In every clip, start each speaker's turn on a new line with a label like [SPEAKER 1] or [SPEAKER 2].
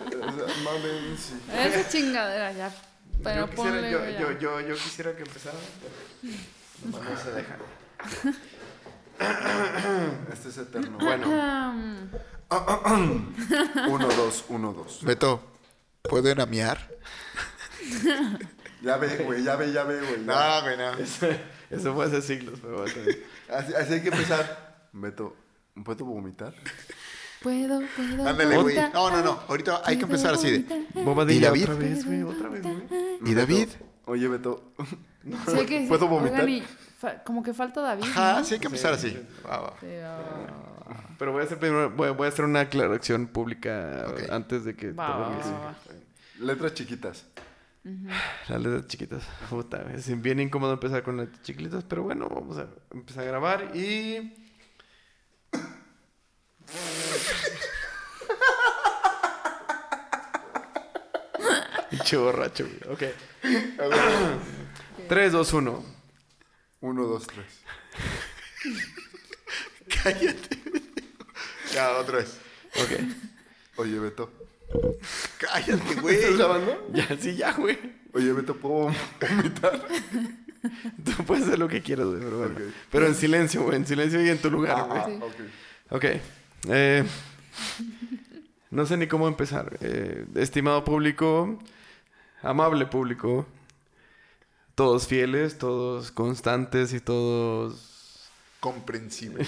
[SPEAKER 1] Mames, sí.
[SPEAKER 2] Esa chingadera ya. Pero
[SPEAKER 3] yo, quisiera,
[SPEAKER 2] ponle.
[SPEAKER 3] yo,
[SPEAKER 2] güey,
[SPEAKER 3] yo,
[SPEAKER 2] ya.
[SPEAKER 3] yo, yo quisiera que empezara. pero No se deja.
[SPEAKER 1] Este es eterno.
[SPEAKER 3] Bueno,
[SPEAKER 2] Am,
[SPEAKER 1] 1, 2, 1, 2.
[SPEAKER 4] Beto, ¿puedo ir a miar?
[SPEAKER 1] Ya ve, güey, ya ve, ya ve, güey. ya.
[SPEAKER 4] güey, no.
[SPEAKER 3] eso, eso fue hace siglos, pero bueno.
[SPEAKER 1] Así, así hay que empezar. Beto, ¿puedo vomitar?
[SPEAKER 2] Puedo, puedo.
[SPEAKER 4] Ándale, güey.
[SPEAKER 2] vomitar,
[SPEAKER 4] No, no, no. Ahorita hay que
[SPEAKER 2] puedo
[SPEAKER 4] empezar así de.
[SPEAKER 2] vomitar.
[SPEAKER 4] ¿Y
[SPEAKER 3] Bobadilla,
[SPEAKER 4] David?
[SPEAKER 3] otra vez, güey, otra vez, güey.
[SPEAKER 4] ¿Y David?
[SPEAKER 1] Oye, Beto.
[SPEAKER 2] Sí, hay que-
[SPEAKER 1] ¿Puedo vomitar?
[SPEAKER 2] oigan, y fa- como que falta David.
[SPEAKER 4] Ajá,
[SPEAKER 2] ¿no? oh,
[SPEAKER 4] sí hay que empezar así. Va, va.
[SPEAKER 2] Pero-
[SPEAKER 3] Pero voy a hacer primero, voy, voy a hacer una aclaración pública
[SPEAKER 4] Ok.
[SPEAKER 3] antes de que
[SPEAKER 2] Va,
[SPEAKER 3] todo
[SPEAKER 2] va,
[SPEAKER 3] empiece.
[SPEAKER 2] va, va.
[SPEAKER 1] Letras chiquitas.
[SPEAKER 3] Las letras chiquitas. Puta, es bien incómodo empezar con letras chiquitas, pero bueno, vamos a empezar a grabar y. Pinche borracho, güey. Ok. 3, 2, 1.
[SPEAKER 1] 1, 2, 3.
[SPEAKER 4] Ya, otra vez.
[SPEAKER 3] Ok.
[SPEAKER 1] Oye, Beto.
[SPEAKER 4] Cállate,
[SPEAKER 1] ¿Estás
[SPEAKER 4] güey.
[SPEAKER 1] grabando?
[SPEAKER 3] Ya, sí, ya, güey.
[SPEAKER 1] Oye, Beto, ¿puedo vomitar?
[SPEAKER 3] Tú puedes hacer lo que quieras, güey, pero bueno.
[SPEAKER 1] Ok.
[SPEAKER 3] Pero en silencio, güey. En silencio y en tu lugar, güey.
[SPEAKER 1] Ah,
[SPEAKER 2] Sí.
[SPEAKER 1] ok.
[SPEAKER 3] Ok. eh, no sé ni cómo empezar. Eh, estimado público, amable público, todos fieles, todos constantes y todos
[SPEAKER 4] Comprensible.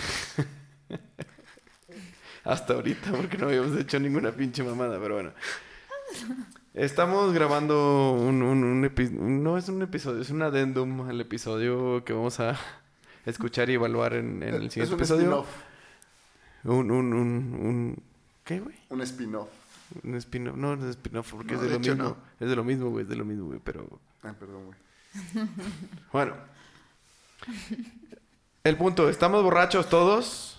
[SPEAKER 3] hasta ahorita, porque no habíamos hecho ninguna pinche mamada, pero bueno. Estamos grabando un, un, episodio, no es un episodio, es un adendum al episodio que vamos a escuchar y evaluar en, en el
[SPEAKER 1] es
[SPEAKER 3] siguiente
[SPEAKER 1] un
[SPEAKER 3] episodio.
[SPEAKER 1] spin-off.
[SPEAKER 3] Un, un, un, un... ¿Qué, güey?
[SPEAKER 1] Un spin-off.
[SPEAKER 3] Un spin-off. No, no es spin-off porque es
[SPEAKER 4] No,
[SPEAKER 3] de,
[SPEAKER 4] de
[SPEAKER 3] lo
[SPEAKER 4] hecho,
[SPEAKER 3] mismo.
[SPEAKER 4] no.
[SPEAKER 3] Es de lo mismo, güey. Es de lo mismo, güey. Pero
[SPEAKER 1] Ah, perdón, güey.
[SPEAKER 3] bueno. El punto, estamos borrachos todos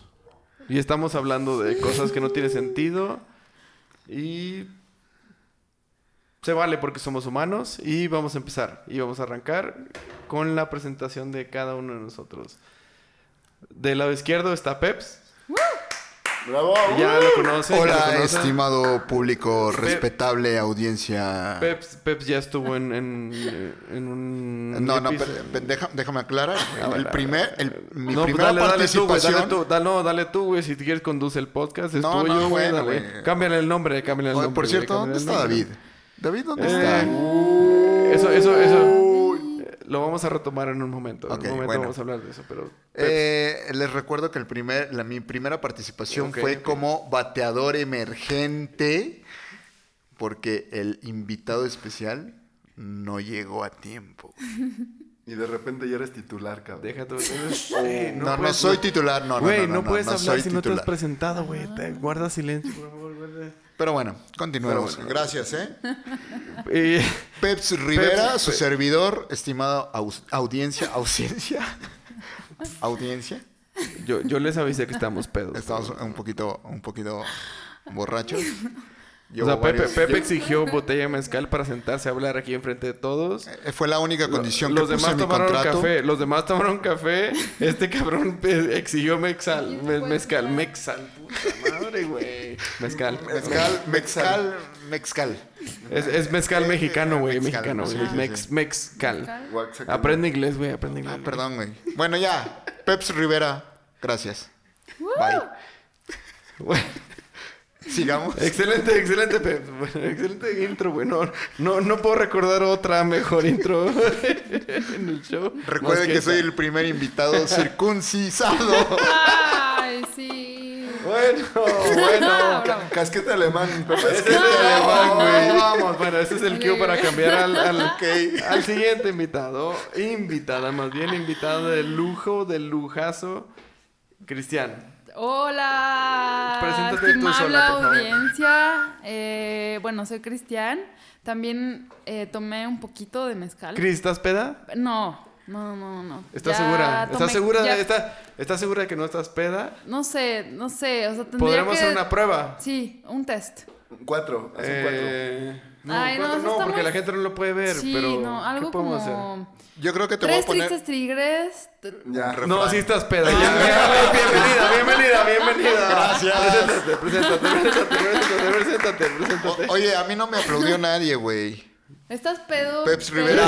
[SPEAKER 3] y estamos hablando de cosas que no tienen sentido y se vale porque somos humanos y vamos a empezar y vamos a arrancar con la presentación de cada uno de nosotros. Del lado izquierdo está Peps,
[SPEAKER 1] ¡Bravo!
[SPEAKER 3] ya lo conocen. ya lo
[SPEAKER 4] ¡Uh! Hola,
[SPEAKER 3] conocen.
[SPEAKER 4] estimado público, respetable audiencia.
[SPEAKER 3] Peps, Peps ya estuvo en, en, en un...
[SPEAKER 4] No, no,
[SPEAKER 3] episo-
[SPEAKER 4] pe- pe- deja- déjame aclarar.
[SPEAKER 3] A ver, a
[SPEAKER 4] Ah, El
[SPEAKER 3] ver,
[SPEAKER 4] primer,
[SPEAKER 3] a ver.
[SPEAKER 4] el, mi
[SPEAKER 3] No, pues
[SPEAKER 4] primera
[SPEAKER 3] dale, dale tú, güey,
[SPEAKER 4] participación.
[SPEAKER 3] Dale tú, da- no, dale tú, güey. Si quieres conduce el podcast, es
[SPEAKER 4] No,
[SPEAKER 3] tuyo,
[SPEAKER 4] no,
[SPEAKER 3] güey.
[SPEAKER 4] bueno,
[SPEAKER 3] dale.
[SPEAKER 4] güey.
[SPEAKER 3] Cámbiale el nombre, cámbiale el
[SPEAKER 4] Oye,
[SPEAKER 3] nombre.
[SPEAKER 4] por
[SPEAKER 3] güey,
[SPEAKER 4] cierto, ¿dónde está
[SPEAKER 3] cámbiale el Eh,
[SPEAKER 4] David? David, ¿dónde está?
[SPEAKER 3] nombre. Eso, eso, eso. eh, Lo vamos a retomar en un momento.
[SPEAKER 4] Ok,
[SPEAKER 3] en un momento
[SPEAKER 4] bueno.
[SPEAKER 3] vamos a hablar de eso, pero.
[SPEAKER 4] Eh, les recuerdo que el primer, la- mi primera participación
[SPEAKER 3] Ok,
[SPEAKER 4] fue
[SPEAKER 3] ok.
[SPEAKER 4] como bateador emergente porque el invitado especial no llegó a tiempo.
[SPEAKER 1] Y de repente ya eres titular, cabrón.
[SPEAKER 3] Deja tu. Eh,
[SPEAKER 4] No, no,
[SPEAKER 3] puedes-
[SPEAKER 4] soy titular, no, no,
[SPEAKER 3] Güey,
[SPEAKER 4] no, no, no,
[SPEAKER 3] puedes
[SPEAKER 4] no
[SPEAKER 3] hablar
[SPEAKER 4] soy
[SPEAKER 3] si no te has
[SPEAKER 4] titular.
[SPEAKER 3] presentado, güey. Te- Guarda silencio, por favor, guarda.
[SPEAKER 4] Pero bueno, continuemos.
[SPEAKER 3] Pero bueno.
[SPEAKER 4] Gracias, ¿eh?
[SPEAKER 3] Eh,
[SPEAKER 4] Peps Rivera,
[SPEAKER 3] Peps, eh.
[SPEAKER 4] su
[SPEAKER 3] Pe-
[SPEAKER 4] servidor, estimado aus- audiencia, ausencia, audiencia.
[SPEAKER 3] yo, yo les avisé que estamos pedos.
[SPEAKER 4] Estamos un poquito, un poquito borrachos.
[SPEAKER 3] o sea,
[SPEAKER 4] Llevo
[SPEAKER 3] Pepe,
[SPEAKER 4] varios-
[SPEAKER 3] Pepe exigió botella de mezcal para sentarse a hablar aquí enfrente de todos.
[SPEAKER 4] Eh, Fue la única condición
[SPEAKER 3] los
[SPEAKER 4] que puse
[SPEAKER 3] demás
[SPEAKER 4] en mi
[SPEAKER 3] tomaron
[SPEAKER 4] contrato.
[SPEAKER 3] café, los demás tomaron café. Este cabrón eh, exigió mexal, me- mezcal, mexal, puta madre, güey. Mezcal.
[SPEAKER 4] Mezcal, mezcal, mezcal.
[SPEAKER 3] Es, es mezcal mexicano, güey,
[SPEAKER 4] Mezcal,
[SPEAKER 3] mexicano, güey.
[SPEAKER 4] sí, sí,
[SPEAKER 3] Mex-
[SPEAKER 4] sí.
[SPEAKER 3] Mezcal.
[SPEAKER 1] Guaxaca.
[SPEAKER 3] Aprende inglés, güey, aprende inglés.
[SPEAKER 4] Ah, perdón, güey. Bueno, ya. Peps Rivera, gracias. Bye.
[SPEAKER 3] Güey.
[SPEAKER 4] Sigamos.
[SPEAKER 3] Excelente, excelente, Pep. Bueno, excelente intro, güey. No, no, no puedo recordar otra mejor intro en el show. más
[SPEAKER 4] Recuerden que
[SPEAKER 3] esa.
[SPEAKER 4] soy el primer invitado circuncisado.
[SPEAKER 2] Ay, sí.
[SPEAKER 3] Bueno, bueno.
[SPEAKER 2] Bravo.
[SPEAKER 1] Casquete alemán, Pepe.
[SPEAKER 3] Ese es el alemán, güey. Vamos, bueno, ese es el cue para cambiar al, al,
[SPEAKER 4] Ok.
[SPEAKER 3] al siguiente invitado. Invitada, más bien invitada de lujo, de lujazo. Cristian.
[SPEAKER 2] Hola,
[SPEAKER 3] Preséntate tú
[SPEAKER 2] estimable
[SPEAKER 3] sola, por favor.
[SPEAKER 2] audiencia. Eh, bueno, soy Cristian. También eh, tomé un poquito de mezcal.
[SPEAKER 3] Cris, ¿estás peda?
[SPEAKER 2] no, no, no, no.
[SPEAKER 3] ¿Estás
[SPEAKER 2] Ya
[SPEAKER 3] segura? ¿Estás
[SPEAKER 2] tomé-
[SPEAKER 3] segura,
[SPEAKER 2] ya-
[SPEAKER 3] de, está- ¿Estás segura de que no estás peda?
[SPEAKER 2] No sé, no sé. O sea, tendría
[SPEAKER 3] Podremos
[SPEAKER 2] que...
[SPEAKER 3] hacer una prueba.
[SPEAKER 2] Sí, un test.
[SPEAKER 1] Cuatro, haz un cuatro.
[SPEAKER 3] Eh, No,
[SPEAKER 2] Ay, no,
[SPEAKER 3] cuatro
[SPEAKER 2] eso
[SPEAKER 3] no,
[SPEAKER 2] está
[SPEAKER 3] porque
[SPEAKER 2] muy-
[SPEAKER 3] la gente no lo puede ver,
[SPEAKER 2] sí,
[SPEAKER 3] pero
[SPEAKER 2] no, algo
[SPEAKER 3] ¿qué podemos
[SPEAKER 2] como...
[SPEAKER 3] hacer?
[SPEAKER 4] Yo creo que te voy
[SPEAKER 2] Tres
[SPEAKER 4] a poner.
[SPEAKER 2] tristes tigres. t-
[SPEAKER 1] Ya.
[SPEAKER 4] Refrán.
[SPEAKER 3] No, sí estás peda. ya. Ya, bienvenida, bienvenida, bienvenida.
[SPEAKER 4] Gracias.
[SPEAKER 3] Preséntate, preséntate, preséntate, preséntate, preséntate, preséntate.
[SPEAKER 4] O- oye, a mí no me aplaudió nadie, güey.
[SPEAKER 2] Estás pedo.
[SPEAKER 4] Peps
[SPEAKER 2] pero-
[SPEAKER 4] Rivera.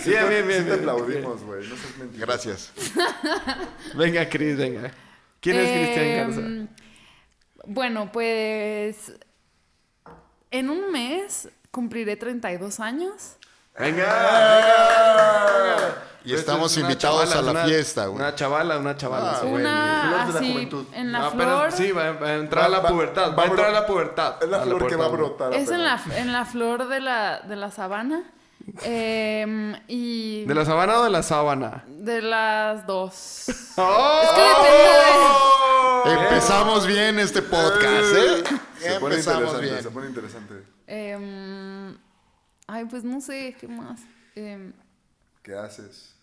[SPEAKER 3] Sí, bien,
[SPEAKER 1] Sí
[SPEAKER 3] bien,
[SPEAKER 1] te
[SPEAKER 3] bien.
[SPEAKER 1] aplaudimos, güey. No seas mentira.
[SPEAKER 4] Gracias.
[SPEAKER 3] Venga, Cris, venga. ¿Quién es
[SPEAKER 2] Eh,
[SPEAKER 3] Cristian Garza?
[SPEAKER 2] Bueno, pues... En un mes cumpliré 32 años.
[SPEAKER 3] Venga.
[SPEAKER 4] Y estamos invitados a la fiesta, güey.
[SPEAKER 3] Una chavala, una chavala.
[SPEAKER 4] Ah,
[SPEAKER 3] sí.
[SPEAKER 4] güey.
[SPEAKER 2] Una
[SPEAKER 1] flor de la
[SPEAKER 2] así,
[SPEAKER 1] juventud.
[SPEAKER 2] en la
[SPEAKER 3] No,
[SPEAKER 2] flor.
[SPEAKER 3] apenas- Ah, sí, va a, va a entrar
[SPEAKER 1] Va-
[SPEAKER 3] la
[SPEAKER 1] va-
[SPEAKER 3] pubertad. Va,
[SPEAKER 1] va
[SPEAKER 3] a
[SPEAKER 1] a
[SPEAKER 3] entrar
[SPEAKER 1] bro-
[SPEAKER 3] la pubertad.
[SPEAKER 1] Es la flor que va a
[SPEAKER 3] pubertad.
[SPEAKER 1] brotar.
[SPEAKER 2] Es en
[SPEAKER 1] apenas.
[SPEAKER 2] la, en la flor de la, de la sabana. Em, y
[SPEAKER 3] ¿De la sabana o de la sábana?
[SPEAKER 2] de las dos. Es
[SPEAKER 3] ¡Oh!
[SPEAKER 2] que depende de...
[SPEAKER 4] Empezamos bien este podcast, ¿eh?
[SPEAKER 1] Se pone
[SPEAKER 4] Empezamos
[SPEAKER 1] interesante,
[SPEAKER 4] bien.
[SPEAKER 1] se pone interesante.
[SPEAKER 2] Em, ay, pues no sé, ¿qué más? Em,
[SPEAKER 1] ¿Qué haces?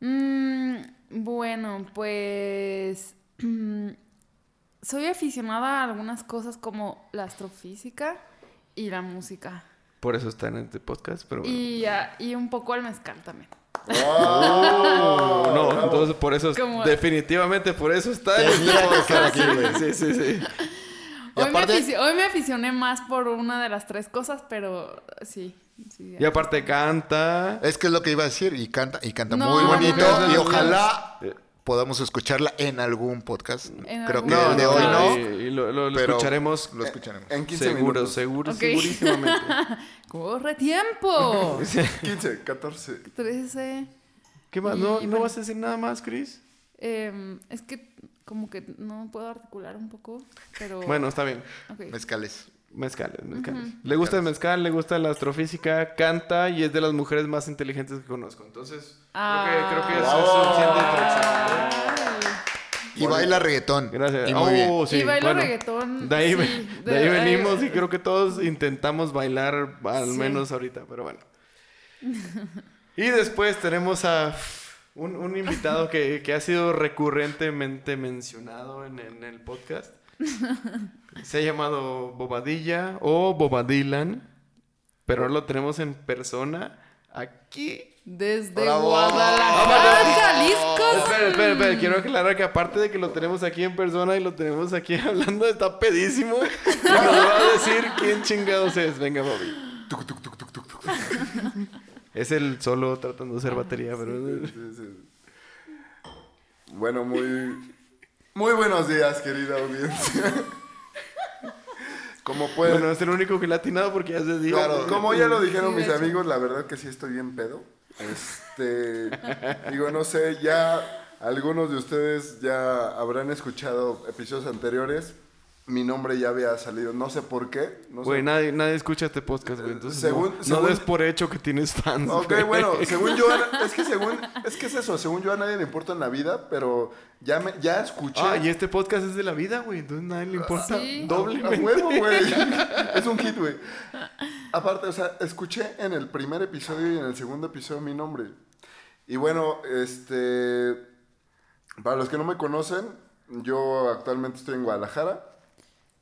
[SPEAKER 2] mm, bueno, pues... mm, soy aficionada a algunas cosas como la astrofísica y la música.
[SPEAKER 3] Por eso está en este podcast, pero bueno.
[SPEAKER 2] Y, ah, y un poco al mezcal también.
[SPEAKER 3] No, no, entonces por eso,
[SPEAKER 2] Como-
[SPEAKER 3] definitivamente por eso está en este
[SPEAKER 4] Tenía que estar
[SPEAKER 3] podcast.
[SPEAKER 4] aquí,
[SPEAKER 3] Sí,
[SPEAKER 4] güey.
[SPEAKER 3] sí, sí.
[SPEAKER 4] Y
[SPEAKER 2] Hoy, me
[SPEAKER 4] aparte-
[SPEAKER 2] afici- hoy me aficioné más por una de las tres cosas, pero sí. sí
[SPEAKER 3] Y aparte canta.
[SPEAKER 4] Es que es lo que iba a decir. Y canta, y canta
[SPEAKER 2] No,
[SPEAKER 4] muy
[SPEAKER 2] no,
[SPEAKER 4] bonito.
[SPEAKER 2] no,
[SPEAKER 4] y
[SPEAKER 2] no,
[SPEAKER 4] ojalá
[SPEAKER 3] Eh.
[SPEAKER 4] podamos escucharla en algún podcast.
[SPEAKER 2] En
[SPEAKER 4] Creo
[SPEAKER 2] algún
[SPEAKER 4] que
[SPEAKER 2] No,
[SPEAKER 4] el de
[SPEAKER 2] no,
[SPEAKER 4] hoy no.
[SPEAKER 3] Y, y lo, lo- lo
[SPEAKER 4] pero
[SPEAKER 3] escucharemos
[SPEAKER 4] Lo escucharemos.
[SPEAKER 1] En 15
[SPEAKER 3] seguro,
[SPEAKER 1] minutos.
[SPEAKER 3] seguro,
[SPEAKER 2] Ok.
[SPEAKER 3] segurísimamente.
[SPEAKER 2] ¡Corre tiempo!
[SPEAKER 1] 15, 14.
[SPEAKER 2] 13.
[SPEAKER 3] ¿Qué más?
[SPEAKER 2] Y
[SPEAKER 3] ¿No, no
[SPEAKER 2] bueno.
[SPEAKER 3] vas a decir nada más, Chris?
[SPEAKER 2] em, es que como que no puedo articular un poco, pero...
[SPEAKER 3] Bueno, está bien.
[SPEAKER 2] ok.
[SPEAKER 4] Mezcales.
[SPEAKER 3] Mezcales, mezcales. Le gusta el mezcal, le gusta la astrofísica, canta y es de las mujeres más inteligentes que conozco. Entonces,
[SPEAKER 2] Ah.
[SPEAKER 3] creo que, creo que eso es suficiente introducción.
[SPEAKER 1] Ah.
[SPEAKER 2] Ay.
[SPEAKER 4] Y baila reggaetón.
[SPEAKER 3] Gracias.
[SPEAKER 4] Y muy bien.
[SPEAKER 3] Oh, sí,
[SPEAKER 2] y bailo
[SPEAKER 3] bueno.
[SPEAKER 2] reggaetón.
[SPEAKER 3] De ahí,
[SPEAKER 2] sí,
[SPEAKER 3] ve-
[SPEAKER 2] de-
[SPEAKER 3] de ahí
[SPEAKER 2] ay,
[SPEAKER 3] venimos y creo que todos intentamos bailar, al
[SPEAKER 2] Sí.
[SPEAKER 3] menos ahorita, pero bueno. Y después tenemos a un, un invitado que, que ha sido recurrentemente mencionado en, en el podcast. Se ha llamado Bobadilla o Bobadilan, pero ahora lo tenemos en persona aquí.
[SPEAKER 2] Desde
[SPEAKER 4] Bravo.
[SPEAKER 2] Guadalajara, Jalisco.
[SPEAKER 3] Espera, espera, espera, quiero aclarar que aparte de que lo tenemos aquí en persona y lo tenemos aquí hablando, está pedísimo. Y nos va a decir quién chingados es. Venga, Bobby.
[SPEAKER 1] Tuc, tuc, tuc, tuc, tuc, tuc.
[SPEAKER 3] Es el solo tratando de ser batería, pero.
[SPEAKER 1] Sí, sí. Bueno, muy, muy buenos días, querida audiencia. Como pueden,
[SPEAKER 3] Bueno, es el único que le ha atinado porque ya es de día.
[SPEAKER 1] como- como Pues, ya lo dijeron
[SPEAKER 2] Sí, de
[SPEAKER 1] mis
[SPEAKER 2] hecho.
[SPEAKER 1] amigos, la verdad que sí estoy bien pedo. Este, digo, no sé, ya algunos de ustedes ya habrán escuchado episodios anteriores. Mi nombre ya había salido, no sé por qué. No sé
[SPEAKER 3] Güey, nadie, nadie escucha este podcast, güey. Entonces,
[SPEAKER 1] Según-
[SPEAKER 3] no, no
[SPEAKER 1] según-
[SPEAKER 3] des por hecho que tienes fans. güey.
[SPEAKER 1] Ok, bueno, según yo, es que según, es que es eso, según yo a nadie le importa en la vida, pero ya me, ya escuché.
[SPEAKER 3] Ah, y este podcast es de la vida, güey. Entonces, nadie le importa.
[SPEAKER 2] Sí.
[SPEAKER 1] A
[SPEAKER 3] Doblemente.
[SPEAKER 1] huevo, güey. Es un hit, güey. Aparte, o sea, escuché en el primer episodio y en el segundo episodio mi nombre. Y bueno, este. Para los que no me conocen, yo actualmente estoy en Guadalajara.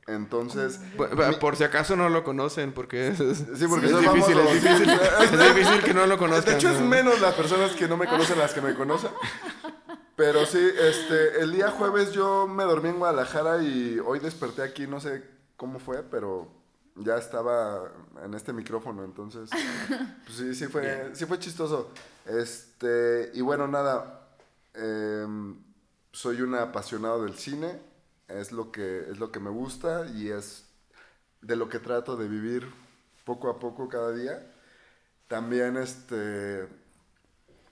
[SPEAKER 1] Entonces.
[SPEAKER 3] Por- por- Por si acaso no lo conocen, porque es, es-
[SPEAKER 1] Ah, Sí, porque
[SPEAKER 3] es
[SPEAKER 1] soy
[SPEAKER 3] difícil,
[SPEAKER 1] famoso.
[SPEAKER 3] es difícil, es difícil que no lo conozcan.
[SPEAKER 1] De hecho, es
[SPEAKER 3] ¿no?
[SPEAKER 1] menos las personas que no me conocen las que me conocen. Pero sí, este, el día jueves yo me dormí en Guadalajara y hoy desperté aquí, no sé cómo fue, pero ya estaba en este micrófono, entonces pues sí, sí fue, sí fue chistoso. Este, y bueno, nada, em, soy un apasionado del cine, es lo que es lo que me gusta y es de lo que trato de vivir poco a poco cada día. También este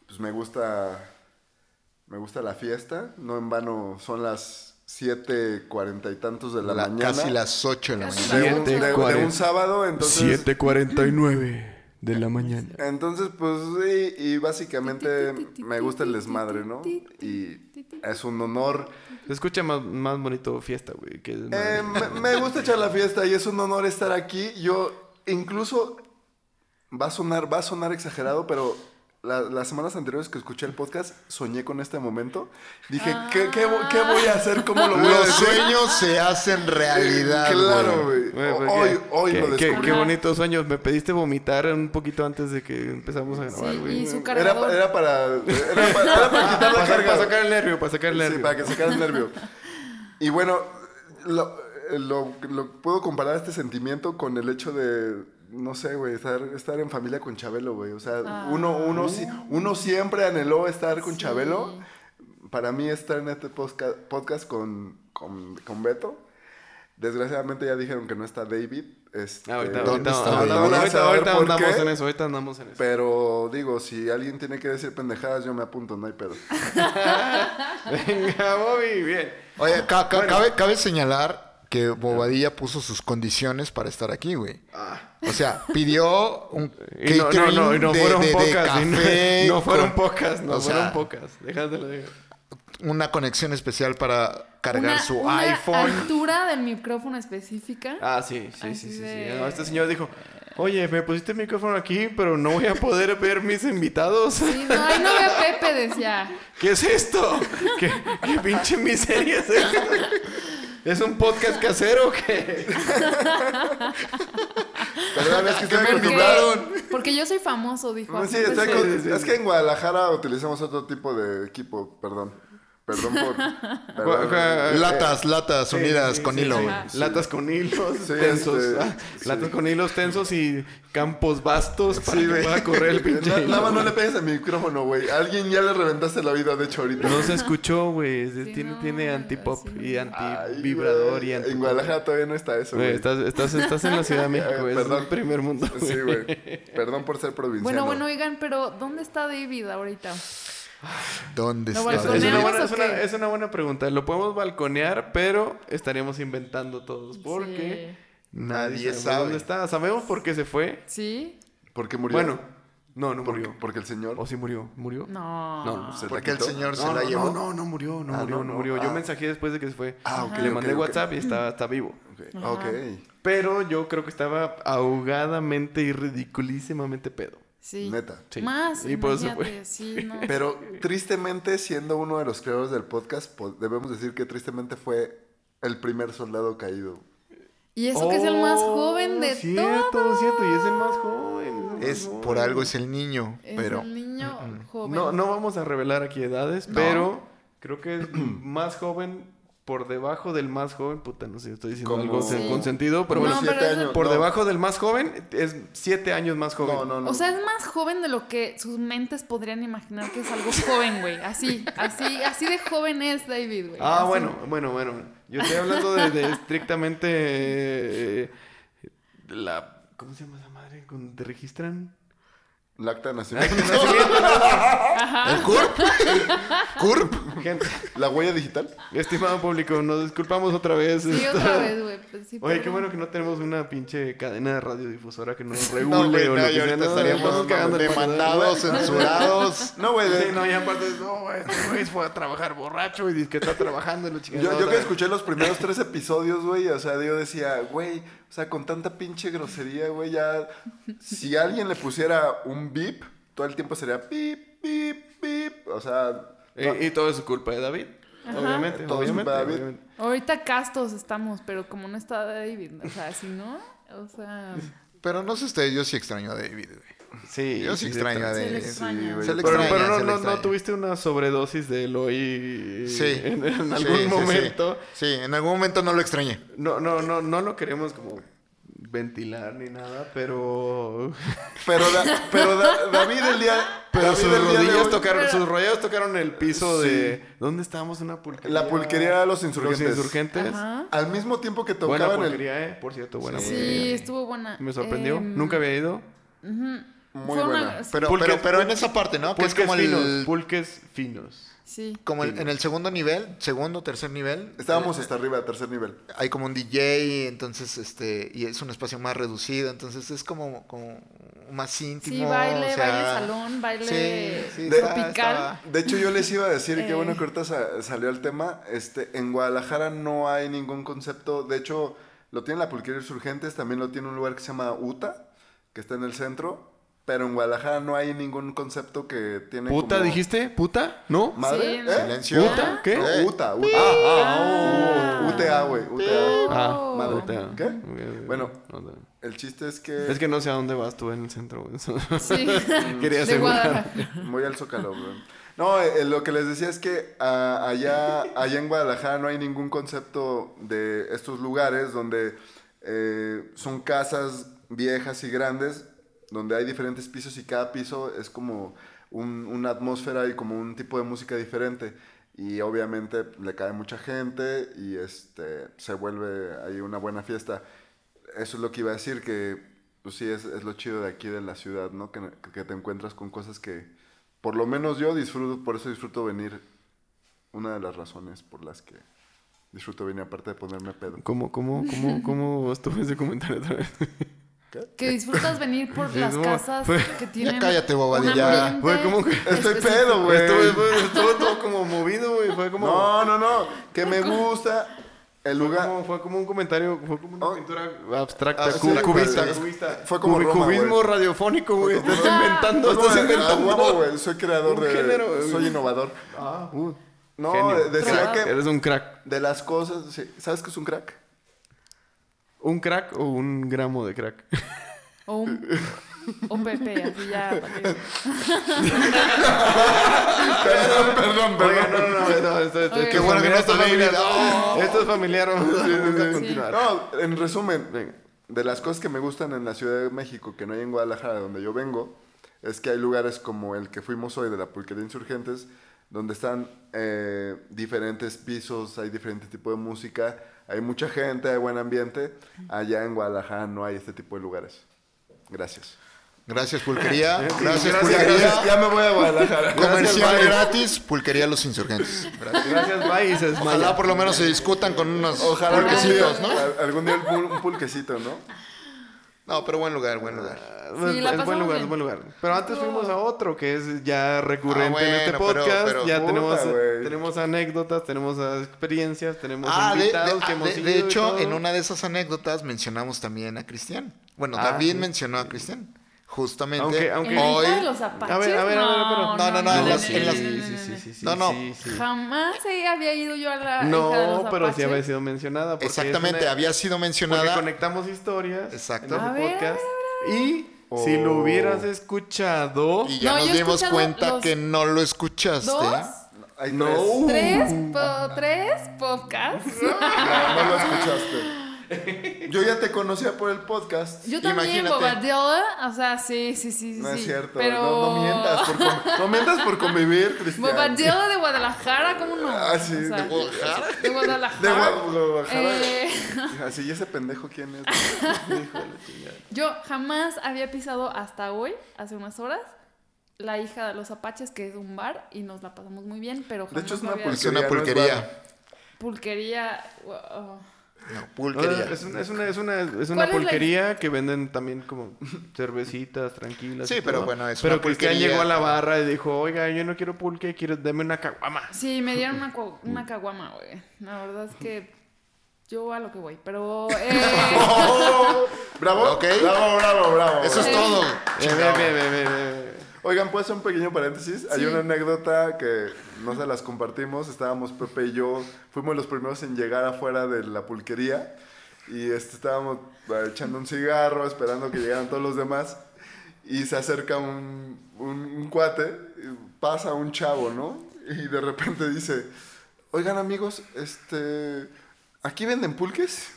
[SPEAKER 1] pues me gusta me gusta la fiesta, no en vano son las 7:40 y tantos de la,
[SPEAKER 4] La-
[SPEAKER 1] mañana.
[SPEAKER 4] casi las 8 de la
[SPEAKER 2] Casi
[SPEAKER 4] mañana.
[SPEAKER 1] de un, de- de un
[SPEAKER 3] 7:40.
[SPEAKER 1] sábado, entonces
[SPEAKER 3] 7.49 de la mañana.
[SPEAKER 1] Entonces, pues sí, y básicamente me gusta el desmadre, ¿no? Y es un honor.
[SPEAKER 3] Se escucha más, más bonito fiesta, güey. Que es
[SPEAKER 1] Eh,
[SPEAKER 3] madre.
[SPEAKER 1] me, me gusta echar la fiesta y es un honor estar aquí. Yo incluso va a sonar, va a sonar exagerado, pero la- las semanas anteriores que escuché el podcast, soñé con este momento. Dije, ¿qué, qué vo- qué voy a hacer? ¿Cómo lo voy a
[SPEAKER 4] Los
[SPEAKER 1] decir?
[SPEAKER 4] sueños se hacen realidad.
[SPEAKER 1] Claro,
[SPEAKER 4] güey.
[SPEAKER 1] güey.
[SPEAKER 3] Güey, pues,
[SPEAKER 1] Hoy,
[SPEAKER 3] qué-
[SPEAKER 1] hoy
[SPEAKER 3] qué,
[SPEAKER 1] lo
[SPEAKER 3] qué-
[SPEAKER 1] descubrí.
[SPEAKER 3] qué bonitos sueños. Me pediste vomitar un poquito antes de que empezamos a grabar,
[SPEAKER 2] Sí,
[SPEAKER 3] güey.
[SPEAKER 2] y su
[SPEAKER 1] Era,
[SPEAKER 2] cargador.
[SPEAKER 1] era para, era para, era para quitar la
[SPEAKER 3] Para,
[SPEAKER 1] carga.
[SPEAKER 3] para sacar el nervio, para sacar el nervio.
[SPEAKER 1] Sí, para que sacara el nervio. Y bueno, lo, eh, lo- lo puedo comparar este sentimiento con el hecho de, no sé, güey, estar, estar en familia con Chabelo, güey. O sea, uno, uno, si- uno siempre anheló estar con
[SPEAKER 2] Sí.
[SPEAKER 1] Chabelo. Para mí estar en este posca- podcast con, con, con Beto. Desgraciadamente ya dijeron que no está David. Este,
[SPEAKER 3] Ah, ahorita,
[SPEAKER 4] ¿Dónde
[SPEAKER 3] ahorita,
[SPEAKER 4] está?
[SPEAKER 3] ahorita-
[SPEAKER 4] ¿Dónde
[SPEAKER 3] ahorita-
[SPEAKER 1] está?
[SPEAKER 3] ahorita
[SPEAKER 1] ¿Por
[SPEAKER 3] andamos
[SPEAKER 1] qué?
[SPEAKER 3] en eso, ahorita andamos en eso.
[SPEAKER 1] Pero digo, si alguien tiene que decir pendejadas, yo me apunto, no hay pedo.
[SPEAKER 3] Venga, Bobby, bien.
[SPEAKER 4] Oye, ca- ca- cabe, cabe señalar que Bobadilla puso sus condiciones para estar aquí, güey. O sea, pidió un
[SPEAKER 3] Y no, no,
[SPEAKER 4] catering
[SPEAKER 3] no, y no
[SPEAKER 4] de,
[SPEAKER 3] fueron
[SPEAKER 4] de- de
[SPEAKER 3] pocas. y no-
[SPEAKER 4] café
[SPEAKER 3] no, fueron
[SPEAKER 4] con
[SPEAKER 3] pocas, no
[SPEAKER 4] o
[SPEAKER 3] fueron
[SPEAKER 4] sea,
[SPEAKER 3] pocas. Déjatelo, déjalo.
[SPEAKER 4] una conexión especial para cargar
[SPEAKER 2] Una-
[SPEAKER 4] su
[SPEAKER 2] una
[SPEAKER 4] iPhone.
[SPEAKER 2] altura del micrófono específica.
[SPEAKER 3] Ah, sí, sí,
[SPEAKER 2] Así
[SPEAKER 3] sí, sí. sí.
[SPEAKER 2] de-
[SPEAKER 3] No, este señor dijo, oye, me pusiste el micrófono aquí, pero no voy a poder ver mis invitados.
[SPEAKER 2] Sí, no, ahí no ve a Pepe, decía.
[SPEAKER 3] ¿Qué es esto? ¿Qué, qué pinche miseria es esto? ¿Es un podcast casero o qué?
[SPEAKER 1] Perdón, es que estoy
[SPEAKER 2] Porque,
[SPEAKER 1] acostumbrado.
[SPEAKER 2] porque yo soy famoso, dijo.
[SPEAKER 1] No,
[SPEAKER 2] así
[SPEAKER 1] sí, está
[SPEAKER 2] empezó.
[SPEAKER 1] con-
[SPEAKER 3] sí, sí.
[SPEAKER 1] Es que en Guadalajara utilizamos otro tipo de equipo, perdón. Perdón por. Eh, perdón.
[SPEAKER 3] Gua-
[SPEAKER 4] Latas, latas
[SPEAKER 3] Sí,
[SPEAKER 4] unidas
[SPEAKER 3] sí,
[SPEAKER 4] con
[SPEAKER 3] sí,
[SPEAKER 4] hilo,
[SPEAKER 3] sí.
[SPEAKER 4] güey.
[SPEAKER 3] Ajá. Latas con hilos
[SPEAKER 1] Sí,
[SPEAKER 3] tensos.
[SPEAKER 1] este,
[SPEAKER 3] ah,
[SPEAKER 1] sí.
[SPEAKER 3] Latas con hilos tensos y campos vastos para
[SPEAKER 1] Sí,
[SPEAKER 3] que
[SPEAKER 1] güey.
[SPEAKER 3] pueda correr el pinche
[SPEAKER 1] eh, Na-
[SPEAKER 3] hilo.
[SPEAKER 1] Nada más no le pegues al micrófono, güey. A Alguien ya le reventaste la vida, de hecho, ahorita.
[SPEAKER 3] No se escuchó, güey. Es-
[SPEAKER 2] Sí,
[SPEAKER 3] tiene
[SPEAKER 2] no,
[SPEAKER 3] tiene antipop
[SPEAKER 2] así.
[SPEAKER 3] y
[SPEAKER 1] Ay,
[SPEAKER 3] antivibrador
[SPEAKER 1] güey.
[SPEAKER 3] y anti...
[SPEAKER 1] En Guadalajara todavía no está eso,
[SPEAKER 3] Güey,
[SPEAKER 1] güey. Eh,
[SPEAKER 3] estás, estás, estás en la Ciudad de México, güey. Es
[SPEAKER 1] Perdón.
[SPEAKER 3] el primer mundo, güey.
[SPEAKER 1] Sí, güey. Perdón por ser provinciano.
[SPEAKER 2] Bueno, bueno, oigan, pero ¿dónde está David ahorita?
[SPEAKER 4] ¿Dónde
[SPEAKER 2] Lo
[SPEAKER 3] Es,
[SPEAKER 4] está?
[SPEAKER 3] es una
[SPEAKER 2] ¿Balconeamos
[SPEAKER 3] buena,
[SPEAKER 2] o
[SPEAKER 3] es una-
[SPEAKER 2] qué?
[SPEAKER 3] es una buena pregunta. Lo podemos balconear, pero estaríamos inventando todos. Porque nadie, sabe
[SPEAKER 4] Nadie sabe.
[SPEAKER 3] dónde está. Sabemos por qué se fue.
[SPEAKER 2] Sí.
[SPEAKER 1] ¿Por qué murió?
[SPEAKER 3] Bueno, no, no
[SPEAKER 1] Por-
[SPEAKER 3] murió.
[SPEAKER 1] porque el señor.
[SPEAKER 3] ¿O sí murió? ¿Murió?
[SPEAKER 2] ¿Sí? No.
[SPEAKER 3] No, se-
[SPEAKER 1] ¿Se la
[SPEAKER 4] Porque el
[SPEAKER 1] quitó?
[SPEAKER 4] señor se
[SPEAKER 3] No,
[SPEAKER 4] la
[SPEAKER 3] no,
[SPEAKER 4] llevó.
[SPEAKER 3] No, no, no murió, no
[SPEAKER 1] Ah,
[SPEAKER 3] murió,
[SPEAKER 1] no,
[SPEAKER 3] no,
[SPEAKER 1] no.
[SPEAKER 3] murió. Yo
[SPEAKER 1] Ah.
[SPEAKER 3] mensajé después de que se fue.
[SPEAKER 1] Ah, ok,
[SPEAKER 3] Le
[SPEAKER 1] ok,
[SPEAKER 3] mandé
[SPEAKER 1] ok.
[SPEAKER 3] WhatsApp y está, está vivo.
[SPEAKER 1] Ok. ok.
[SPEAKER 3] Pero yo creo que estaba ahogadamente y ridiculísimamente pedo.
[SPEAKER 2] Sí.
[SPEAKER 1] Neta.
[SPEAKER 3] Sí.
[SPEAKER 2] Más.
[SPEAKER 3] Y por eso se fue.
[SPEAKER 2] imagínate, Sí, no.
[SPEAKER 1] Pero tristemente, siendo uno de los creadores del podcast, po- debemos decir que tristemente fue el primer soldado caído.
[SPEAKER 2] Y eso que es el más
[SPEAKER 3] Oh,
[SPEAKER 2] joven de
[SPEAKER 3] cierto,
[SPEAKER 2] todos.
[SPEAKER 3] Cierto, y es el más joven. el
[SPEAKER 4] Es
[SPEAKER 3] más
[SPEAKER 4] por
[SPEAKER 3] joven.
[SPEAKER 4] algo es el niño,
[SPEAKER 2] Es
[SPEAKER 4] pero
[SPEAKER 2] un
[SPEAKER 3] Mm,
[SPEAKER 2] niño joven.
[SPEAKER 3] No, no vamos a revelar aquí edades, pero creo que es más joven por debajo del más joven. Puta, no sé, estoy diciendo
[SPEAKER 1] Como-
[SPEAKER 3] algo
[SPEAKER 2] Sí.
[SPEAKER 3] sin- con sentido, pero
[SPEAKER 2] No,
[SPEAKER 3] bueno.
[SPEAKER 2] pero es-
[SPEAKER 3] Por
[SPEAKER 1] no.
[SPEAKER 3] debajo del más joven es siete años más joven.
[SPEAKER 1] No, no, no.
[SPEAKER 2] O sea, es más joven de lo que sus mentes podrían imaginar que es algo joven, güey. Así, así, así de joven es David, güey.
[SPEAKER 3] Ah,
[SPEAKER 2] Así.
[SPEAKER 3] bueno, bueno, bueno. bueno. Yo estoy hablando de, de estrictamente eh, de la ¿cómo se llama esa madre? ¿Con- ¿Te registran?
[SPEAKER 1] Lacta nacional.
[SPEAKER 2] Ah.
[SPEAKER 4] el CURP. CURP.
[SPEAKER 3] Gente,
[SPEAKER 1] La huella digital.
[SPEAKER 3] estimado público, nos disculpamos otra vez.
[SPEAKER 2] Sí,
[SPEAKER 3] esto-
[SPEAKER 2] otra vez, güey. pues sí,
[SPEAKER 3] Oye, qué
[SPEAKER 2] perdón.
[SPEAKER 3] bueno que no tenemos una pinche cadena de radiodifusora que nos regule
[SPEAKER 4] No, güey,
[SPEAKER 3] o
[SPEAKER 4] no,
[SPEAKER 3] lo que
[SPEAKER 4] y
[SPEAKER 3] sea.
[SPEAKER 4] ahorita
[SPEAKER 3] No,
[SPEAKER 4] estaríamos
[SPEAKER 3] estamos cagando el palo.
[SPEAKER 4] demandados, censurados.
[SPEAKER 1] No, güey. de-
[SPEAKER 3] Sí, no, y aparte, no, este Luis fue a trabajar borracho y dice que está trabajando en la chingada.
[SPEAKER 1] Yo, yo que escuché los primeros tres episodios, güey, o sea, yo decía, güey, o sea, con tanta pinche grosería, güey, ya. Si alguien le pusiera un beep, todo el tiempo sería beep, beep, beep. O sea,
[SPEAKER 3] Eh, Y, y todo es culpa de David. Obviamente,
[SPEAKER 1] Todo es
[SPEAKER 3] obviamente,
[SPEAKER 1] culpa de David.
[SPEAKER 3] obviamente.
[SPEAKER 2] Ahorita castos estamos, pero como no está David, o sea, si no, o sea,
[SPEAKER 4] Pero no sé ustedes, yo sí extraño a David, güey.
[SPEAKER 3] Sí,
[SPEAKER 4] Yo sí extraño a
[SPEAKER 2] se le
[SPEAKER 4] David.
[SPEAKER 2] extraña.
[SPEAKER 1] güey.
[SPEAKER 4] Se le
[SPEAKER 3] Pero,
[SPEAKER 4] extraña,
[SPEAKER 3] pero no,
[SPEAKER 4] se le
[SPEAKER 3] no, no
[SPEAKER 4] extraña.
[SPEAKER 3] tuviste una sobredosis de Eloy
[SPEAKER 4] Sí.
[SPEAKER 3] en, en
[SPEAKER 4] Sí,
[SPEAKER 3] algún
[SPEAKER 4] sí, sí.
[SPEAKER 3] momento.
[SPEAKER 4] Sí. en algún momento no lo extrañé.
[SPEAKER 3] No, no, no, no lo queremos como ventilar ni nada, pero.
[SPEAKER 1] pero, Da- pero Da- David el día.
[SPEAKER 3] Pero
[SPEAKER 1] David
[SPEAKER 3] sus
[SPEAKER 1] el día de
[SPEAKER 3] rodillas
[SPEAKER 1] hoy-
[SPEAKER 3] tocaron,
[SPEAKER 2] Pero-
[SPEAKER 3] sus rodillas tocaron el piso
[SPEAKER 1] Sí.
[SPEAKER 3] de. ¿Dónde estábamos? Una pulquería.
[SPEAKER 1] La pulquería de los
[SPEAKER 3] Los
[SPEAKER 1] insurgentes.
[SPEAKER 3] insurgentes.
[SPEAKER 2] Ajá.
[SPEAKER 1] Al mismo tiempo que
[SPEAKER 3] Buena
[SPEAKER 1] tocaban el.
[SPEAKER 3] pulquería, eh, por cierto, buena
[SPEAKER 2] Sí,
[SPEAKER 3] pulquería.
[SPEAKER 2] estuvo buena.
[SPEAKER 3] Me sorprendió.
[SPEAKER 2] Em,
[SPEAKER 3] Nunca había ido.
[SPEAKER 2] ujú.
[SPEAKER 1] Muy
[SPEAKER 2] Fue una-
[SPEAKER 1] buena.
[SPEAKER 2] sí,
[SPEAKER 4] Pero,
[SPEAKER 3] Pulques-
[SPEAKER 4] pero, pero en esa parte,
[SPEAKER 1] Ah,
[SPEAKER 4] ¿no?
[SPEAKER 1] pues
[SPEAKER 4] Que es
[SPEAKER 3] Pulques
[SPEAKER 4] como
[SPEAKER 3] finos.
[SPEAKER 4] el,
[SPEAKER 3] Pulques finos.
[SPEAKER 2] sí.
[SPEAKER 4] como el- en el segundo nivel, segundo, tercer nivel.
[SPEAKER 1] Estábamos hasta arriba, tercer nivel.
[SPEAKER 4] Hay como un DJ, entonces, este, y es un espacio más reducido, entonces es como, como más íntimo.
[SPEAKER 2] Sí,
[SPEAKER 4] o
[SPEAKER 2] baile,
[SPEAKER 4] sea,
[SPEAKER 2] baile salón, baile
[SPEAKER 4] sí, sí,
[SPEAKER 2] tropical.
[SPEAKER 4] estaba-
[SPEAKER 1] De hecho, yo les iba a decir que
[SPEAKER 2] Eh.
[SPEAKER 1] bueno que ahorita sa- salió el tema. Este, en Guadalajara no hay ningún concepto. De hecho, lo tiene la Pulquería Insurgentes, también lo tiene un lugar que se llama UTA, que está en el centro. Pero en Guadalajara no hay ningún concepto que tiene
[SPEAKER 3] ¿Puta
[SPEAKER 1] como-
[SPEAKER 3] dijiste? ¿Puta? ¿No?
[SPEAKER 1] ¿Madre?
[SPEAKER 2] Sí,
[SPEAKER 1] ¿Eh?
[SPEAKER 4] Silencio.
[SPEAKER 3] ¿Puta? ¿Qué?
[SPEAKER 1] No, Uta, Uta.
[SPEAKER 3] uh,
[SPEAKER 2] Ah.
[SPEAKER 1] Ah, ah, oh, UTA, güey. UTA.
[SPEAKER 3] Ah,
[SPEAKER 1] Madre.
[SPEAKER 3] puta.
[SPEAKER 1] ¿Qué?
[SPEAKER 3] Ok,
[SPEAKER 1] Bueno.
[SPEAKER 3] no, no.
[SPEAKER 1] El chiste es que,
[SPEAKER 3] Es que no sé a dónde vas tú en el centro, güey.
[SPEAKER 2] Sí.
[SPEAKER 3] Quería
[SPEAKER 2] de
[SPEAKER 3] asegurar.
[SPEAKER 2] Guadalajara.
[SPEAKER 1] voy al Zócalo, güey. No, eh, lo que les decía es que ah, allá, allá en Guadalajara no hay ningún concepto de estos lugares donde eh, son casas viejas y grandes, donde hay diferentes pisos y cada piso es como un- una atmósfera y como un tipo de música diferente. Y obviamente le cae mucha gente y este, se vuelve ahí una buena fiesta. Eso es lo que iba a decir, que pues sí, es, es lo chido de aquí de la ciudad, ¿no? Que, que te encuentras con cosas que, por lo menos yo disfruto, por eso disfruto venir. Una de las razones por las que disfruto venir, aparte de ponerme pedo.
[SPEAKER 3] ¿Cómo, cómo, cómo, cómo estuvo ese comentario otra vez?
[SPEAKER 2] Que disfrutas venir por
[SPEAKER 3] Sí,
[SPEAKER 2] las
[SPEAKER 3] no, pues,
[SPEAKER 2] casas
[SPEAKER 3] fue-
[SPEAKER 2] que tienen.
[SPEAKER 4] cállate, bobadilla.
[SPEAKER 2] un
[SPEAKER 4] Ya,
[SPEAKER 2] ambiente
[SPEAKER 3] fue como que-
[SPEAKER 1] Estoy
[SPEAKER 2] específico.
[SPEAKER 1] pedo, güey.
[SPEAKER 3] Estuvo, estuvo- estuvo todo como movido, güey. Fue como...
[SPEAKER 1] No, no, no, que me gusta el
[SPEAKER 3] fue
[SPEAKER 1] lugar.
[SPEAKER 3] como- fue como un comentario, fue como una
[SPEAKER 1] Oh.
[SPEAKER 3] pintura abstracta,
[SPEAKER 1] Ah, sí,
[SPEAKER 3] cu- cubista.
[SPEAKER 1] güey.
[SPEAKER 3] cubista.
[SPEAKER 1] Fue como
[SPEAKER 3] Cubi-
[SPEAKER 1] Roma,
[SPEAKER 3] cubismo
[SPEAKER 1] güey.
[SPEAKER 3] radiofónico, güey.
[SPEAKER 1] Fue como-
[SPEAKER 3] Estás
[SPEAKER 2] Ah,
[SPEAKER 3] inventando,
[SPEAKER 1] Fue como
[SPEAKER 3] estás
[SPEAKER 1] de, "Ah,
[SPEAKER 3] inventando.
[SPEAKER 1] huevo, güey, soy creador
[SPEAKER 3] un
[SPEAKER 1] de...
[SPEAKER 3] género, güey.
[SPEAKER 1] soy innovador.
[SPEAKER 3] Ah, uh,
[SPEAKER 1] No, eh,
[SPEAKER 3] genio.
[SPEAKER 1] decía
[SPEAKER 3] Crack.
[SPEAKER 1] que
[SPEAKER 3] Eres un crack.
[SPEAKER 1] de las cosas... sí, ¿Sabes qué es un crack?
[SPEAKER 3] ¿Un crack o un gramo de crack?
[SPEAKER 2] O un, un Pepe, así ya. para que-
[SPEAKER 1] perdón, perdón,
[SPEAKER 3] Oiga, no, no, no, no, esto, esto-
[SPEAKER 2] Oiga.
[SPEAKER 3] esto
[SPEAKER 2] Qué
[SPEAKER 3] es
[SPEAKER 4] bueno que no
[SPEAKER 3] familiar, esto es
[SPEAKER 4] está
[SPEAKER 3] familiar.
[SPEAKER 4] David.
[SPEAKER 3] Esto es familiar, vamos a vamos a
[SPEAKER 2] sí.
[SPEAKER 3] continuar.
[SPEAKER 1] No, en resumen, de las cosas que me gustan en la Ciudad de México, que no hay en Guadalajara, de donde yo vengo, es que hay lugares como el que fuimos hoy de la Pulquería Insurgentes, donde están eh, diferentes pisos, hay diferente tipo de música, hay mucha gente, hay buen ambiente. Allá en Guadalajara no hay este tipo de lugares. Gracias.
[SPEAKER 4] Gracias, pulquería. Gracias,
[SPEAKER 3] gracias,
[SPEAKER 4] pulquería.
[SPEAKER 1] Ya me voy a Guadalajara.
[SPEAKER 4] Comercial
[SPEAKER 1] Gracias, bye.
[SPEAKER 4] gratis, pulquería Los Insurgentes.
[SPEAKER 3] Gracias, bye, y se desmaya.
[SPEAKER 4] Ojalá por lo menos se discutan con unos
[SPEAKER 1] Ojalá algún día,
[SPEAKER 4] pulquecitos, ¿no?
[SPEAKER 1] al- algún día un pul- un pulquecito, ¿no?
[SPEAKER 4] No, pero buen lugar, buen lugar.
[SPEAKER 3] Ah,
[SPEAKER 2] Sí, la
[SPEAKER 3] es
[SPEAKER 2] pasamos
[SPEAKER 3] buen lugar, es
[SPEAKER 2] bien.
[SPEAKER 3] buen lugar. Pero antes fuimos a otro que es ya recurrente
[SPEAKER 4] Ah, bueno,
[SPEAKER 3] en este
[SPEAKER 4] pero-
[SPEAKER 3] podcast.
[SPEAKER 4] pero
[SPEAKER 3] ya
[SPEAKER 1] puta,
[SPEAKER 3] tenemos, eh,
[SPEAKER 1] güey.
[SPEAKER 3] tenemos anécdotas, tenemos ah, experiencias, tenemos
[SPEAKER 4] Ah, de, de-
[SPEAKER 3] invitados que
[SPEAKER 4] ah,
[SPEAKER 3] hemos
[SPEAKER 4] de-
[SPEAKER 3] ido
[SPEAKER 4] de
[SPEAKER 3] y
[SPEAKER 4] hecho,
[SPEAKER 3] todo.
[SPEAKER 4] en una de esas anécdotas mencionamos también a Cristian. Bueno,
[SPEAKER 3] Ah,
[SPEAKER 4] David
[SPEAKER 3] sí.
[SPEAKER 4] mencionó a Cristian. Justamente
[SPEAKER 3] Aunque- aunque-
[SPEAKER 2] En la
[SPEAKER 4] hoy.
[SPEAKER 2] isla de los apaches.
[SPEAKER 3] A ver, a ver, a ver, pero-
[SPEAKER 4] No, no, no, en las-
[SPEAKER 3] sí,
[SPEAKER 4] en las-
[SPEAKER 3] sí,
[SPEAKER 2] no,
[SPEAKER 3] sí,
[SPEAKER 2] no,
[SPEAKER 3] sí,
[SPEAKER 2] no.
[SPEAKER 3] sí, sí,
[SPEAKER 4] No, no.
[SPEAKER 3] sí, sí.
[SPEAKER 2] Jamás eh, había ido yo a la hija de los
[SPEAKER 3] No, pero sí
[SPEAKER 2] apaches.
[SPEAKER 3] había sido mencionada. porque es
[SPEAKER 4] Exactamente,
[SPEAKER 3] una-
[SPEAKER 4] había sido
[SPEAKER 3] Porque
[SPEAKER 4] mencionada.
[SPEAKER 3] conectamos historias.
[SPEAKER 4] Exacto. Oh.
[SPEAKER 3] En ese
[SPEAKER 2] A ver, a ver,
[SPEAKER 3] podcast. Y si lo hubieras escuchado.
[SPEAKER 4] Y ya
[SPEAKER 2] No, yo
[SPEAKER 4] nos
[SPEAKER 2] he
[SPEAKER 4] dimos
[SPEAKER 2] escuchado
[SPEAKER 4] cuenta
[SPEAKER 2] los-
[SPEAKER 4] que no lo escuchaste.
[SPEAKER 3] este,
[SPEAKER 2] ¿Dos?
[SPEAKER 1] Hay
[SPEAKER 3] No.
[SPEAKER 1] tres.
[SPEAKER 2] ¿Tres?
[SPEAKER 3] uh,
[SPEAKER 2] po- ¿Tres podcasts?
[SPEAKER 1] No, no lo escuchaste. Yo ya te conocía por el podcast.
[SPEAKER 2] Yo también,
[SPEAKER 4] Imagínate.
[SPEAKER 2] Bobadilla. O sea, sí, sí, sí. sí,
[SPEAKER 1] No es
[SPEAKER 2] sí,
[SPEAKER 1] cierto.
[SPEAKER 2] Pero...
[SPEAKER 1] No, no mientas por con- no mientas por convivir, Cristian.
[SPEAKER 2] Bobadilla de Guadalajara, ¿cómo no?
[SPEAKER 1] Ah, sí,
[SPEAKER 2] O sea,
[SPEAKER 1] de
[SPEAKER 4] Guadalajara.
[SPEAKER 1] De
[SPEAKER 2] De Guadalajara.
[SPEAKER 1] Guadalajara.
[SPEAKER 2] Eh,
[SPEAKER 1] Así, ¿y ese pendejo quién es?
[SPEAKER 2] Yo jamás había pisado hasta hoy, hace unas horas, la hija de los apaches, que es un bar, y nos la pasamos muy bien, pero jamás
[SPEAKER 1] De hecho, es
[SPEAKER 2] lo
[SPEAKER 1] una
[SPEAKER 2] había-
[SPEAKER 1] pulquería.
[SPEAKER 4] Es una
[SPEAKER 1] no es
[SPEAKER 4] pulquería.
[SPEAKER 2] pulquería. wow.
[SPEAKER 4] No,
[SPEAKER 3] No,
[SPEAKER 4] pulquería.
[SPEAKER 3] es una, es una, es una, es una
[SPEAKER 2] ¿Cuál es la-
[SPEAKER 3] pulquería que venden también como cervecitas tranquilas.
[SPEAKER 4] Sí,
[SPEAKER 3] y
[SPEAKER 4] pero
[SPEAKER 3] todo.
[SPEAKER 4] bueno, es
[SPEAKER 3] Pero
[SPEAKER 4] una
[SPEAKER 3] Cristian
[SPEAKER 4] pulquería.
[SPEAKER 3] llegó a la barra y dijo, oiga, yo no quiero pulque, quiero, dame una caguama.
[SPEAKER 2] Sí, me dieron una, cua- una caguama, güey. La verdad es que yo a lo que voy, pero... eh,
[SPEAKER 1] ¡Oh! ¿Bravo?
[SPEAKER 4] Ok.
[SPEAKER 1] Bravo, bravo, bravo.
[SPEAKER 4] Eso es
[SPEAKER 1] bravo.
[SPEAKER 2] Sí.
[SPEAKER 4] todo.
[SPEAKER 3] Eh, ve, ve, ve, ve, ve, ve.
[SPEAKER 1] Oigan, pues un pequeño paréntesis. Hay
[SPEAKER 2] Sí.
[SPEAKER 1] una anécdota que no se las compartimos. Estábamos Pepe y yo, fuimos los primeros en llegar afuera de la pulquería y este, estábamos eh, echando un cigarro, esperando que llegaran todos los demás. Y se acerca un, un, un cuate, y pasa un chavo, ¿no? Y de repente dice, oigan amigos, este, ¿aquí venden pulques?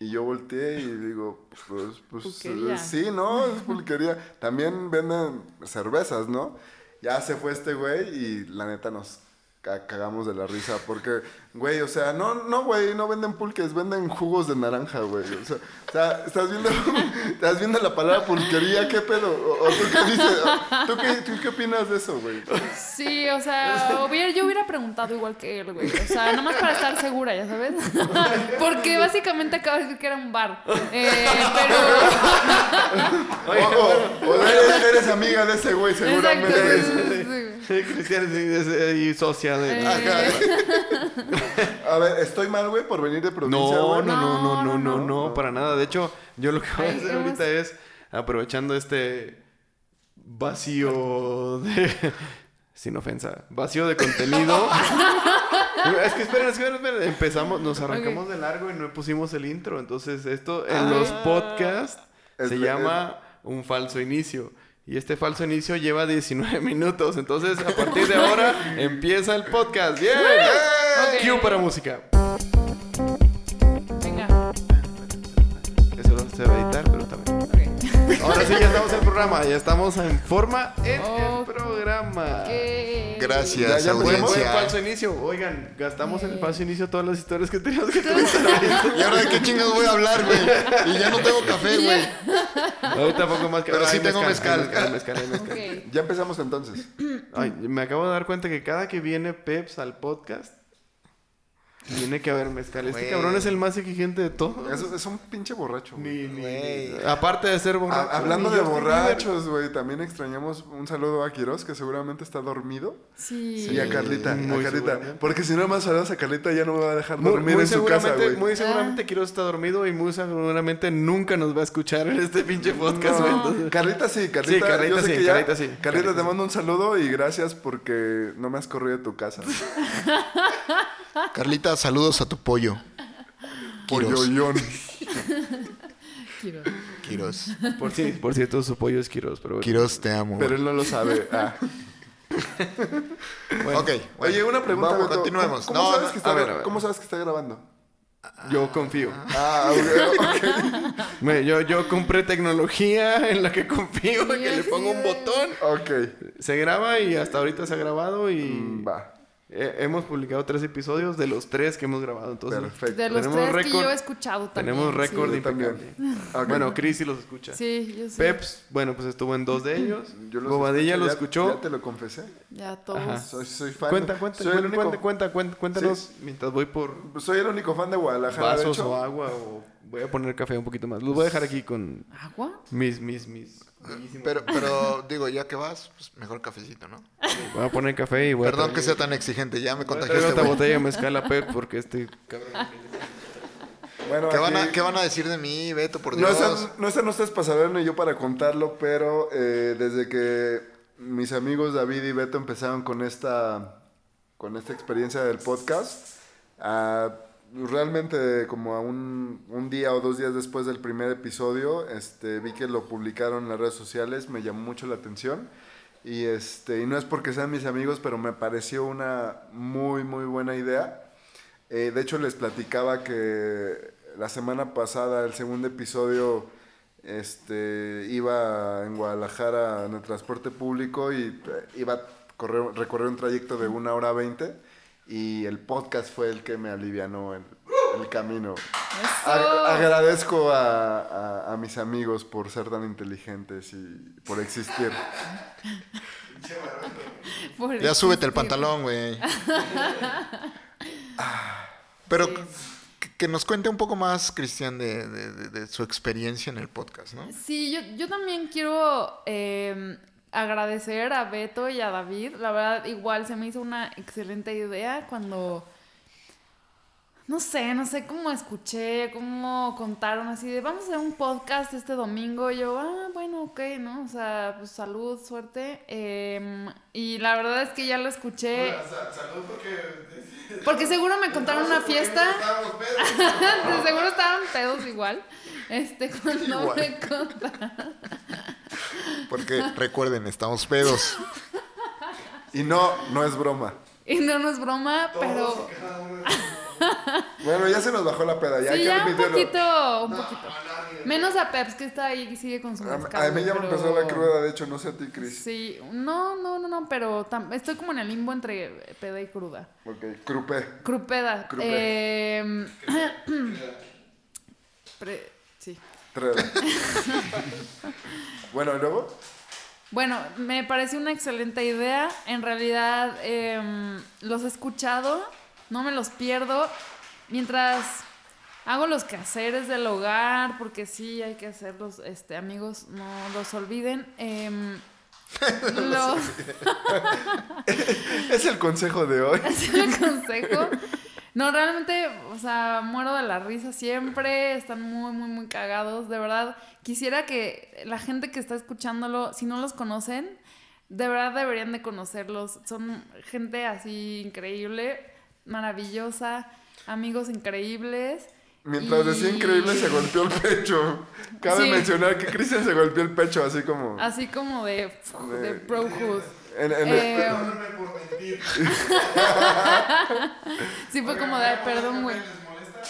[SPEAKER 1] Y yo volteé y digo, pues, pues
[SPEAKER 2] Pulquería.
[SPEAKER 1] eh, sí, ¿no? Es pulquería. También venden cervezas, ¿no? Ya se fue este güey y la neta nos ca- cagamos de la risa porque, güey, o sea, no, no, güey, no venden pulques, venden jugos de naranja, güey. O sea, o sea, estás viendo, estás viendo la palabra pulquería, ¿qué pedo? ¿O, o tú qué dices? ¿Tú qué, tú qué opinas de eso, güey?
[SPEAKER 2] sí, o sea, hubiera- yo hubiera preguntado igual que él, güey. O sea, nomás para estar segura, ya sabes. Porque básicamente acabas de decir que era un bar. Eh, pero...
[SPEAKER 1] O, o- o eres, eres amiga de ese güey, seguramente.
[SPEAKER 2] Exacto.
[SPEAKER 1] güey.
[SPEAKER 2] sí, sí, sí.
[SPEAKER 3] Sí, Cristian es, es- es- y socia de...
[SPEAKER 2] Eh,
[SPEAKER 1] A ver, estoy mal, güey, por venir de provincia,
[SPEAKER 3] No, no,
[SPEAKER 1] güey?
[SPEAKER 3] no, no, no, no,
[SPEAKER 2] No,
[SPEAKER 3] no, para nada. De hecho, yo lo que voy a
[SPEAKER 2] Ay,
[SPEAKER 3] hacer
[SPEAKER 2] hemos-
[SPEAKER 3] ahorita es, aprovechando este vacío de... Sin ofensa. Vacío de contenido. es que esperen, esperen, esperen. Empezamos, nos arrancamos de largo y no pusimos el intro. Entonces esto en
[SPEAKER 2] Ah.
[SPEAKER 3] los podcasts
[SPEAKER 1] Es
[SPEAKER 3] se
[SPEAKER 1] verdad.
[SPEAKER 3] llama un falso inicio. Y este falso inicio lleva 19 minutos. Entonces a partir de ahora empieza el podcast. ¡Bien!
[SPEAKER 2] Ok.
[SPEAKER 3] Cue para música.
[SPEAKER 2] Venga.
[SPEAKER 3] Eso lo se va a editar, pero también.
[SPEAKER 2] Ok.
[SPEAKER 3] Ahora sí, ya estamos en el programa. Ya estamos en forma en
[SPEAKER 2] Ok.
[SPEAKER 3] el programa.
[SPEAKER 2] Ok.
[SPEAKER 1] Ya,
[SPEAKER 4] Gracias,
[SPEAKER 1] ya
[SPEAKER 3] Tenemos el falso
[SPEAKER 4] audiencia.
[SPEAKER 3] inicio. Oigan, gastamos en el falso inicio todas las historias que teníamos que contar.
[SPEAKER 4] ¿Y ahora de qué chingados voy a hablar, güey? Y ya no tengo café, güey.
[SPEAKER 3] Ahorita tampoco más que
[SPEAKER 4] Pero sí
[SPEAKER 3] Ay,
[SPEAKER 4] tengo
[SPEAKER 3] Hay
[SPEAKER 4] mezcal.
[SPEAKER 3] hay mezcal, hay mezcal.
[SPEAKER 2] Ok.
[SPEAKER 1] Ya empezamos entonces.
[SPEAKER 3] Ay, me acabo de dar cuenta que cada que viene Peps al podcast, tiene que haber mezcal. Este
[SPEAKER 4] Güey.
[SPEAKER 3] cabrón es el más exigente de todos.
[SPEAKER 1] Es, es un pinche borracho. güey.
[SPEAKER 3] Ni- ni-
[SPEAKER 4] Güey.
[SPEAKER 3] ni- Aparte de ser borracho.
[SPEAKER 1] Ha- hablando
[SPEAKER 3] ni
[SPEAKER 1] de
[SPEAKER 3] Justin
[SPEAKER 1] borrachos, güey, también extrañamos un saludo a Quiroz, que seguramente está dormido.
[SPEAKER 2] Sí.
[SPEAKER 1] Y a Carlita,
[SPEAKER 3] Muy
[SPEAKER 1] a Carlita.
[SPEAKER 3] seguramente.
[SPEAKER 1] Porque si no más saludas a Carlita ya no me va a dejar
[SPEAKER 3] Muy,
[SPEAKER 1] dormir
[SPEAKER 3] muy
[SPEAKER 1] en su casa,
[SPEAKER 3] seguramente,
[SPEAKER 1] güey.
[SPEAKER 2] Ah.
[SPEAKER 3] muy seguramente Quiroz está dormido y muy seguramente nunca nos va a escuchar en este pinche podcast. güey. Entonces,
[SPEAKER 1] Carlita sí, Carlita,
[SPEAKER 3] Sí, Carlita
[SPEAKER 1] yo sé
[SPEAKER 3] sí,
[SPEAKER 1] que ya-
[SPEAKER 3] Carlita sí.
[SPEAKER 1] Carlita,
[SPEAKER 3] Carlita
[SPEAKER 1] te
[SPEAKER 3] sí.
[SPEAKER 1] mando un saludo y gracias porque no me has corrido de tu casa.
[SPEAKER 4] Carlita, saludos a tu pollo. Quiroz.
[SPEAKER 1] Polloyón.
[SPEAKER 2] Quiero.
[SPEAKER 4] Quiroz.
[SPEAKER 3] por, si- por cierto, su pollo es Quiroz, pero bueno.
[SPEAKER 4] Quiroz, te amo.
[SPEAKER 1] Pero él no lo sabe. Ah.
[SPEAKER 4] Bueno, ok. bueno.
[SPEAKER 1] Oye, una pregunta.
[SPEAKER 4] Vamos,
[SPEAKER 1] Beto.
[SPEAKER 4] continuemos.
[SPEAKER 1] ¿Cómo,
[SPEAKER 4] No,
[SPEAKER 1] cómo sabes
[SPEAKER 4] no,
[SPEAKER 1] que está,
[SPEAKER 3] a ver, a ver.
[SPEAKER 1] ¿Cómo sabes que está grabando?
[SPEAKER 3] Yo confío.
[SPEAKER 1] Ah, ok,
[SPEAKER 3] Me- yo, yo compré tecnología en la que confío,
[SPEAKER 2] Sí,
[SPEAKER 3] que le
[SPEAKER 2] sí,
[SPEAKER 3] pongo un
[SPEAKER 2] güey.
[SPEAKER 3] botón.
[SPEAKER 1] ok.
[SPEAKER 3] Se graba y hasta ahorita se ha grabado y
[SPEAKER 1] Mm, Va.
[SPEAKER 3] eh, hemos publicado tres episodios de los tres que hemos grabado. Entonces,
[SPEAKER 1] Perfecto.
[SPEAKER 2] De los
[SPEAKER 3] Tenemos
[SPEAKER 2] tres que
[SPEAKER 3] récord-
[SPEAKER 2] yo he escuchado también.
[SPEAKER 3] tenemos
[SPEAKER 2] sí.
[SPEAKER 3] récord
[SPEAKER 1] Yo también.
[SPEAKER 3] impecable.
[SPEAKER 1] Ok.
[SPEAKER 3] Bueno, Chris sí los escucha.
[SPEAKER 2] Sí, yo sí.
[SPEAKER 3] Peps, bueno, pues estuvo en dos de ellos.
[SPEAKER 1] Yo los
[SPEAKER 3] Bobadilla
[SPEAKER 1] escuché,
[SPEAKER 3] lo
[SPEAKER 1] ya-
[SPEAKER 3] escuchó.
[SPEAKER 1] Ya te lo confesé.
[SPEAKER 2] Ya todos.
[SPEAKER 3] Ajá.
[SPEAKER 1] Soy, soy fan.
[SPEAKER 3] Cuenta, cuenta,
[SPEAKER 1] soy el
[SPEAKER 3] cuenta,
[SPEAKER 1] único,
[SPEAKER 3] cuenta, cuenta, cuenta, cuéntanos mientras voy por
[SPEAKER 1] Soy el único fan de Guadalajara. de
[SPEAKER 3] vasos
[SPEAKER 1] hecho.
[SPEAKER 3] o agua o voy a poner café un poquito más. Los voy a dejar aquí con
[SPEAKER 2] ¿Agua?
[SPEAKER 3] mis, mis, mis.
[SPEAKER 4] Pero, pero digo, ya que vas, pues mejor cafecito, ¿no?
[SPEAKER 3] Voy a poner café y voy a
[SPEAKER 4] Perdón
[SPEAKER 3] traer-
[SPEAKER 4] que sea tan exigente, ya
[SPEAKER 3] voy
[SPEAKER 4] me
[SPEAKER 3] a traer
[SPEAKER 4] contagiaste,
[SPEAKER 3] otra
[SPEAKER 4] güey.
[SPEAKER 3] botella de mezcal a Pep porque este cabrón
[SPEAKER 1] Bueno,
[SPEAKER 4] ¿Qué van, a,
[SPEAKER 1] aquí-
[SPEAKER 4] ¿Qué van a decir de mí, Beto, por
[SPEAKER 1] No
[SPEAKER 4] Dios?
[SPEAKER 1] están, no están ustedes para saberlo ni yo para contarlo, pero eh, desde que mis amigos David y Beto empezaron con esta, con esta experiencia del podcast, ah, realmente como a un, un día o dos días después del primer episodio, este, vi que lo publicaron en las redes sociales, me llamó mucho la atención. Y, este, y no es porque sean mis amigos, pero me pareció una muy, muy buena idea. Eh, de hecho, les platicaba que la semana pasada, el segundo episodio, este, iba en Guadalajara en el transporte público y eh, iba a correr- recorrer un trayecto de una hora veinte. Y el podcast fue el que me alivianó el, el camino.
[SPEAKER 2] Oh.
[SPEAKER 1] A- agradezco a, a- a mis amigos por ser tan inteligentes y por existir.
[SPEAKER 2] Por
[SPEAKER 4] Ya súbete el
[SPEAKER 2] existir.
[SPEAKER 4] pantalón, güey. Ah, Pero que, que nos cuente un poco más, Cristian, de, de- de- de su experiencia en el podcast, ¿no?
[SPEAKER 2] Sí, yo, yo también quiero eh, agradecer a Beto y a David. La verdad, igual se me hizo una excelente idea cuando. No sé, no sé cómo escuché, cómo contaron así de vamos a hacer un podcast este domingo. Y yo, ah, bueno, ok, ¿no? O sea, pues salud, suerte. Em, y la verdad es que ya lo escuché.
[SPEAKER 4] Salud porque...
[SPEAKER 2] Porque seguro me contaron una fiesta. De seguro estaban pedos igual. Este, cuando
[SPEAKER 4] Igual.
[SPEAKER 2] me contaron.
[SPEAKER 4] Porque recuerden, estamos pedos.
[SPEAKER 1] Y no, no es broma.
[SPEAKER 2] Y no, no es broma, pero.
[SPEAKER 1] Bueno, ya se nos bajó la peda. Ya hay
[SPEAKER 2] sí,
[SPEAKER 1] que
[SPEAKER 2] ya un
[SPEAKER 1] admitirlo.
[SPEAKER 2] poquito, un poquito. Menos a Peps, que está ahí y sigue con su
[SPEAKER 1] A, a
[SPEAKER 2] mascado,
[SPEAKER 1] mí ya me
[SPEAKER 2] Pues, pero-
[SPEAKER 1] empezó la cruda, de hecho, no sé a ti, Cris.
[SPEAKER 2] Sí, no, no, no, no, pero tam- estoy como en el limbo entre peda y cruda.
[SPEAKER 1] Ok, crupé.
[SPEAKER 2] Crupeda.
[SPEAKER 1] Crupé.
[SPEAKER 2] Eh, pre- sí.
[SPEAKER 1] Tres. bueno, ¿y luego?
[SPEAKER 2] Bueno, me parece una excelente idea. En realidad em, los he escuchado, no me los pierdo. Mientras hago los quehaceres del hogar, porque sí hay que hacerlos, este, amigos, no los olviden. em, los-
[SPEAKER 1] Es el consejo de hoy.
[SPEAKER 2] es el consejo. No, realmente, o sea, muero de la risa siempre. Están muy, muy, muy cagados. De verdad, quisiera que la gente que está escuchándolo, si no los conocen, de verdad deberían de conocerlos. Son gente así increíble, maravillosa, amigos increíbles.
[SPEAKER 1] Mientras decía
[SPEAKER 2] Y-
[SPEAKER 1] increíble, se golpeó el pecho. Cabe
[SPEAKER 2] Sí. Ah,
[SPEAKER 1] mencionar que Cristian se golpeó el pecho, así como.
[SPEAKER 2] Así como de, de brohood.
[SPEAKER 1] En, en-
[SPEAKER 2] Eh,
[SPEAKER 5] Perdónenme por mentir.
[SPEAKER 2] sí fue como de, perdón, güey.
[SPEAKER 5] ¿Les molesta?